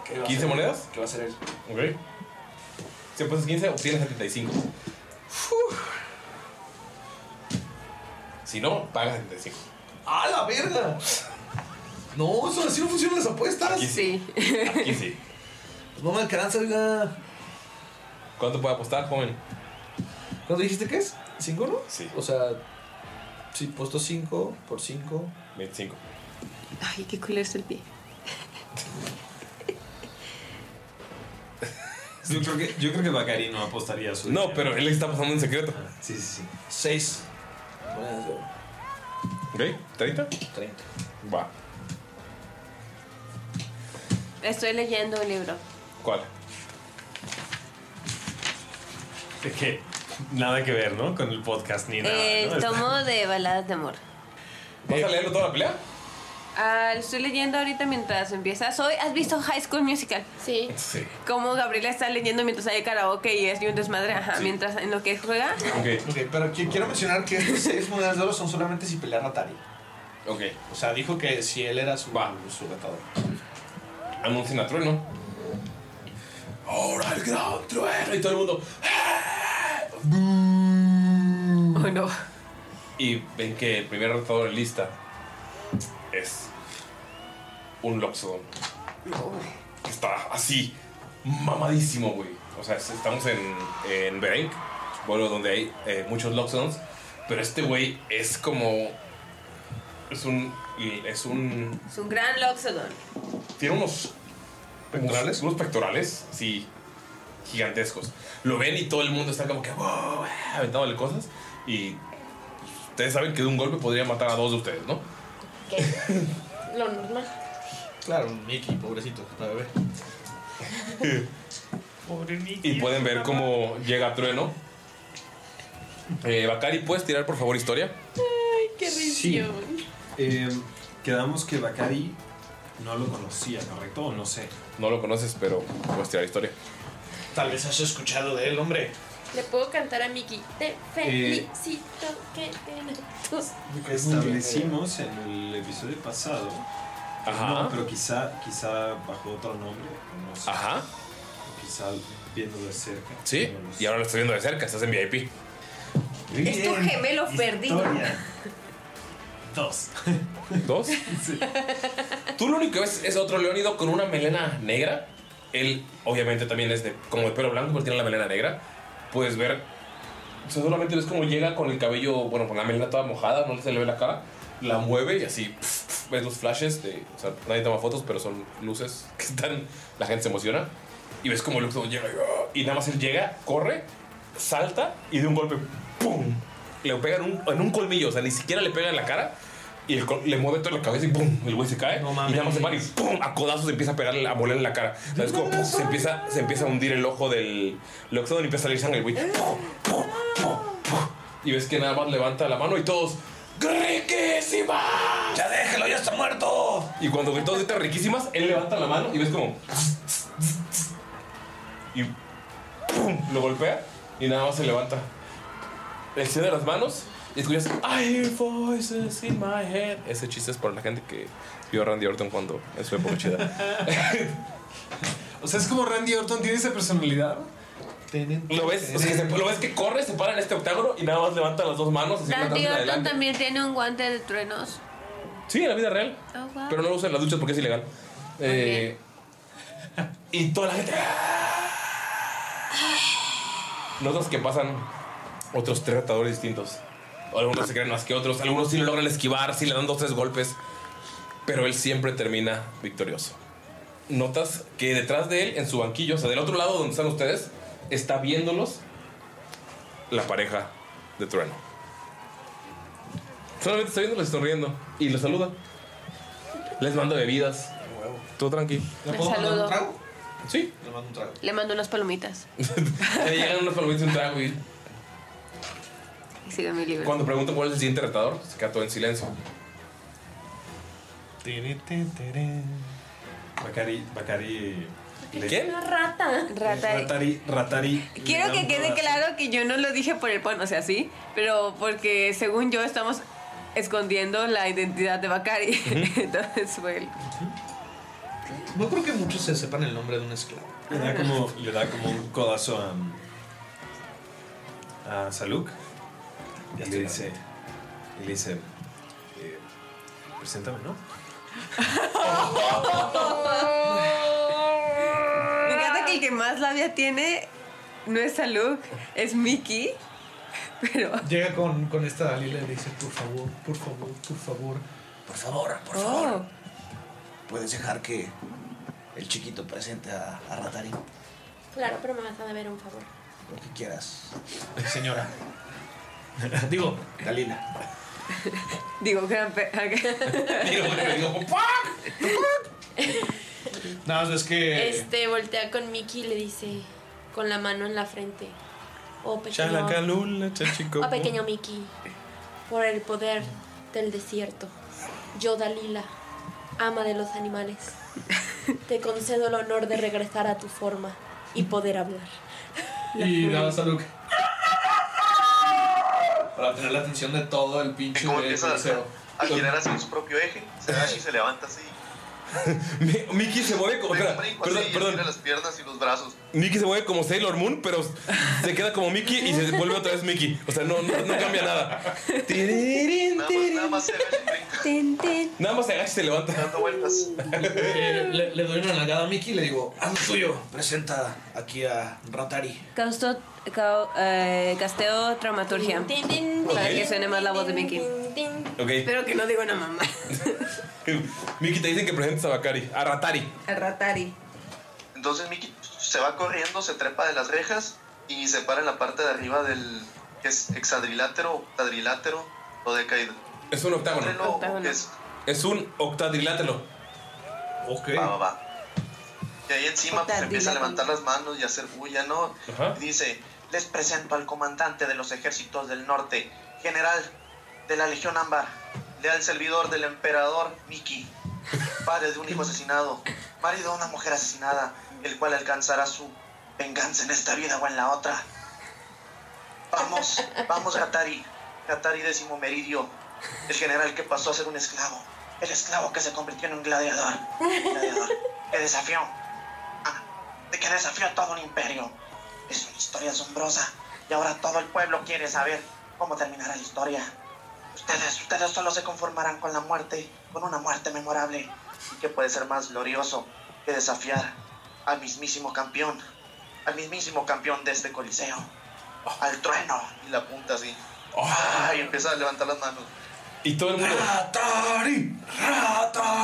Speaker 5: ¿Qué va a
Speaker 1: 15
Speaker 5: hacer?
Speaker 1: monedas?
Speaker 5: ¿Qué va a ser él?
Speaker 1: Ok. Si apuestas 15, obtienes 75. Si no, pagas 75.
Speaker 5: ¡Ah, la verga! No, eso así no funcionan las apuestas. Pues
Speaker 6: sí.
Speaker 1: Aquí sí.
Speaker 5: No me alcanza, oiga.
Speaker 1: ¿Cuánto puede apostar, joven?
Speaker 5: ¿Cuánto dijiste que es? ¿Cinco, no?
Speaker 1: Sí.
Speaker 5: O sea, si puesto 5 por 5.
Speaker 1: 25.
Speaker 6: Ay, qué cool es el pie.
Speaker 2: Yo creo que, yo creo que Bacari no apostaría a su. Ah,
Speaker 1: No, pero él está pasando en secreto.
Speaker 2: Sí, sí, sí.
Speaker 5: 6 monedas de oro.
Speaker 1: Ok, ¿30?
Speaker 5: 30.
Speaker 1: Va.
Speaker 6: Estoy leyendo un libro.
Speaker 1: ¿Cuál?
Speaker 2: De que nada que ver, ¿no? Con el podcast ni nada.
Speaker 6: Eh,
Speaker 2: ¿no?
Speaker 6: tomo de baladas de amor.
Speaker 2: ¿Vas a leerlo toda la pelea?
Speaker 6: Ah, lo estoy leyendo ahorita mientras empiezas. Hoy, ¿has visto High School Musical? Sí.
Speaker 1: Sí.
Speaker 6: Como Gabriela está leyendo mientras hay karaoke y es de un desmadre, ajá,
Speaker 5: Sí.
Speaker 6: mientras en lo que juega.
Speaker 5: ok, pero qui- quiero mencionar que estas seis monedas de oro son solamente si pelea Natari.
Speaker 1: Ok.
Speaker 5: O sea, dijo que si él era su, su retador.
Speaker 1: Anuncien a Trueno. Ahora el gran trueno y todo el mundo.
Speaker 6: Oh, no.
Speaker 1: Y ven que el primer retador en lista es un Loxodon. Que Está así, mamadísimo, güey. O sea, es- estamos en, en Berenk, pueblo donde hay eh, muchos Loxodons. Pero este güey es como. Es un. Es un.
Speaker 6: Es un gran Loxodon.
Speaker 1: Tiene unos. ¿Pectorales? Unos pectorales, sí. Gigantescos. Lo ven y todo el mundo está como que. "Wow", aventándole cosas. Y. pues, ustedes saben que de un golpe podría matar a dos de ustedes, ¿no?
Speaker 4: Lo normal.
Speaker 5: Claro, un Mickey, pobrecito, la bebé.
Speaker 1: Pobre Y pueden ver cómo llega Trueno. Eh, Bakari, ¿puedes tirar por favor historia?
Speaker 4: Ay, qué
Speaker 2: Sí.
Speaker 4: risión.
Speaker 2: Eh, quedamos que Bakari no lo conocía, ¿correcto? O no sé.
Speaker 1: No lo conoces, pero puedes tirar historia.
Speaker 5: Tal vez has escuchado de él, hombre.
Speaker 4: Le puedo cantar a Miki. Te felicito que eres tú.
Speaker 2: Establecimos en el episodio pasado.
Speaker 1: Ajá.
Speaker 2: No, pero quizá, quizá bajo otro nombre. No sé.
Speaker 1: Ajá.
Speaker 2: Quizá viéndolo de cerca.
Speaker 1: Sí. Y ahora lo estoy viendo de cerca, estás en VIP.
Speaker 6: Es tu gemelo perdido.
Speaker 2: Dos.
Speaker 1: ¿Dos? Tú lo único que ves es otro leónido con una melena negra. Él obviamente también es de, como de pelo blanco, pero tiene la melena negra. Puedes ver, o sea, solamente ves como llega con el cabello, bueno, con la melena toda mojada, no se le ve la cara. La mueve y así pf, pf, ves los flashes. De, o sea, nadie toma fotos, pero son luces <laughs> que están. La gente se emociona. Y ves como Luxon llega y, ah, y nada más él llega, corre, salta y de un golpe ¡pum! Le pegan un, en un colmillo, o sea, ni siquiera le pega en la cara. Y el col- le mueve toda la cabeza y ¡pum! El güey se cae. y nada más se para y ¡pum! A codazos empieza a pegarle, a moler en la cara. ¿Sabes cómo? ¡pum! Se empieza, se empieza a hundir el ojo del Luxon y empieza a salir sangre. El güey ¡pum! ¡pum! ¡pum! ¡pum! Y ves que nada más levanta la mano y todos ¡Riquísima! ¡Ya déjelo, ya está muerto! Y cuando gritó ahorita riquísimas, él levanta la mano y ves como. Y. ¡Pum! Lo golpea y nada más se levanta. Extiende las manos y escuchas. ¡Ah! I hear voices in my head. Ese chiste es para la gente que vio a Randy Orton cuando en su época chida.
Speaker 2: O sea, es como Randy Orton tiene esa personalidad.
Speaker 1: Lo ves, o sea, que se- lo ves que corre, se para en este octágono y nada más levanta las dos manos. Así
Speaker 6: Randy
Speaker 1: plantándose
Speaker 6: Orton
Speaker 1: adelante.
Speaker 6: también tiene un guante de truenos.
Speaker 1: Sí, en la vida real.
Speaker 6: Oh, wow.
Speaker 1: Pero no lo usan en las duchas porque es ilegal. Eh, Y toda la gente. Notas que pasan otros tres retadores distintos. Algunos se creen más que otros, algunos sí lo logran esquivar, sí le dan dos tres golpes. Pero él siempre termina victorioso. Notas que detrás de él, en su banquillo, o sea, del otro lado donde están ustedes, está viéndolos la pareja de Trueno. Solamente está viéndolos y sonriendo. Y los saluda. Les manda bebidas. Todo tranqui.
Speaker 6: ¿Le puedo mandar un Saludo. trago?
Speaker 1: Sí.
Speaker 5: Le mando un trago.
Speaker 6: Le mando unas palomitas.
Speaker 1: <laughs> Le llegan unos palomitas y un trago y
Speaker 6: Y sigue mi libro.
Speaker 1: cuando preguntan cuál es el siguiente retador, se queda todo en silencio.
Speaker 2: Bakari. Bakari. le-
Speaker 6: Una rata. Rata.
Speaker 2: Ratari. Ratari. le
Speaker 6: Quiero
Speaker 2: da
Speaker 6: que
Speaker 2: un
Speaker 6: quede
Speaker 2: codazo.
Speaker 6: claro que yo no lo dije por el pan, o sea, sí, pero porque según yo estamos escondiendo la identidad de Bakari. <laughs> Entonces fue él.
Speaker 5: No creo que muchos se sepan el nombre de un esclavo.
Speaker 2: Le da como, le da como un codazo a, a Saluk. Y le dice, y le dice, eh, preséntame, ¿no?
Speaker 6: Me encanta que el que más labia tiene no es Saluk, es Mickey. Pero.
Speaker 5: Llega con, con esta Dalila y le dice, por favor, por favor, por favor.
Speaker 14: Por favor, por favor. ¿Puedes dejar que el chiquito presente a, a Ratari?
Speaker 4: Claro, pero me vas a deber un favor.
Speaker 14: Lo que quieras.
Speaker 9: <laughs>
Speaker 14: Señora. Digo, Dalila.
Speaker 6: Digo, gran pe- <laughs>
Speaker 5: Nada más es que...
Speaker 4: Este voltea con Miki y le dice con la mano en la frente.
Speaker 13: oh pequeño,
Speaker 2: Chalacalula, chachico.
Speaker 6: Ah,
Speaker 13: oh pequeño Mickey, por el poder del desierto. Yo, Dalila, ama de los animales, te concedo el honor de regresar a tu forma y poder hablar.
Speaker 9: Y nada más a Luke. Para tener la atención de todo el pinche
Speaker 7: ¿Cómo empieza
Speaker 9: coliseo.
Speaker 7: a girar hacia su propio eje? Se da y se levanta así.
Speaker 1: Mickey se mueve como. espera, perdón,
Speaker 7: y
Speaker 1: perdón.
Speaker 7: estira las piernas y los brazos.
Speaker 1: Mickey se mueve como Sailor Moon, pero se queda como Mickey y se vuelve otra vez Mickey. O sea, no, no, no cambia nada.
Speaker 7: Nada más se ve
Speaker 1: Nada más se agacha y se levanta.
Speaker 7: dando vueltas.
Speaker 9: <laughs> Eh, le, le doy una nalgada a Mickey y le digo, haz lo tuyo, presenta aquí a Ratari.
Speaker 6: Causto, cau- eh, casteo traumaturgia. Para
Speaker 1: Ok.
Speaker 6: que suene más la voz de Mickey.
Speaker 1: Ok.
Speaker 6: Pero que no diga una mamá.
Speaker 1: Mickey te dicen que presentes a Bakari, a Ratari.
Speaker 15: Al ratari.
Speaker 7: Entonces Mickey se va corriendo, se trepa de las rejas y se para en la parte de arriba del que es hexadrilátero, octadrilátero o decaído.
Speaker 1: Es un octágono.
Speaker 7: Es,
Speaker 1: Es un octadrilátero. Ok.
Speaker 7: va, va, va. Y ahí encima pues, empieza a levantar las manos y a hacer bulla, ¿no? Y dice, les presento al comandante de los ejércitos del norte, general de la Legión Ámbar, leal servidor del emperador Mickey, padre de un hijo asesinado, marido de una mujer asesinada, el cual alcanzará su venganza en esta vida o en la otra. Vamos, vamos Gatari, Gatari décimo meridio, el general que pasó a ser un esclavo, el esclavo que se convirtió en un gladiador, gladiador que desafió, ah, de que desafió a todo un imperio. Es una historia asombrosa y ahora todo el pueblo quiere saber cómo terminará la historia. Ustedes, ustedes solo se conformarán con la muerte, con una muerte memorable. ¿Y qué puede ser más glorioso que desafiar al mismísimo campeón, al mismísimo campeón de este coliseo, al trueno? Y la punta así. Y empieza a levantar las manos.
Speaker 1: Y todo el mundo.
Speaker 7: ¡Ratari!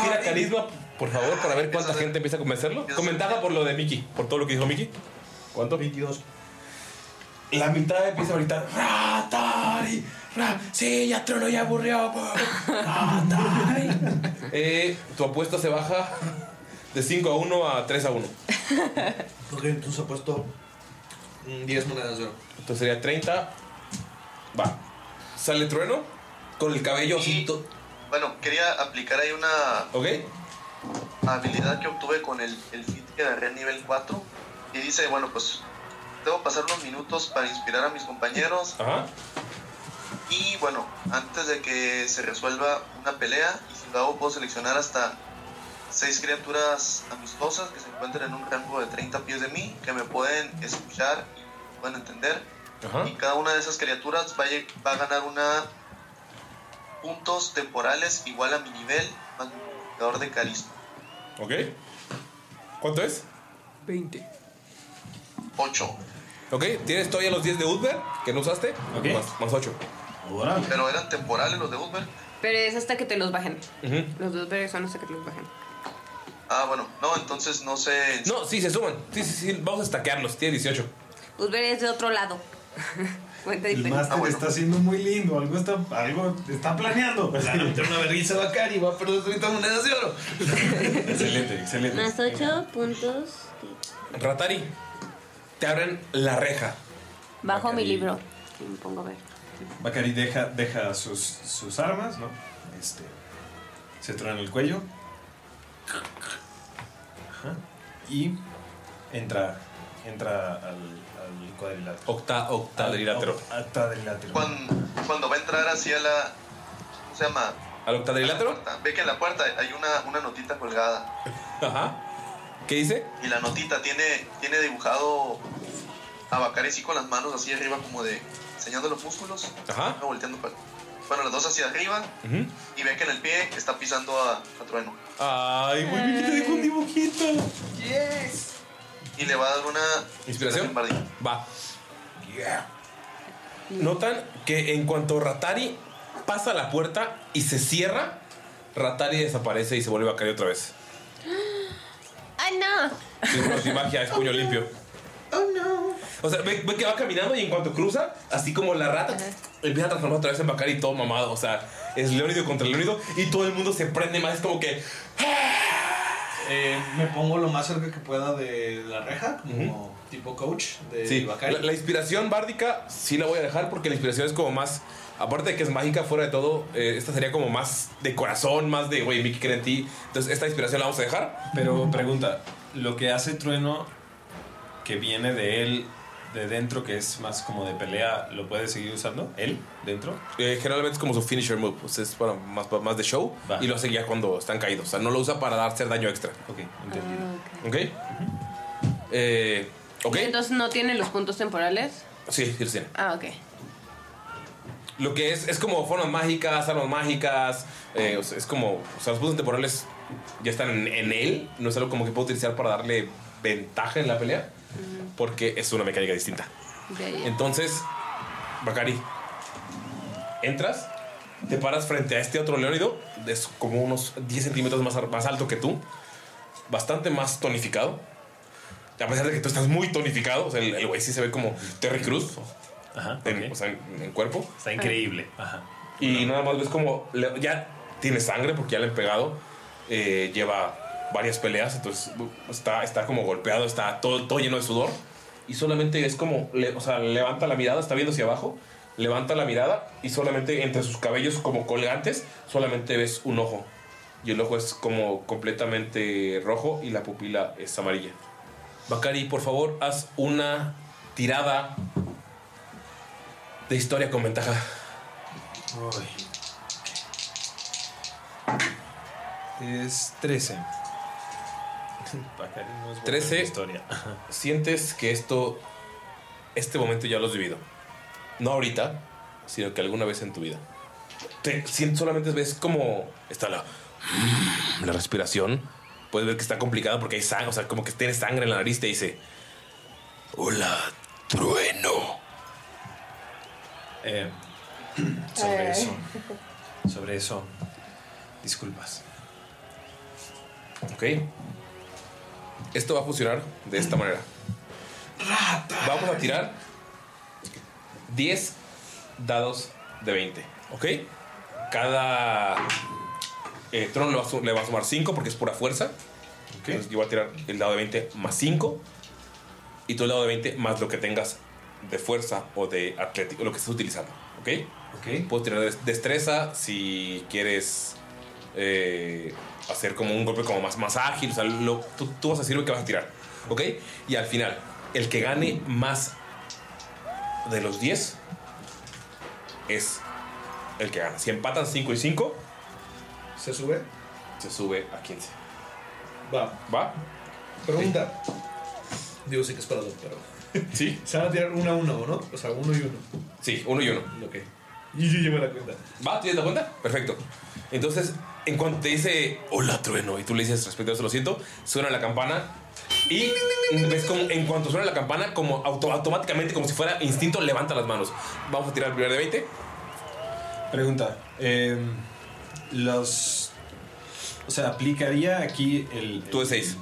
Speaker 1: Tira carisma, por favor, para ver cuánta gente empieza a convencerlo. Comentada por lo de Mickey, por todo lo que dijo Mickey. ¿Cuánto? 22.
Speaker 9: La mitad empieza a gritar,
Speaker 6: Ah,
Speaker 9: Ratari, ra- sí, ya trono, ya aburrió. po".
Speaker 1: Eh, tu apuesta se baja de 5 a 1 a 3 a 1.
Speaker 9: Ok, entonces apuesto mm, 10 monedas de oro.
Speaker 1: Entonces sería 30. Va. Sale trueno con el cabello así. to-
Speaker 7: Bueno, quería aplicar ahí una
Speaker 1: ¿Ok?
Speaker 7: habilidad que obtuve con el, el hit que agarré a nivel 4. Y dice, bueno, pues debo pasar unos minutos para inspirar a mis compañeros. Y bueno, antes de que se resuelva una pelea, y si lo hago puedo seleccionar hasta seis criaturas amistosas que se encuentren en un rango de 30 pies de mí, que me pueden escuchar y me pueden entender.
Speaker 1: Ajá.
Speaker 7: Y cada una de esas criaturas va a, lle- va a ganar una puntos temporales igual a mi nivel más mi modificador de carisma.
Speaker 1: ¿Ok? ¿Cuánto es? 20.
Speaker 7: 8.
Speaker 1: Ok, tienes todavía los 10 de Udber que no usaste. Más, 8.
Speaker 7: Pero eran temporales los de Udber.
Speaker 6: Pero es hasta que te los bajen. Los dos berries son hasta que te los bajen.
Speaker 7: Ah, bueno, no, entonces no sé.
Speaker 1: No, sí, se suman. Sí, sí, sí. Vamos a stackearlos. Tiene 18.
Speaker 6: Los berries de otro lado. <laughs> Cuenta Ah,
Speaker 2: El
Speaker 6: diferente.
Speaker 2: máster está haciendo muy lindo, algo está, algo está planeando.
Speaker 9: Claro, meter una berriza a Bacari, va a perder 30 monedas de
Speaker 5: <laughs>
Speaker 9: oro.
Speaker 1: Excelente, excelente.
Speaker 15: Más 8 puntos.
Speaker 1: Ratari, te abren la reja.
Speaker 6: Bajo mi libro. Y me pongo a ver.
Speaker 2: Bacari deja, deja sus, sus armas, ¿no? Este, se truena el cuello. Ajá. Y entra, entra al, al cuadrilátero.
Speaker 1: Octa, octadrilátero.
Speaker 2: Al octadrilátero.
Speaker 7: Cuando va a entrar hacia la. ¿Cómo se llama?
Speaker 1: ¿Al octadrilátero?
Speaker 7: puerta, Ve que en la puerta hay una, una notita colgada.
Speaker 1: <laughs> Ajá. ¿Qué dice?
Speaker 7: Y la notita tiene, tiene dibujado a Bacari así con las manos así arriba, como de. enseñando los músculos.
Speaker 1: Ajá.
Speaker 7: Uno volteando para. Bueno, las dos hacia arriba.
Speaker 1: Ujú.
Speaker 7: Y ve que en el pie está pisando a, a Trueno.
Speaker 1: Ay, güey, Mickey te dejó un dibujito.
Speaker 7: Yes. Y le va a dar una.
Speaker 1: ¿Inspiración? Va. Notan que en cuanto Ratari pasa la puerta y se cierra, Ratari desaparece y se vuelve a caer otra vez.
Speaker 6: ¡Ay, Ah, no!
Speaker 1: Es como si magia, es puño limpio.
Speaker 6: ¡Oh, no!
Speaker 1: O sea, ve, ve que va caminando y en cuanto cruza, así como la
Speaker 6: Ah,
Speaker 1: rata, empieza a transformar otra vez en Bacari todo mamado. O sea, es Leónido contra Leónido y todo el mundo se prende más. Es como que.
Speaker 5: Eh, me pongo lo más cerca que pueda de la reja, como tipo coach de
Speaker 1: Sí,
Speaker 5: Bacari.
Speaker 1: la, la inspiración bárdica sí la voy a dejar porque la inspiración es como más. Aparte de que es mágica, fuera de todo, eh, esta sería como más de corazón, más de, güey, Mickey cree en ti. Entonces, esta inspiración la vamos a dejar.
Speaker 2: Pero pregunta, lo que hace Trueno que viene de él, de dentro, que es más como de pelea, ¿lo puede seguir usando? ¿Él? ¿Dentro?
Speaker 1: Eh, generalmente es como su finisher move, pues es para más, para más de show y lo hace ya cuando están caídos. O sea, no lo usa para darse daño extra.
Speaker 2: Ok,
Speaker 6: entendido.
Speaker 1: Ok. Eh, ok,
Speaker 6: Entonces no tiene los puntos temporales.
Speaker 1: sí, sí, lo tiene.
Speaker 6: Ah, ok.
Speaker 1: Lo que es, es como formas mágicas, armas mágicas. eh, o sea, es como, o sea, los puntos temporales ya están en, en él. No es algo como que puedo utilizar para darle ventaja en la pelea. Porque es una mecánica distinta. Entonces, Bakari, entras, te paras frente a este otro leónido, es como unos 10 centímetros más, más alto que tú, bastante más tonificado. A pesar de que tú estás muy tonificado, o sea, el el güey sí se ve como Terry Cruz en, o sea, en, en cuerpo. Está
Speaker 2: increíble.
Speaker 1: Y nada más ves como le- ya tiene sangre porque ya le han pegado, eh, lleva varias peleas, entonces bu- está, está como golpeado, está todo, todo lleno de sudor. Y solamente es como, le- o sea, levanta la mirada, está viendo hacia abajo, levanta la mirada y solamente entre sus cabellos como colgantes, solamente ves un ojo. Y el ojo es como completamente rojo y la pupila es amarilla. Bakari, por favor, haz una tirada de historia con ventaja.
Speaker 2: Es 13. Bacari no es bueno
Speaker 1: 13.
Speaker 2: en historia.
Speaker 1: Sientes que esto, este momento ya lo has vivido. No ahorita, sino que alguna vez en tu vida. Te sientes, solamente ves como está la, la respiración. Puedes ver que está complicada porque hay sangre, o sea, como que tiene sangre en la nariz. Te dice: Hola, trueno.
Speaker 2: Eh, sobre eso. Sobre eso. Disculpas.
Speaker 1: Ok. Esto va a funcionar de esta manera. Vamos a tirar 10 dados de 20. ¿Ok? Cada eh, trono le va, a su- le va a sumar 5 porque es pura fuerza. Entonces yo voy a tirar el dado de 20 más 5. Y tú el dado de 20 más lo que tengas de fuerza o de atlético, lo que estés utilizando. ¿Ok?
Speaker 2: Ok.
Speaker 1: Puedes tirar des- destreza si quieres eh, hacer como un golpe como más, más ágil. O sea, lo- tú, tú vas a decir lo que vas a tirar. ¿Ok? Y al final, el que gane más de los 10 es el que gana. Si empatan 5 y 5,
Speaker 5: ¿Se sube?
Speaker 1: se sube a 15.
Speaker 5: Va.
Speaker 1: ¿Va?
Speaker 5: Pregunta. Digo, sí que es para dos, pero.
Speaker 1: <laughs> Sí.
Speaker 5: Se van a tirar uno a uno, ¿no? O sea, uno y uno.
Speaker 1: Sí, uno y uno.
Speaker 5: Ok. Y yo llevo la cuenta.
Speaker 1: ¿Va? ¿Tienes la cuenta? Perfecto. Entonces, en cuanto te dice hola trueno y tú le dices respeto, eso lo siento, suena la campana y ves como en cuanto suena la campana, como auto- automáticamente, como si fuera instinto, levanta las manos. Vamos a tirar el primer de 20.
Speaker 2: Pregunta. eh, los. O sea, aplicaría aquí el.
Speaker 1: Tú de 6.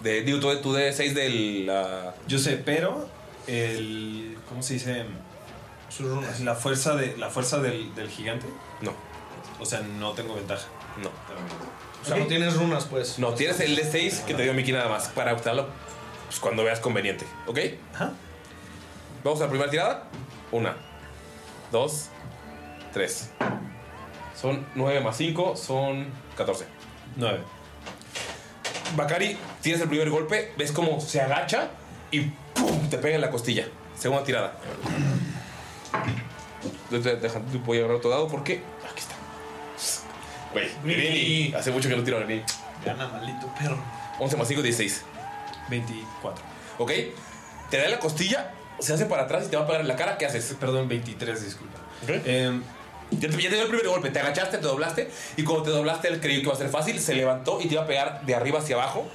Speaker 1: De, digo, tú de, tú de 6 del. la-
Speaker 2: Yo sé, pero el. ¿Cómo se dice? La fuerza de. La fuerza del, del gigante.
Speaker 1: No.
Speaker 2: O sea, no tengo ventaja.
Speaker 1: No.
Speaker 2: O
Speaker 5: O sea, no tienes runas, pues.
Speaker 1: No, tienes el de 6 que te dio Miki nada más para optarlo pues, cuando veas conveniente. ¿Ok? Vamos a la primera tirada. Una, dos, tres. Son 9 más 5, son 14.
Speaker 2: 9.
Speaker 1: Bakari, tienes el primer golpe, ves cómo se agacha y ¡pum! te pega en la costilla. Segunda tirada. Deja, deja- voy a agarrar otro dado porque. Aquí está. Güey, Grini. Hace mucho que no tiro a Grini.
Speaker 5: Gana, maldito perro.
Speaker 1: 11 más 5, 16.
Speaker 2: 24.
Speaker 1: ¿Ok? Te da en la costilla, se hace para atrás y te va a pegar en la cara. ¿Qué haces?
Speaker 2: Perdón, 23, disculpa. Em,
Speaker 1: ya, te, ya te dio el primer golpe, te agachaste, te doblaste y cuando te doblaste él creyó que iba a ser fácil, se levantó y te iba a pegar de arriba hacia abajo,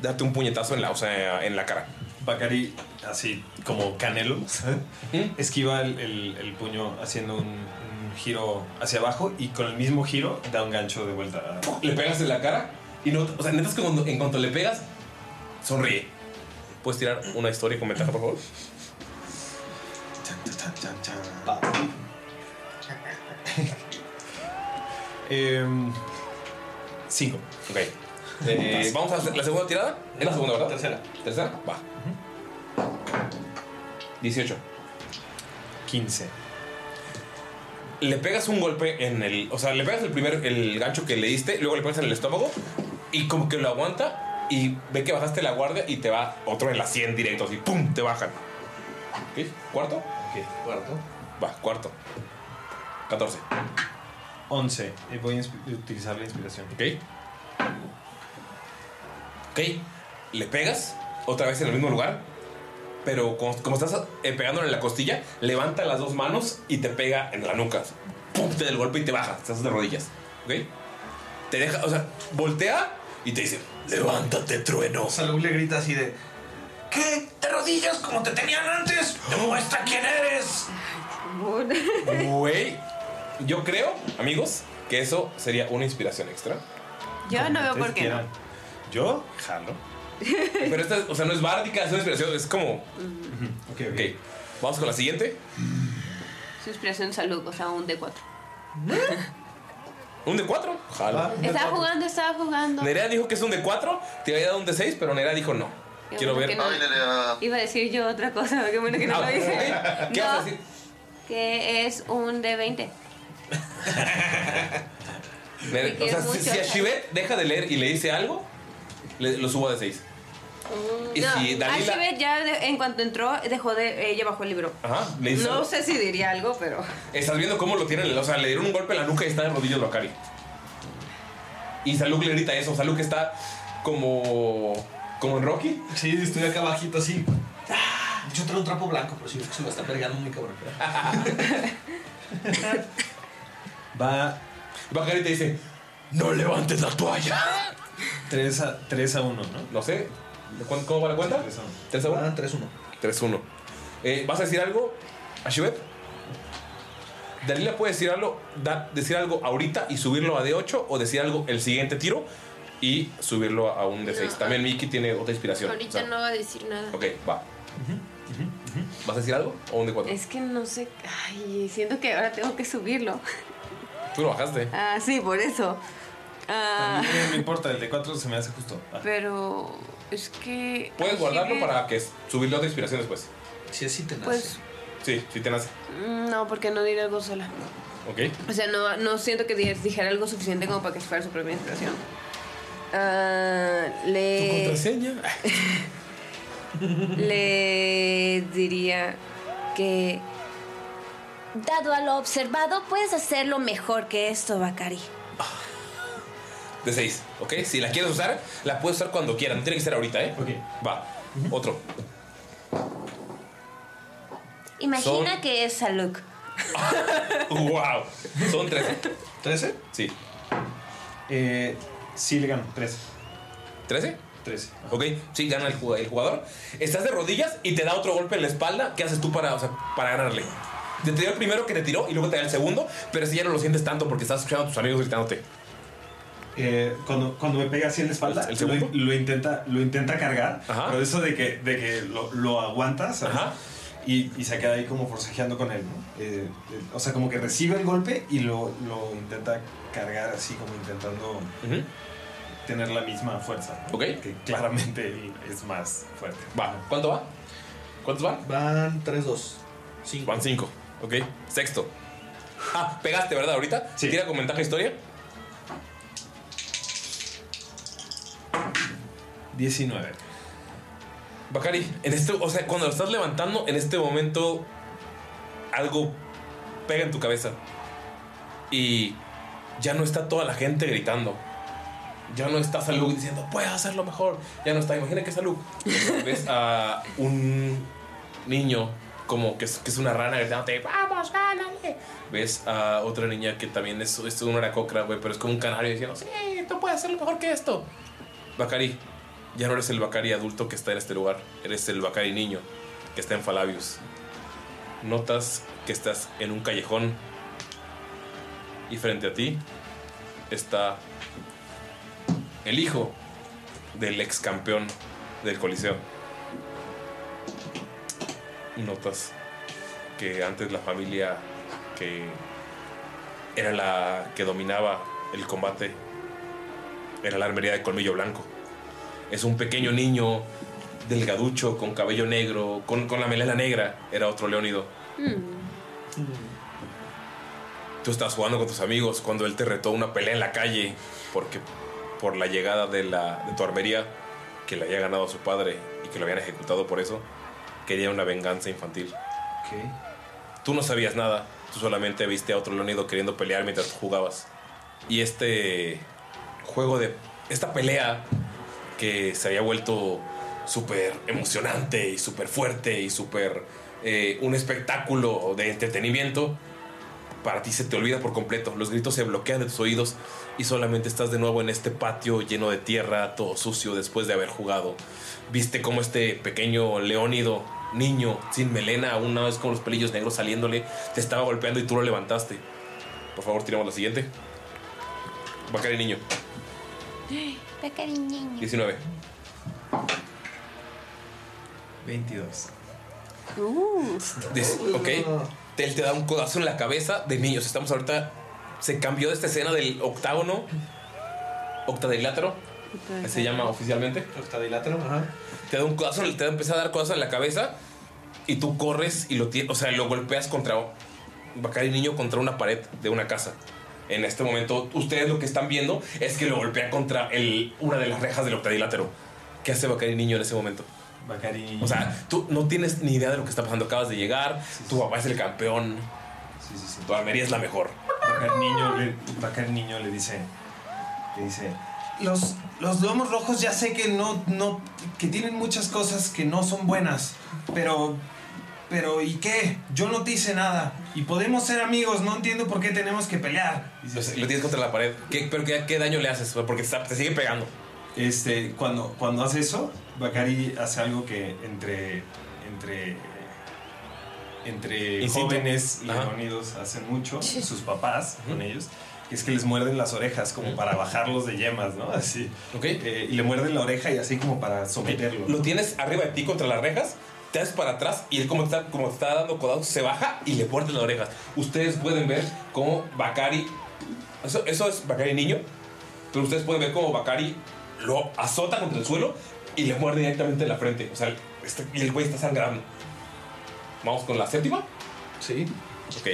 Speaker 1: darte un puñetazo en la, o sea, en la cara.
Speaker 2: Bacari, así como Canelo, ¿Mm? esquiva el, el- el puño haciendo un, un giro hacia abajo y con el mismo giro da un gancho de vuelta.
Speaker 5: ¡Oh!
Speaker 1: Le pegas en la cara y no. O sea, neta es que cuando- en cuanto le pegas, sonríe. ¿Puedes tirar una historia con ventaja,
Speaker 2: <laughs>
Speaker 1: por favor?
Speaker 2: Em, cinco.
Speaker 1: Ok. Eh, vamos a hacer la segunda tirada. Es la segunda, ¿verdad?
Speaker 2: Tercera.
Speaker 1: Tercera, va. 18.
Speaker 2: 15.
Speaker 1: Le pegas un golpe en el. O sea, le pegas el primer el gancho que le diste, luego le pegas en el estómago y como que lo aguanta y ve que bajaste la guardia y te va otro en la 100 directo, así ¡pum! Te bajan. ¿Ok? ¿Cuarto?
Speaker 2: Ok, cuarto.
Speaker 1: Va, cuarto. 14.
Speaker 2: 11. Eh, Voy a inspi- utilizar la inspiración.
Speaker 1: Ok. Ok, le pegas otra vez en el mismo lugar, pero como, como estás eh, pegándole en la costilla, levanta las dos manos y te pega en la nuca. ¡Pum! Te da el golpe y te baja, estás de rodillas. ¿Ok? Te deja, o sea, voltea y te dice: Levántate, trueno.
Speaker 9: Salud le grita así de. ¿Qué? ¿Te rodillas como te tenían antes?
Speaker 1: <gasps>
Speaker 9: ¡Demuestra quién eres!
Speaker 1: Güey, yo creo, amigos, que eso sería una inspiración extra.
Speaker 6: Yo Ah, no veo por qué no.
Speaker 1: Yo jalo. Pero esta, o sea, no es bárdica, es una inspiración, es como. ok, vamos con la siguiente.
Speaker 6: <laughs> Su inspiración salud, o sea, un D4.
Speaker 1: ¿Un de 4?
Speaker 9: Ah,
Speaker 1: Jala.
Speaker 6: Estaba jugando, estaba jugando.
Speaker 1: Nerea dijo que es un de 4, te había dado un de 6, pero Nerea dijo no.
Speaker 6: Qué
Speaker 1: Quiero
Speaker 6: bueno
Speaker 1: ver.
Speaker 6: que no- Iba a decir yo otra cosa, qué bueno que no
Speaker 1: Ah,
Speaker 6: lo hice.
Speaker 1: ¿Qué
Speaker 6: No,
Speaker 1: vas a decir?
Speaker 6: Que es un D20. Te
Speaker 1: Nerea- o sea,
Speaker 6: quiero
Speaker 1: si,
Speaker 6: mucho,
Speaker 1: si a
Speaker 6: Jala.
Speaker 1: Shivet deja de leer y le dice algo, le- lo subo de 6. Y
Speaker 6: No,
Speaker 1: si Dalila-
Speaker 6: Archibald ya de- en cuanto entró, dejó de, ella bajó el libro.
Speaker 1: Ajá, le dice.
Speaker 6: No sé si diría algo, pero... <laughs>
Speaker 1: Estás viendo cómo lo tienen, o sea, le dieron un golpe en la nuca y está de rodillas Bakari. Y Saluk le grita eso, Saluk está como como en Rocky.
Speaker 9: Sí, estoy acá bajito así. ¡Ah! Yo traigo un trapo blanco, pero sí, se lo está pegando muy cabrón.
Speaker 2: Va.
Speaker 1: Bacari te dice: No levantes la toalla.
Speaker 2: <laughs> 3 a, 3 a 1, ¿no?
Speaker 1: No sé. ¿de cuán- ¿Cómo va la cuenta? 3 a 1. 3 a 1. 3 a 1. Eh, ¿Vas a decir algo a Shivet? Dalila puede decir algo, da- decir algo ahorita y subirlo a D8 o decir algo el siguiente tiro y subirlo a un D6.
Speaker 4: No.
Speaker 1: También Miki tiene otra inspiración. o
Speaker 4: Ahorita
Speaker 1: sea,
Speaker 4: no va a decir nada.
Speaker 1: Ok, va. ¿Vas a decir algo o un D4?
Speaker 6: Es que no sé... Ay, siento que ahora tengo que subirlo. <laughs>
Speaker 1: Tú lo bajaste.
Speaker 6: Ah, sí, por eso. Ah,
Speaker 2: También no importa, el de 4 se me hace justo. Ah.
Speaker 6: pero es que...
Speaker 1: Puedes guardarlo
Speaker 6: Archibald-
Speaker 1: para que s- subirlo a otra inspiración después. Si así te
Speaker 6: nace. Pues-
Speaker 1: Sí, sí te nace.
Speaker 6: Mm, No, porque no diré algo sola.
Speaker 1: Ok.
Speaker 6: O sea, no, no siento que di- dijera algo suficiente como para que fuera su propia inspiración. Ah,
Speaker 8: Eh,
Speaker 6: le...
Speaker 8: <laughs>
Speaker 6: le diría
Speaker 8: que, dado a lo observado, puedes hacerlo mejor que esto, Bakari.
Speaker 1: De 6, ¿ok? Si la quieres usar, la puedes usar cuando quieras. No tiene que ser ahorita, ¿eh? Ok. Va. Otro.
Speaker 8: Imagina que es <gasps> Saluk.
Speaker 1: ¡Wow! Son 13.
Speaker 2: ¿13?
Speaker 1: Sí.
Speaker 2: Eh, sí, le gano, 13.
Speaker 1: ¿13?
Speaker 2: 13.
Speaker 1: Ok, sí, gana el jug- el jugador. Estás de rodillas y te da otro golpe en la espalda. ¿Qué haces tú para, o sea, para ganarle? Te tiró el primero que te tiró y luego te da el segundo, pero si ya no lo sientes tanto porque estás escuchando a tus amigos gritándote.
Speaker 2: Eh, cuando, cuando me pega así en la espalda,
Speaker 1: ¿El
Speaker 2: lo,
Speaker 1: segundo?
Speaker 2: lo intenta, lo intenta cargar,
Speaker 1: Ajá.
Speaker 2: pero eso de que, de que lo, lo aguantas ¿sabes? Y, y se queda ahí como forcejeando con él. ¿no? Eh, eh, o sea, como que recibe el golpe y lo, lo intenta cargar así, como intentando tener la misma fuerza. ¿no? Que claramente él es más fuerte.
Speaker 1: Va, ¿cuánto va? ¿Cuántos van?
Speaker 5: Van 3-2.
Speaker 1: Van 5. Ok, sexto. Ah, pegaste, ¿verdad? Ahorita. Sí. Tira con ventaja historia.
Speaker 2: 19.
Speaker 1: Bakari, en este, o sea, cuando lo estás levantando, en este momento algo pega en tu cabeza. Y ya no está toda la gente gritando. Ya no está Salud diciendo, puedes hacerlo mejor. Ya no está, imagina que es Salud. Ves a un niño como que es, que es una rana gritándote, "¡Ah!".
Speaker 3: Vamos, gánale.
Speaker 1: ves a otra niña que también es, es una aracocra, güey, pero es como un canario diciendo, sí,
Speaker 5: "Eh,
Speaker 1: tú puedes hacerlo mejor que esto. Bacari, ya no eres el Bacari adulto que está en este lugar, eres el Bacari niño que está en Falabius. Notas que estás en un callejón y frente a ti está el hijo del ex campeón del Coliseo. Notas que antes la familia que era la que dominaba el combate en la armería de Colmillo Blanco. Es un pequeño niño delgaducho, con cabello negro, con, con la melena negra. Era otro Leónido. Tú estabas jugando con tus amigos cuando él te retó una pelea en la calle porque por la llegada de, la, de tu armería que le había ganado a su padre y que lo habían ejecutado por eso, quería una venganza infantil. Tú no sabías nada, tú solamente viste a otro Leónido queriendo pelear mientras tú jugabas. Y este juego de... Esta pelea que se había vuelto súper emocionante y súper fuerte y súper... eh, un espectáculo de entretenimiento, para ti se te olvida por completo. Los gritos se bloquean de tus oídos y solamente estás de nuevo en este patio lleno de tierra, todo sucio después de haber jugado. Viste cómo este pequeño leónido, niño, sin melena, una vez con los pelillos negros saliéndole, te estaba golpeando y tú lo levantaste. Por favor, tiramos la siguiente. Va a caer el niño.
Speaker 8: Peca de niño.
Speaker 1: 19.
Speaker 2: 22.
Speaker 8: Uh.
Speaker 1: Dice, ok, <laughs> te- él te da un codazo en la cabeza de niños. Estamos ahorita. Se cambió de esta escena del octágono, octadrilátero, así se llama oficialmente. Octadrilátero, ajá. Te da un codazo, te empieza a dar cosas en la cabeza y tú corres y lo tienes, o sea, lo golpeas contra. Va a caer el niño contra una pared de una casa. En este momento, ustedes lo que están viendo es que lo golpea contra el, una de las rejas del octadrilátero. ¿Qué hace Bacari Niño en ese momento?
Speaker 2: Bacari.
Speaker 1: O sea, tú no tienes ni idea de lo que está pasando. Acabas de llegar, tu papá es el campeón. Tu armería es la mejor.
Speaker 2: Bacari niño, le, Bacari niño le dice. Le dice. Los, los lomos rojos ya sé que no, no. que tienen muchas cosas que no son buenas. Pero. Pero, ¿y qué? Yo no te hice nada. Y podemos ser amigos, no entiendo por qué tenemos que pelear.
Speaker 1: O sea, lo tienes contra la pared. ¿Qué, ¿Pero qué, qué daño le haces? Porque está- te sigue pegando.
Speaker 2: Este, cuando, cuando hace eso, Bakari hace algo que entre. entre. entre
Speaker 1: Instinto.
Speaker 2: jóvenes leonidos hacen mucho, sus papás con ellos, que es que les muerden las orejas como para bajarlos de yemas, ¿no? Así. Eh, y le muerden la oreja y así como para someterlo.
Speaker 1: Lo tienes arriba de ti contra las rejas, te haces para atrás y él como está, como te está dando codazos se baja y le muerde las orejas. Ustedes pueden ver cómo Bakari... Eso, eso es Bakari niño, pero ustedes pueden ver cómo Bakari lo azota contra el suelo y le muerde directamente en la frente. O sea, este- y el güey está sangrando. Vamos con la séptima. Sí. Ok.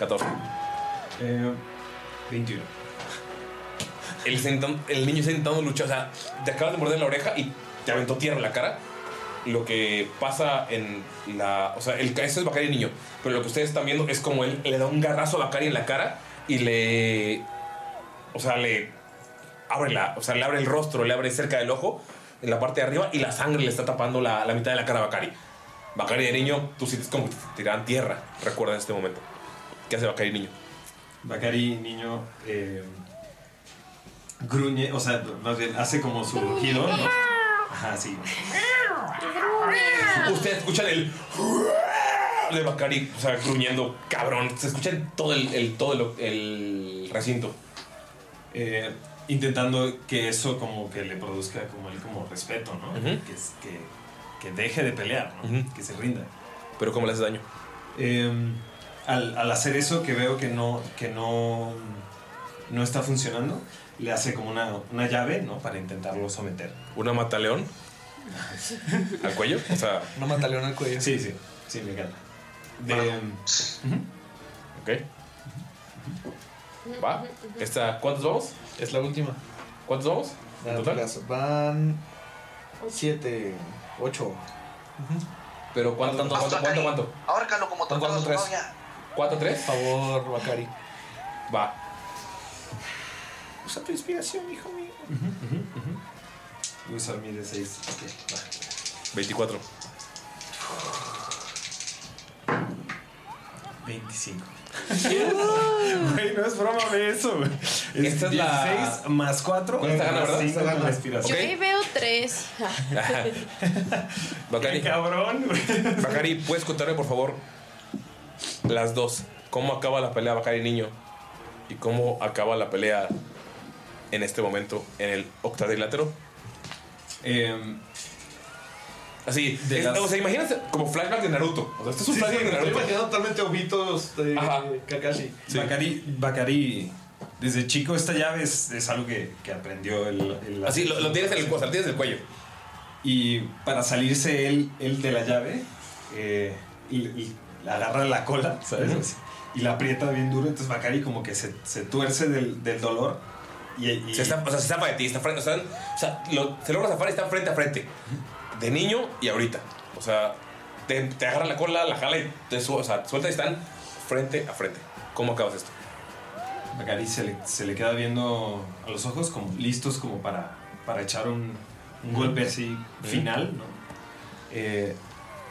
Speaker 1: 14.
Speaker 2: eh, 21.
Speaker 1: El, sentan- el niño está intentando luchar, o sea, te acabas de morder la oreja y te aventó tierra en la cara. Lo que pasa en la. O sea, el, eso es Bacari niño. Pero lo que ustedes están viendo es como él le da un garrazo a Bacari en la cara y le. O sea, le. Abre la. O sea, le abre el rostro, le abre cerca del ojo, en la parte de arriba, y la sangre le está tapando la, la mitad de la cara a Bacari. Bacari de niño, tú sientes como que te tiran tierra. Recuerda en este momento. ¿Qué hace Bacari niño?
Speaker 2: Bacari niño eh, gruñe, o sea, más bien hace como su rugido, ¿no? Ajá, sí.
Speaker 1: Ustedes escuchan el de Bacari, o sea, gruñendo, cabrón. Se escucha en todo el, el- todo el, el recinto.
Speaker 2: Eh, intentando que eso como que le produzca como el como respeto, ¿no? que, es- que, que deje de pelear, ¿no? Que se rinda. Em,
Speaker 1: Pero ¿cómo le hace daño?
Speaker 2: al, al hacer eso que veo que no, que no, no está funcionando, le hace como una, una llave, ¿no? Para intentarlo someter.
Speaker 1: ¿Una mataleón? ¿Al cuello? O sea.
Speaker 2: Una mataleón al cuello. Sí, sí, sí, me encanta. De,
Speaker 1: <laughs> Ok. Va. Esta, ¿Cuántos vamos?
Speaker 5: Es la última.
Speaker 1: ¿Cuántos vamos?
Speaker 5: En
Speaker 1: total?
Speaker 5: Van. 7, 8.
Speaker 1: Pero ¿cuánto, cuánto, cuánto, cuánto? cuánto?
Speaker 7: Ahórcalo como tocado a su
Speaker 1: tres?
Speaker 7: novia.
Speaker 1: ¿Cuatro, tres?
Speaker 5: Por favor, Bacari.
Speaker 1: Va.
Speaker 5: Usa tu inspiración, hijo mío.
Speaker 2: Voy a usar mi de 6. Ok, va.
Speaker 1: 24. <laughs>
Speaker 2: 25. Güey, no es broma de eso, güey. Es 16 más 4.
Speaker 1: Con esta gana, ¿verdad? Esta gana.
Speaker 13: Yo ahí veo
Speaker 1: <laughs>
Speaker 13: tres.
Speaker 1: Bacari.
Speaker 2: cabrón,
Speaker 1: Bacari, ¿puedes contarme, por favor, las dos? ¿Cómo acaba la pelea Bacari niño? ¿Y cómo acaba la pelea en este momento en el octadrilátero?
Speaker 2: Eh,
Speaker 1: Así, es-
Speaker 2: Em, las-
Speaker 1: o sea, imagínense como flashback de Naruto. O sea, este es un
Speaker 2: Sí,
Speaker 1: flashback
Speaker 2: sí,
Speaker 1: de
Speaker 2: me
Speaker 1: Naruto.
Speaker 2: estoy imaginando totalmente ovitos de Kakashi. Bakari, Bakari, desde chico, esta llave es, es algo que, que aprendió el. el-
Speaker 1: Así, lo- lo tienes en el cu- o sea, lo tienes en el cuello.
Speaker 2: Y para salirse él, él de la llave, eh, y, y le agarra la cola, ¿sabes? Así, y la aprieta bien duro, entonces Bakari como que se, se tuerce del, del dolor. Y, y-
Speaker 1: Se está- o sea, se zapa de ti, está frente, o sea, o sea, lo- se logra zafar y está frente a frente. De niño y ahorita. O sea, te, te agarra la cola, la jala y te su- o sea, suelta y están frente a frente. ¿Cómo acabas esto?
Speaker 2: Bakari se le, se le queda viendo a los ojos como listos como para, para echar un, un golpe así
Speaker 1: Ujú.
Speaker 2: final, ¿no? Eh,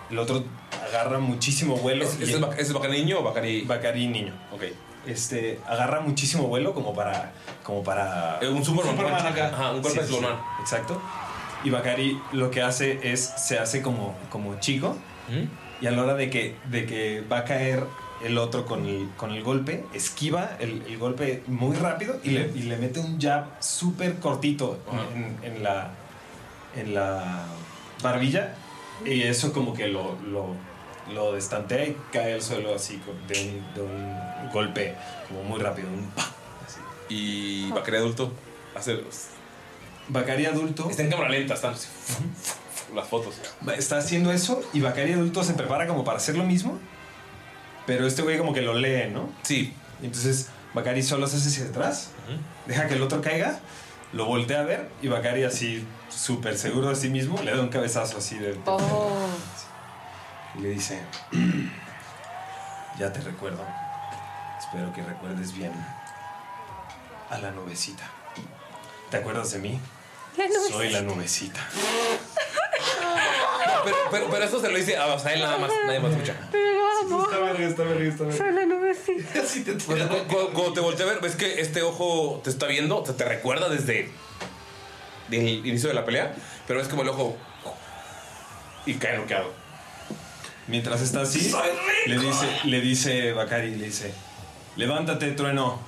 Speaker 2: el otro agarra muchísimo vuelo.
Speaker 1: ¿Es- es Bac-
Speaker 2: Bacari niño o Bacari? Bacari niño.
Speaker 1: Ok.
Speaker 2: Este, agarra muchísimo vuelo como para... Como para
Speaker 1: Eh, un Superman punch.
Speaker 2: acá.
Speaker 1: Ajá, un golpe de Superman.
Speaker 2: Exacto. Y Bacari lo que hace es, se hace como, como chico. Y a la hora de que, de que va a caer el otro con el, con el golpe, esquiva el, el golpe muy rápido y le, y le mete un jab súper cortito en, en la, en la barbilla. Y eso como que lo, lo, lo destantea y cae al suelo así con- de un, de un golpe como muy rápido. Un pa, así.
Speaker 1: Y Bacari adulto hace.
Speaker 2: Bacari adulto.
Speaker 1: Está en cámara lenta, están así, las fotos.
Speaker 2: Va- Está haciendo eso y Bacari adulto se prepara como para hacer lo mismo. Pero este güey como que lo lee, ¿no?
Speaker 1: Sí.
Speaker 2: Entonces Bacari solo se hace hacia atrás, deja que el otro caiga, lo voltea a ver y Bacari así súper seguro de sí mismo le da un cabezazo así de...
Speaker 6: Oh.
Speaker 2: Y le dice, <clears throat> ya te recuerdo. Espero que recuerdes bien a la nubecita. ¿Te acuerdas de mí? Soy la nubecita.
Speaker 1: Pero, pero, pero esto se lo dice ah, a Basael nada más, nadie más escucha.
Speaker 2: Está verga, está verga, está verga.
Speaker 6: Soy la
Speaker 2: <laughs>
Speaker 6: nubecita. <laughs>
Speaker 1: O sea, Pues, cu- cu- cuando, te volteé a ver, ves que este ojo te está viendo, o sea, te recuerda desde el inicio de la pelea, pero ves como el ojo y cae noqueado.
Speaker 2: Mientras está así, le dice, le dice Bakari, le dice, levántate, trueno.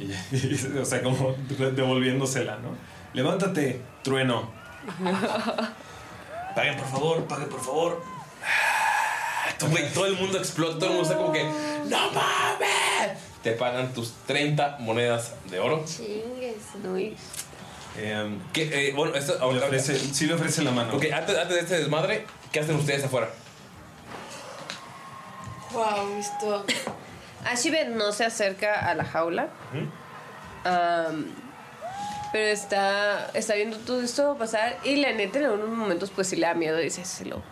Speaker 2: Y- <laughs> y- o sea, como devolviéndosela, ¿no? Levántate, trueno.
Speaker 6: <laughs>
Speaker 9: Paguen por favor, paguen por favor.
Speaker 1: Tú, güey, Ah, todo el mundo explota, todo el mundo está como que ¡No mames! te pagan tus 30 monedas de oro.
Speaker 4: Chingues.
Speaker 2: Em,
Speaker 1: que, eh, bueno, esto ahorita-
Speaker 2: sí le ofrece la mano.
Speaker 1: Ok, antes, antes de este desmadre, ¿qué hacen ustedes afuera?
Speaker 6: Wow, esto. Ashibet no se acerca a la jaula. Am, pero está, está viendo todo esto pasar. Y la neta, en unos momentos, pues sí le da miedo. Dice, se lo,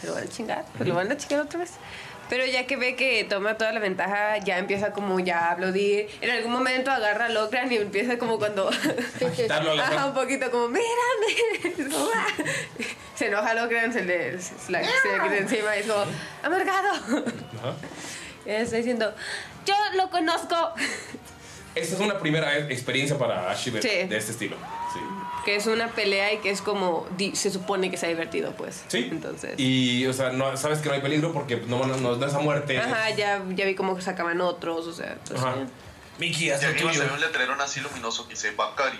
Speaker 6: se lo van a chingar. Pues lo van a chingar otra vez. Pero ya que ve que toma toda la ventaja, ya empieza como ya a aplaudir. En algún momento agarra a Locran y empieza como cuando.
Speaker 1: agitarlo a
Speaker 6: <laughs>
Speaker 1: la
Speaker 6: Ajá,
Speaker 1: gente.
Speaker 6: un poquito como, mírame. <laughs> se enoja Locran, se le, se, se la- se le quita encima y es como, amargado. Ella está diciendo, yo lo conozco.
Speaker 1: Esta es una primera e- experiencia para Ashibet
Speaker 6: Sí.
Speaker 1: de este estilo. Sí.
Speaker 6: Que es una pelea y que es como, di- se supone que sea divertido, pues.
Speaker 1: Sí.
Speaker 6: Entonces.
Speaker 1: Y, o sea, no, sabes que no hay peligro porque no, no, no, no es a muerte.
Speaker 6: Ajá, ya, ya vi cómo sacaban otros, o sea. pues. entonces-
Speaker 1: Ajá.
Speaker 9: Mickey,
Speaker 7: Y arriba se ve un letrerón así luminoso que dice Bakari.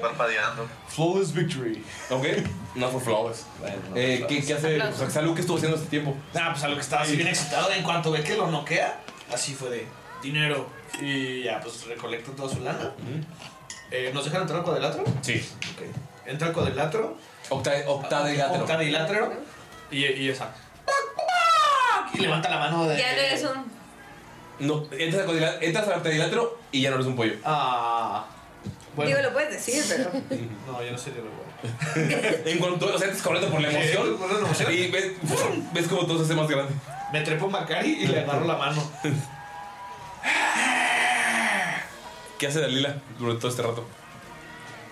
Speaker 7: Parpadeando.
Speaker 1: Flawless victory. Ok, no fue flawless. Eh, ¿qué, qué hace? O sea, Salud, ¿qué estuvo haciendo este tiempo?
Speaker 9: Ah, pues a lo que estaba así bien excitado. En cuanto ve que lo noquea, así fue de dinero. Y ya, pues recolecta toda su lana. Eh, ¿Nos dejan entrar al cuadrilátero?
Speaker 1: Sí.
Speaker 9: Entra al cuadrilátero.
Speaker 1: Octa- octadrilátero.
Speaker 9: Octadrilátero. Y, y esa. Y levanta la mano de.
Speaker 6: Ya no eres un.
Speaker 1: No, entras al, cuadrilá- entras al cuadrilátero y ya no eres un pollo.
Speaker 9: Ah.
Speaker 15: Digo, lo puedes decir, pero.
Speaker 9: No, yo no soy de lo
Speaker 1: <laughs> en cuanto o sea, estás corriendo por la emoción. Y ves, <laughs> ves como todo se hace más grande.
Speaker 9: Me trepo Macari y le agarro la mano.
Speaker 1: ¿Qué hace Dalila durante todo este rato?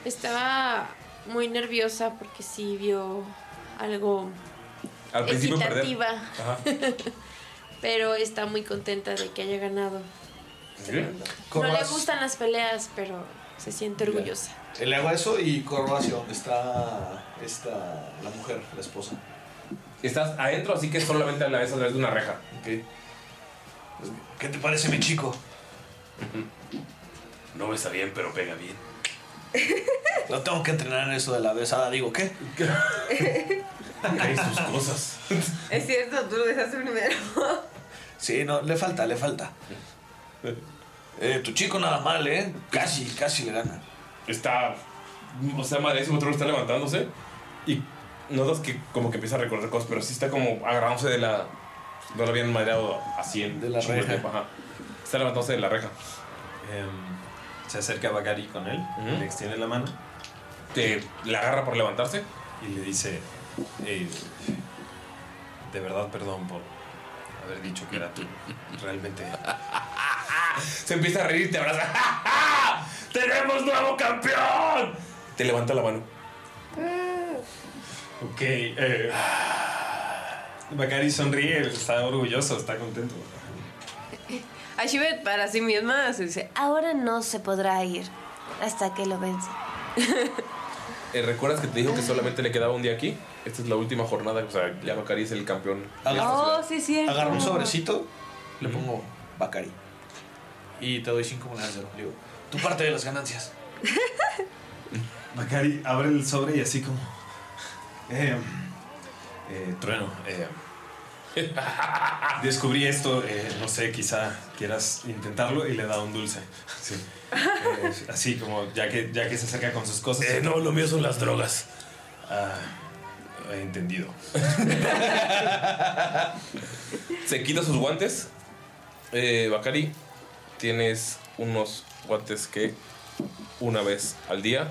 Speaker 13: Estaba muy nerviosa porque sí vio algo
Speaker 1: Al principio perder.
Speaker 13: excitativa.
Speaker 1: Ajá.
Speaker 13: <laughs> pero está muy contenta de que haya ganado. No le
Speaker 9: Corvas-
Speaker 13: gustan las peleas, pero se siente orgullosa.
Speaker 9: Le hago eso y corro hacia donde está esta, la mujer, la esposa.
Speaker 1: Estás adentro, así que solamente la ves a través de una reja.
Speaker 9: ¿Qué te parece, mi chico? <laughs>
Speaker 1: No me está bien, pero pega bien.
Speaker 16: No tengo que entrenar en eso de la besada. Digo, ¿qué? Hay sus cosas.
Speaker 17: Es cierto, tú lo dejaste
Speaker 6: <laughs>
Speaker 17: primero.
Speaker 16: Sí, no, le falta, le falta. Eh, tu chico nada mal, ¿eh? Casi, casi le gana.
Speaker 1: Está. O sea, madrísimo, otro está levantándose. Y notas que como que empieza a recordar cosas, pero sí está como agarrándose de la. No lo habían madreado así en. De la
Speaker 2: reja.
Speaker 1: Está levantándose de la reja.
Speaker 2: Em, se acerca Bakari con él, le extiende la mano.
Speaker 1: Te la agarra por levantarse.
Speaker 2: Y le dice: "Ey, De verdad, perdón por haber dicho que era tú. Realmente.
Speaker 1: Se empieza a reír y te abraza. ¡Tenemos nuevo campeón! Te levanta la mano.
Speaker 2: Ok. Eh, Bakari sonríe, está orgulloso, está contento.
Speaker 6: A Shivet para sí misma se dice,
Speaker 18: Ahora no se podrá ir hasta que lo venza.
Speaker 1: Eh, ¿Recuerdas que te dijo que solamente le quedaba un día aquí? Esta es la última jornada, o sea, ya Bacari es el campeón.
Speaker 6: oh, sí, sí.
Speaker 5: Agarro un sobrecito, le pongo Bacari. Y te doy 5 monedas de oro. Le digo, tu parte de las ganancias.
Speaker 2: Bakari abre el sobre y así como. Eh, eh, trueno. eh, descubrí esto, eh, no sé, quizá quieras intentarlo y le da un dulce. Sí. Eh, así como, ya que, ya que se acerca con sus cosas.
Speaker 16: Eh, no, lo mío son las drogas.
Speaker 2: Ah, he entendido.
Speaker 1: <laughs> Se quita sus guantes. Eh, Bakari, tienes unos guantes que una vez al día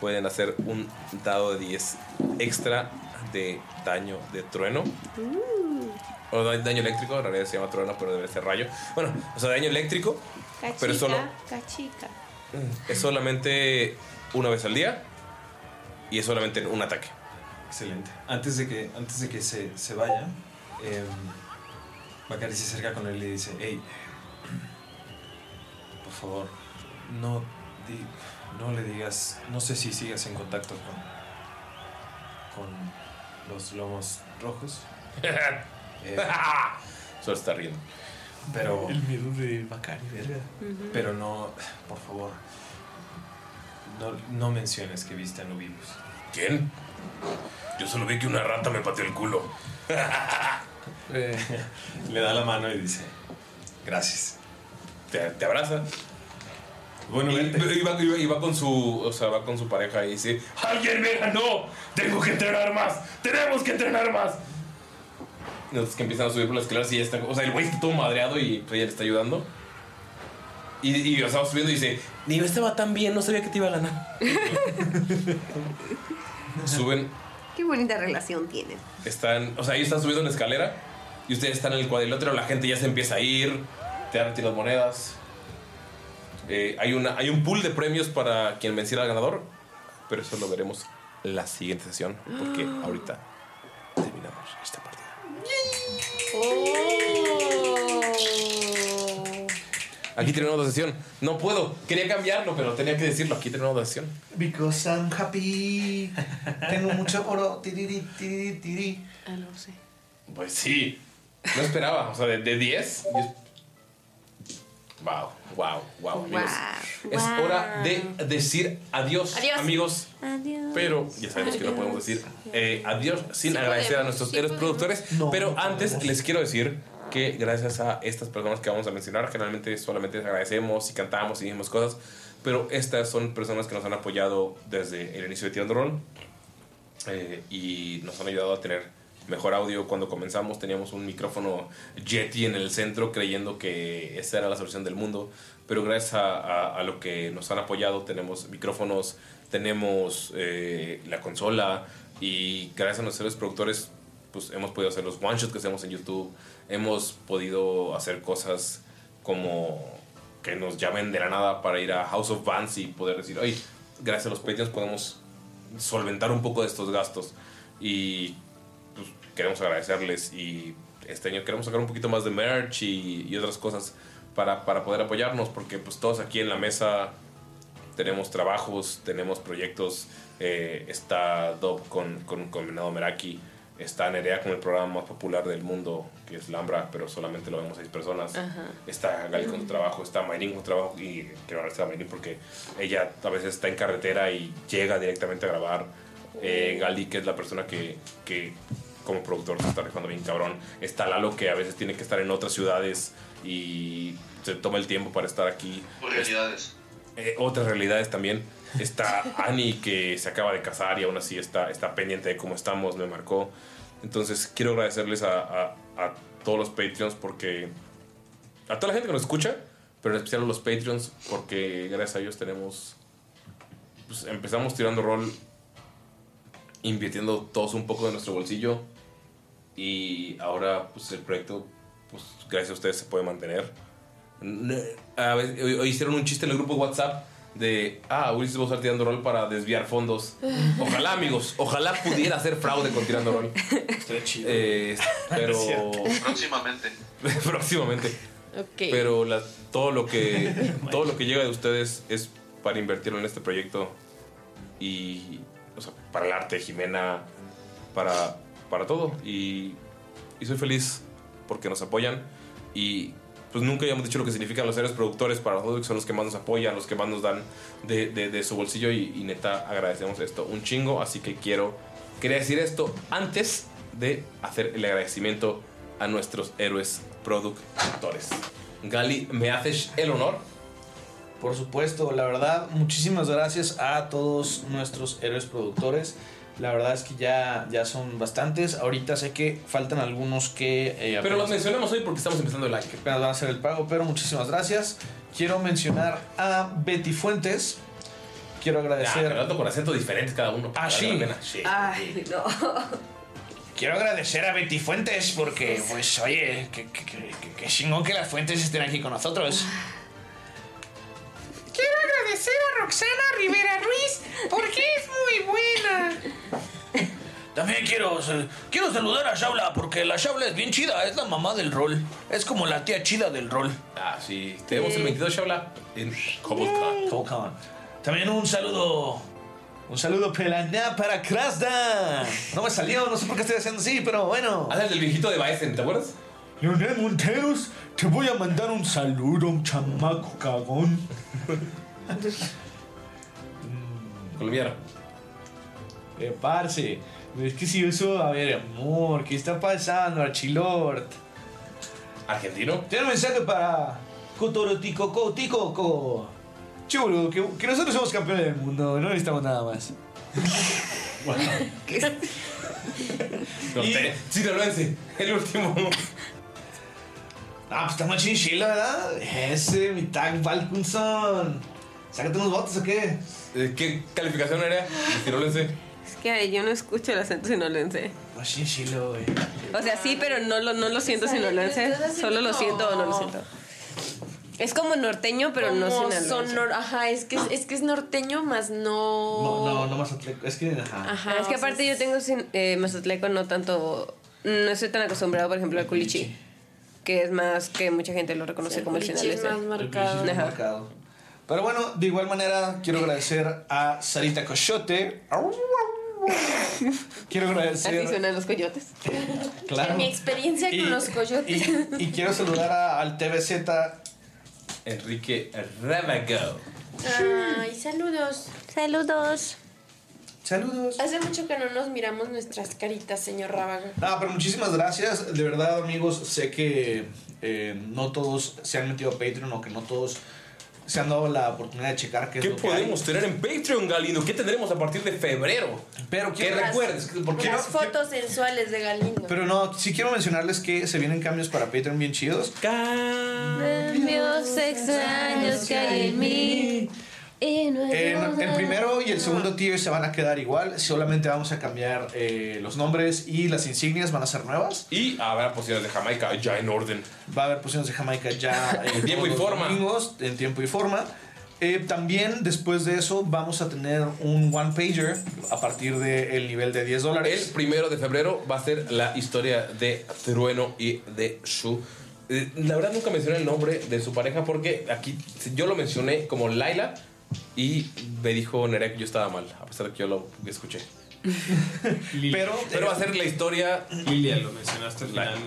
Speaker 1: pueden hacer un dado de 10 extra de daño de trueno. O da- daño eléctrico, en realidad se llama trueno, pero debe ser rayo. Bueno, o sea, daño eléctrico
Speaker 19: Cachica,
Speaker 1: Pero solo-
Speaker 6: <laughs>
Speaker 19: cachica.
Speaker 1: es solamente una vez al día y es solamente en un
Speaker 2: <laughs>
Speaker 1: ataque.
Speaker 2: Excelente. Antes de que, antes de que se, se vaya, eh, Bacari se acerca con él y dice, hey, <clears throat> por favor, no, di- no le digas, no sé si sigas en contacto con, con los lomos rojos. Eh,
Speaker 1: Solo está riendo.
Speaker 2: pero,
Speaker 5: El miedo de Bacari, verga.
Speaker 2: pero no, por favor, no, no menciones que viste a Nubibus.
Speaker 1: ¿Quién? Yo solo vi que una rata me pateó el culo.
Speaker 2: <laughs> Le da la mano y dice, gracias.
Speaker 1: Te, te abraza.
Speaker 2: Bueno,
Speaker 1: y, y va, y va- y va con su, o sea, va con su pareja y dice, ¡Alguien me ganó! ¡Tengo que entrenar más! ¡Tenemos que entrenar más! Entonces que empiezan a subir por las escaleras y ya está, o sea, el güey está todo madreado y pues, ella le está ayudando. Y, y o sea, va subiendo y dice, ni yo estaba tan bien, no sabía que te iba a ganar. Suben,
Speaker 17: Qué bonita relación tienen.
Speaker 1: están, o sea, ellos están subiendo en la escalera y ustedes están en el cuadrilátero, la gente ya se empieza a ir, te dan a ti las monedas. Eh, hay, una, hay un pool de premios para quien venciera al ganador, pero eso lo veremos la siguiente sesión,
Speaker 7: <gasps>
Speaker 1: porque ahorita terminamos esta partida. Oh. Aquí terminamos la sesión. No puedo, quería cambiarlo, pero tenía que decirlo. Aquí terminamos la sesión.
Speaker 5: Because I'm happy. Tengo mucho oro. Tiriri, tiriri, tiri.
Speaker 17: Ah, no sé.
Speaker 1: Pues sí. No esperaba. O sea, de de 10. yo- Wow, wow, wow, amigos. Es
Speaker 7: Wow.
Speaker 1: hora de decir adiós,
Speaker 7: Adiós.
Speaker 1: amigos.
Speaker 7: Adiós.
Speaker 1: Pero ya sabemos que no podemos decir eh, adiós sin agradecer a nuestros héroes productores. pero antes les quiero decir que gracias a estas personas que vamos a mencionar, generalmente solamente les agradecemos y cantamos y dijimos cosas, pero estas son personas que nos han apoyado desde el inicio de Tirando Roll eh, y nos han ayudado a tener mejor audio. Cuando comenzamos teníamos un micrófono Yeti en el centro creyendo que esa era la solución del mundo, pero gracias a, a- a lo que nos han apoyado tenemos micrófonos, tenemos eh, la consola y gracias a nuestros productores pues hemos podido hacer los one shots que hacemos en YouTube, hemos podido hacer cosas como que nos llamen de la nada para ir a House of Bands y poder decir, oye, gracias a los Patreons podemos solventar un poco de estos gastos. Y pues, queremos agradecerles. Y este año queremos sacar un poquito más de merch y, y otras cosas para, para poder apoyarnos, porque pues todos aquí en la mesa tenemos trabajos, tenemos proyectos. eh, está Dob con, con, con Venado Meraki. Está Nerea con el programa más popular del mundo, que es Lambra, pero solamente lo vemos seis personas.
Speaker 20: Ajá.
Speaker 1: Está Gali con su trabajo, está Mayrin con su trabajo, y quiero agradecer a Mayrin porque ella a veces está en carretera y llega directamente a grabar. Eh, Gali, que es la persona que, que como productor se está rifando bien cabrón. Está Lalo, que a veces tiene que estar en otras ciudades y se toma el tiempo para estar aquí.
Speaker 7: Realidades.
Speaker 1: Eh, otras realidades también. Está <laughs> Annie que se acaba de casar y aún así está, está pendiente de cómo estamos, me marcó. Entonces quiero agradecerles a, a- a todos los Patreons porque... A toda la gente que nos escucha, pero en especial a los Patreons porque gracias a ellos tenemos... pues, empezamos tirando rol, invirtiendo todos un poco de nuestro bolsillo y ahora pues el proyecto, pues gracias a ustedes se puede mantener. N- a veces- hoy- hoy hicieron un chiste en el grupo WhatsApp de, ah, Ulises va a estar tirando rol para desviar fondos. Ojalá, amigos, ojalá pudiera hacer fraude con tirando rol. chido. pero
Speaker 7: <laughs> Próximamente.
Speaker 1: <laughs> próximamente. Pero la- todo lo que <laughs> todo lo que llega de ustedes es para invertirlo en este proyecto y o sea, para el arte, Jimena, para para todo y, y soy feliz porque nos apoyan y pues nunca habíamos dicho lo que significan los seres productores para nosotros, que son los que más nos apoyan, los que más nos dan de, de- de su bolsillo y, y neta agradecemos esto un chingo, así que quiero, quería decir esto antes de hacer el agradecimiento a nuestros héroes productores. Gali, ¿me haces el honor?
Speaker 5: Por supuesto, la verdad, muchísimas gracias a todos nuestros héroes productores. La verdad es que ya, ya son bastantes. Ahorita sé que faltan algunos que... eh,
Speaker 1: Pero
Speaker 5: apenas-
Speaker 1: los mencionamos hoy porque estamos empezando el año.
Speaker 5: apenas van a hacer el pago, pero muchísimas gracias. Quiero mencionar a Betty Fuentes. Quiero agradecer...
Speaker 1: hablando con acento diferente cada uno.
Speaker 5: Ah, sí.
Speaker 15: Ay, no.
Speaker 5: Quiero agradecer a Betty Fuentes porque, pues, oye, que, que, que- que- que chingón que las fuentes estén aquí con nosotros.
Speaker 3: Quiero agradecer a Roxana Rivera Ruiz porque es muy buena.
Speaker 9: También quiero, sal- quiero saludar a Shaula porque la Shaula es bien chida, es la mamá del rol. Es como la tía chida del rol.
Speaker 1: Ah, sí. Tenemos el 22 Shaula en
Speaker 9: Cobblecon.
Speaker 5: También un saludo. Un saludo pelaná para Krasda. No me salió, no sé por qué estoy haciendo así, pero bueno.
Speaker 1: Habla Ah, del viejito de Baesen, ¿te acuerdas?
Speaker 5: Leonel Monteros, te voy a mandar un saludo, un chamaco cagón.
Speaker 1: <laughs> Colombiano.
Speaker 5: Eh, parce, es que si eso, a ver, amor, ¿qué está pasando, Archilord?
Speaker 1: ¿Argentino?
Speaker 5: Tiene un mensaje para Cotorotico, Ticoco. Che, boludo, que, que nosotros somos campeones del mundo, no necesitamos nada
Speaker 1: <laughs>
Speaker 5: más.
Speaker 1: Sinaloense, el último.
Speaker 5: Ah, pues estamos chinchila, ¿verdad? Ese, mi tag Valkunson. ¿Sácate unos botes o qué?
Speaker 1: Eh, ¿Qué calificación era? Sinaloense.
Speaker 6: Es que yo no escucho el acento sinaloense.
Speaker 5: No, chinchilo, güey.
Speaker 6: O sea, sí, pero no lo, no lo siento
Speaker 13: Sale,
Speaker 6: sinaloense.
Speaker 13: pero estás
Speaker 6: Solo lo siento o no lo
Speaker 13: haciendo-
Speaker 6: siento. Es como norteño, pero no
Speaker 13: Como
Speaker 6: sinaloense.
Speaker 13: sonor- ajá, es que es, es que es norteño más no.
Speaker 5: No, no, no más atleco. Es que, ajá.
Speaker 6: Ajá, es que aparte yo tengo sin, eh, mazatleco no tanto... No estoy tan acostumbrado, por ejemplo, al culichi. Que es más que mucha gente lo reconoce como el sinaloense.
Speaker 5: El bichis
Speaker 6: Ajá.
Speaker 5: más marcado. Pero bueno, de igual manera, quiero agradecer a
Speaker 6: <laughs>
Speaker 5: Sarita Coyote. Quiero
Speaker 6: Así
Speaker 5: agradecer.
Speaker 6: suenan los coyotes.
Speaker 5: <laughs> Claro.
Speaker 13: Mi experiencia con
Speaker 5: Y-
Speaker 13: los coyotes.
Speaker 5: Y quiero saludar a- al TVZ.
Speaker 1: Enrique Ramago.
Speaker 13: Ay, saludos.
Speaker 8: Saludos.
Speaker 5: Saludos.
Speaker 13: Hace mucho que no nos miramos nuestras caritas, señor Rábago.
Speaker 5: Ah, pero muchísimas gracias. De verdad, amigos, sé que eh, no todos se han metido a Patreon o que no todos se han dado la oportunidad de checar qué, es
Speaker 1: ¿Qué
Speaker 5: lo que hay.
Speaker 1: podemos tener en Patreon, Galindo? ¿Qué tendremos a partir de febrero?
Speaker 5: Pero
Speaker 1: que recuerdes, porque
Speaker 13: Las fotos sensuales de Galindo.
Speaker 5: Pero no, sí quiero mencionarles que se vienen cambios para Patreon bien chidos.
Speaker 8: Cambios extraños que hay en mí. Y no es
Speaker 5: En- el
Speaker 8: nada.
Speaker 5: primero y el segundo tier se van a quedar igual, solamente vamos a cambiar eh, los nombres y las insignias van a ser nuevas.
Speaker 1: Y habrá posibilidades de Jamaica ya en orden.
Speaker 5: Va a haber posiciones de Jamaica
Speaker 1: <laughs>
Speaker 5: ya eh,
Speaker 1: En tiempo y
Speaker 5: todos los
Speaker 1: forma.
Speaker 5: domingos, en tiempo y forma. Eh, también después de eso vamos a tener un one pager a partir del nivel de 10 dólares.
Speaker 1: El primero de febrero va a ser la historia de Trueno y de su. eh, La verdad nunca mencioné el nombre de su pareja porque aquí yo lo mencioné como Laila y me dijo Nerea que yo estaba mal, a pesar de que yo lo escuché.
Speaker 5: Pero,
Speaker 1: pero va a ser la historia.
Speaker 2: Lilia, lo mencionaste al final.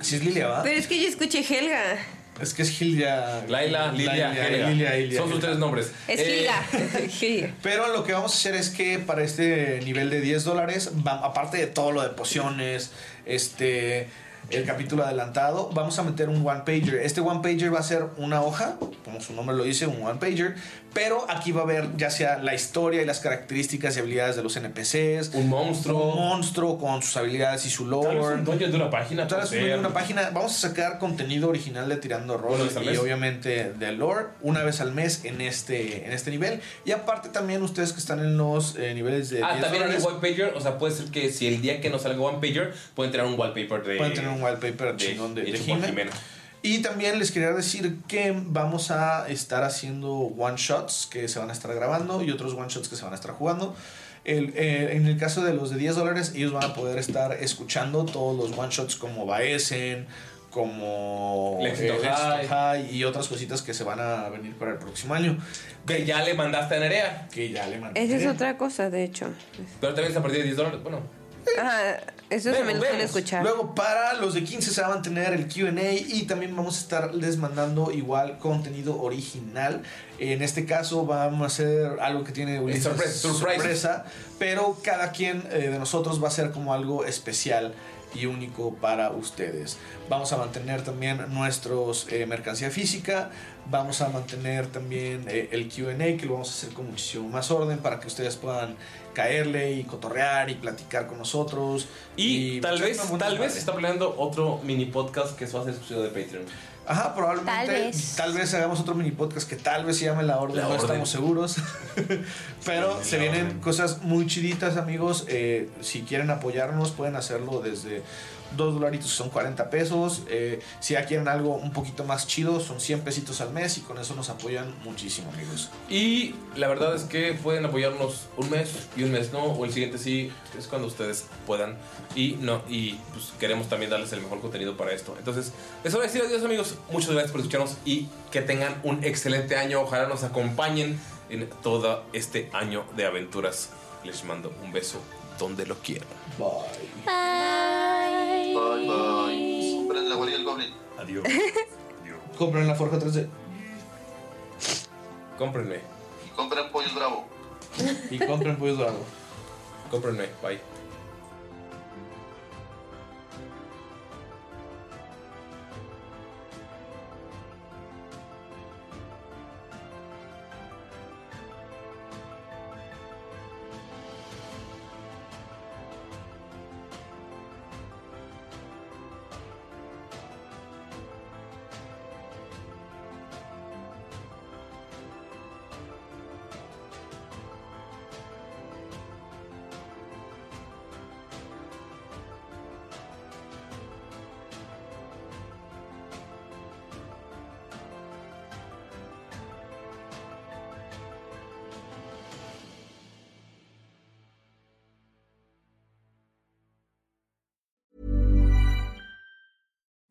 Speaker 5: Si es Lilia, ¿va?
Speaker 6: Pero es que yo escuché Helga.
Speaker 5: Es que es Hilda.
Speaker 1: Laila, Lilia, Helga. Son sus tres nombres.
Speaker 6: Es
Speaker 5: Eh, <laughs>
Speaker 6: Hilda. Hilda.
Speaker 5: Pero lo que vamos a hacer es que para este nivel de 10 dólares, va- aparte de todo lo de pociones, este, el capítulo adelantado, vamos a meter un one pager. Este one pager va a ser una hoja, como su nombre lo dice, un one pager, pero aquí va a haber ya sea la historia y las características y habilidades de los NPCs, un monstruo, un monstruo con sus habilidades y su lore,
Speaker 1: Tal vez un dueño de una página,
Speaker 5: Tal vez un
Speaker 1: por
Speaker 5: dueño de
Speaker 1: ser.
Speaker 5: una página. Vamos a sacar contenido original de Tirando Rol
Speaker 1: Una vez al
Speaker 5: y
Speaker 1: mes.
Speaker 5: obviamente de lore una vez al mes en este, en este nivel. Y aparte también ustedes que están en los eh, niveles de
Speaker 1: Ah,
Speaker 5: 10
Speaker 1: también hay
Speaker 5: dólares,
Speaker 1: un wallpaper. O sea, puede ser que si el día que no salga one pager, pueden tener un wallpaper de.
Speaker 5: pueden tener un wallpaper chingón de, de Jime. Y también les quería decir que vamos a estar haciendo one shots que se van a estar grabando y otros one shots que se van a estar jugando. El, eh, en el caso de los de 10 dólares, ellos van a poder estar escuchando todos los one shots como Baesen, como
Speaker 1: Lexington High.
Speaker 5: High y otras cositas que se van a venir para el próximo año.
Speaker 1: Que ya le mandaste a Nerea.
Speaker 5: Que ya le mandé.
Speaker 6: Esa es otra cosa, de hecho.
Speaker 1: Pero también se a partir de 10 dólares. Bueno,
Speaker 6: Ajá, eso también lo suele escuchar.
Speaker 5: Luego para los de 15 se va a mantener el QA y también vamos a estar les mandando igual contenido original. En este caso vamos a hacer algo que tiene Ulises
Speaker 1: Surprise, surprise.
Speaker 5: sorpresa, pero cada quien eh, de nosotros va a ser como algo especial y único para ustedes. Vamos a mantener también nuestros eh, mercancía física, vamos a mantener también eh, el Q&A que lo vamos a hacer con muchísimo más orden para que ustedes puedan caerle y cotorrear y platicar con nosotros
Speaker 1: Y, tal
Speaker 5: muchas
Speaker 1: vez,
Speaker 5: más buenas
Speaker 1: tal vez
Speaker 5: madres.
Speaker 1: se está planeando otro mini podcast que se va a hacer exclusivo de Patreon.
Speaker 5: Ajá, probablemente. Tal
Speaker 1: Tal
Speaker 5: vez. hagamos otro mini podcast que tal vez se llame La Orden,
Speaker 1: La
Speaker 5: Pues no
Speaker 1: Orden.
Speaker 5: estamos seguros. <laughs> Pero se vienen cosas muy chiditas, amigos. Eh, si quieren apoyarnos, pueden hacerlo desde 2 dolaritos, que son 40 pesos. Eh, si ya quieren algo un poquito más chido, son 100 pesitos al mes y con eso nos apoyan muchísimo, amigos.
Speaker 1: Y la verdad es que pueden apoyarnos un mes y un mes no, o el siguiente sí, es cuando ustedes puedan. Y no, y pues queremos también darles el mejor contenido para esto. Entonces, es hora de decir adiós amigos, muchas gracias por escucharnos y que tengan un excelente año. Ojalá nos acompañen en todo este año de aventuras. Les mando un beso donde lo quieran.
Speaker 5: Bye.
Speaker 7: Bye bye. Compren la guardia del goblin.
Speaker 2: Adiós.
Speaker 5: Compren la Forja 3D.
Speaker 1: Cómprenme.
Speaker 7: Y compren pollos bravo.
Speaker 5: Y compren pollos bravo.
Speaker 1: Cómprenme, bye.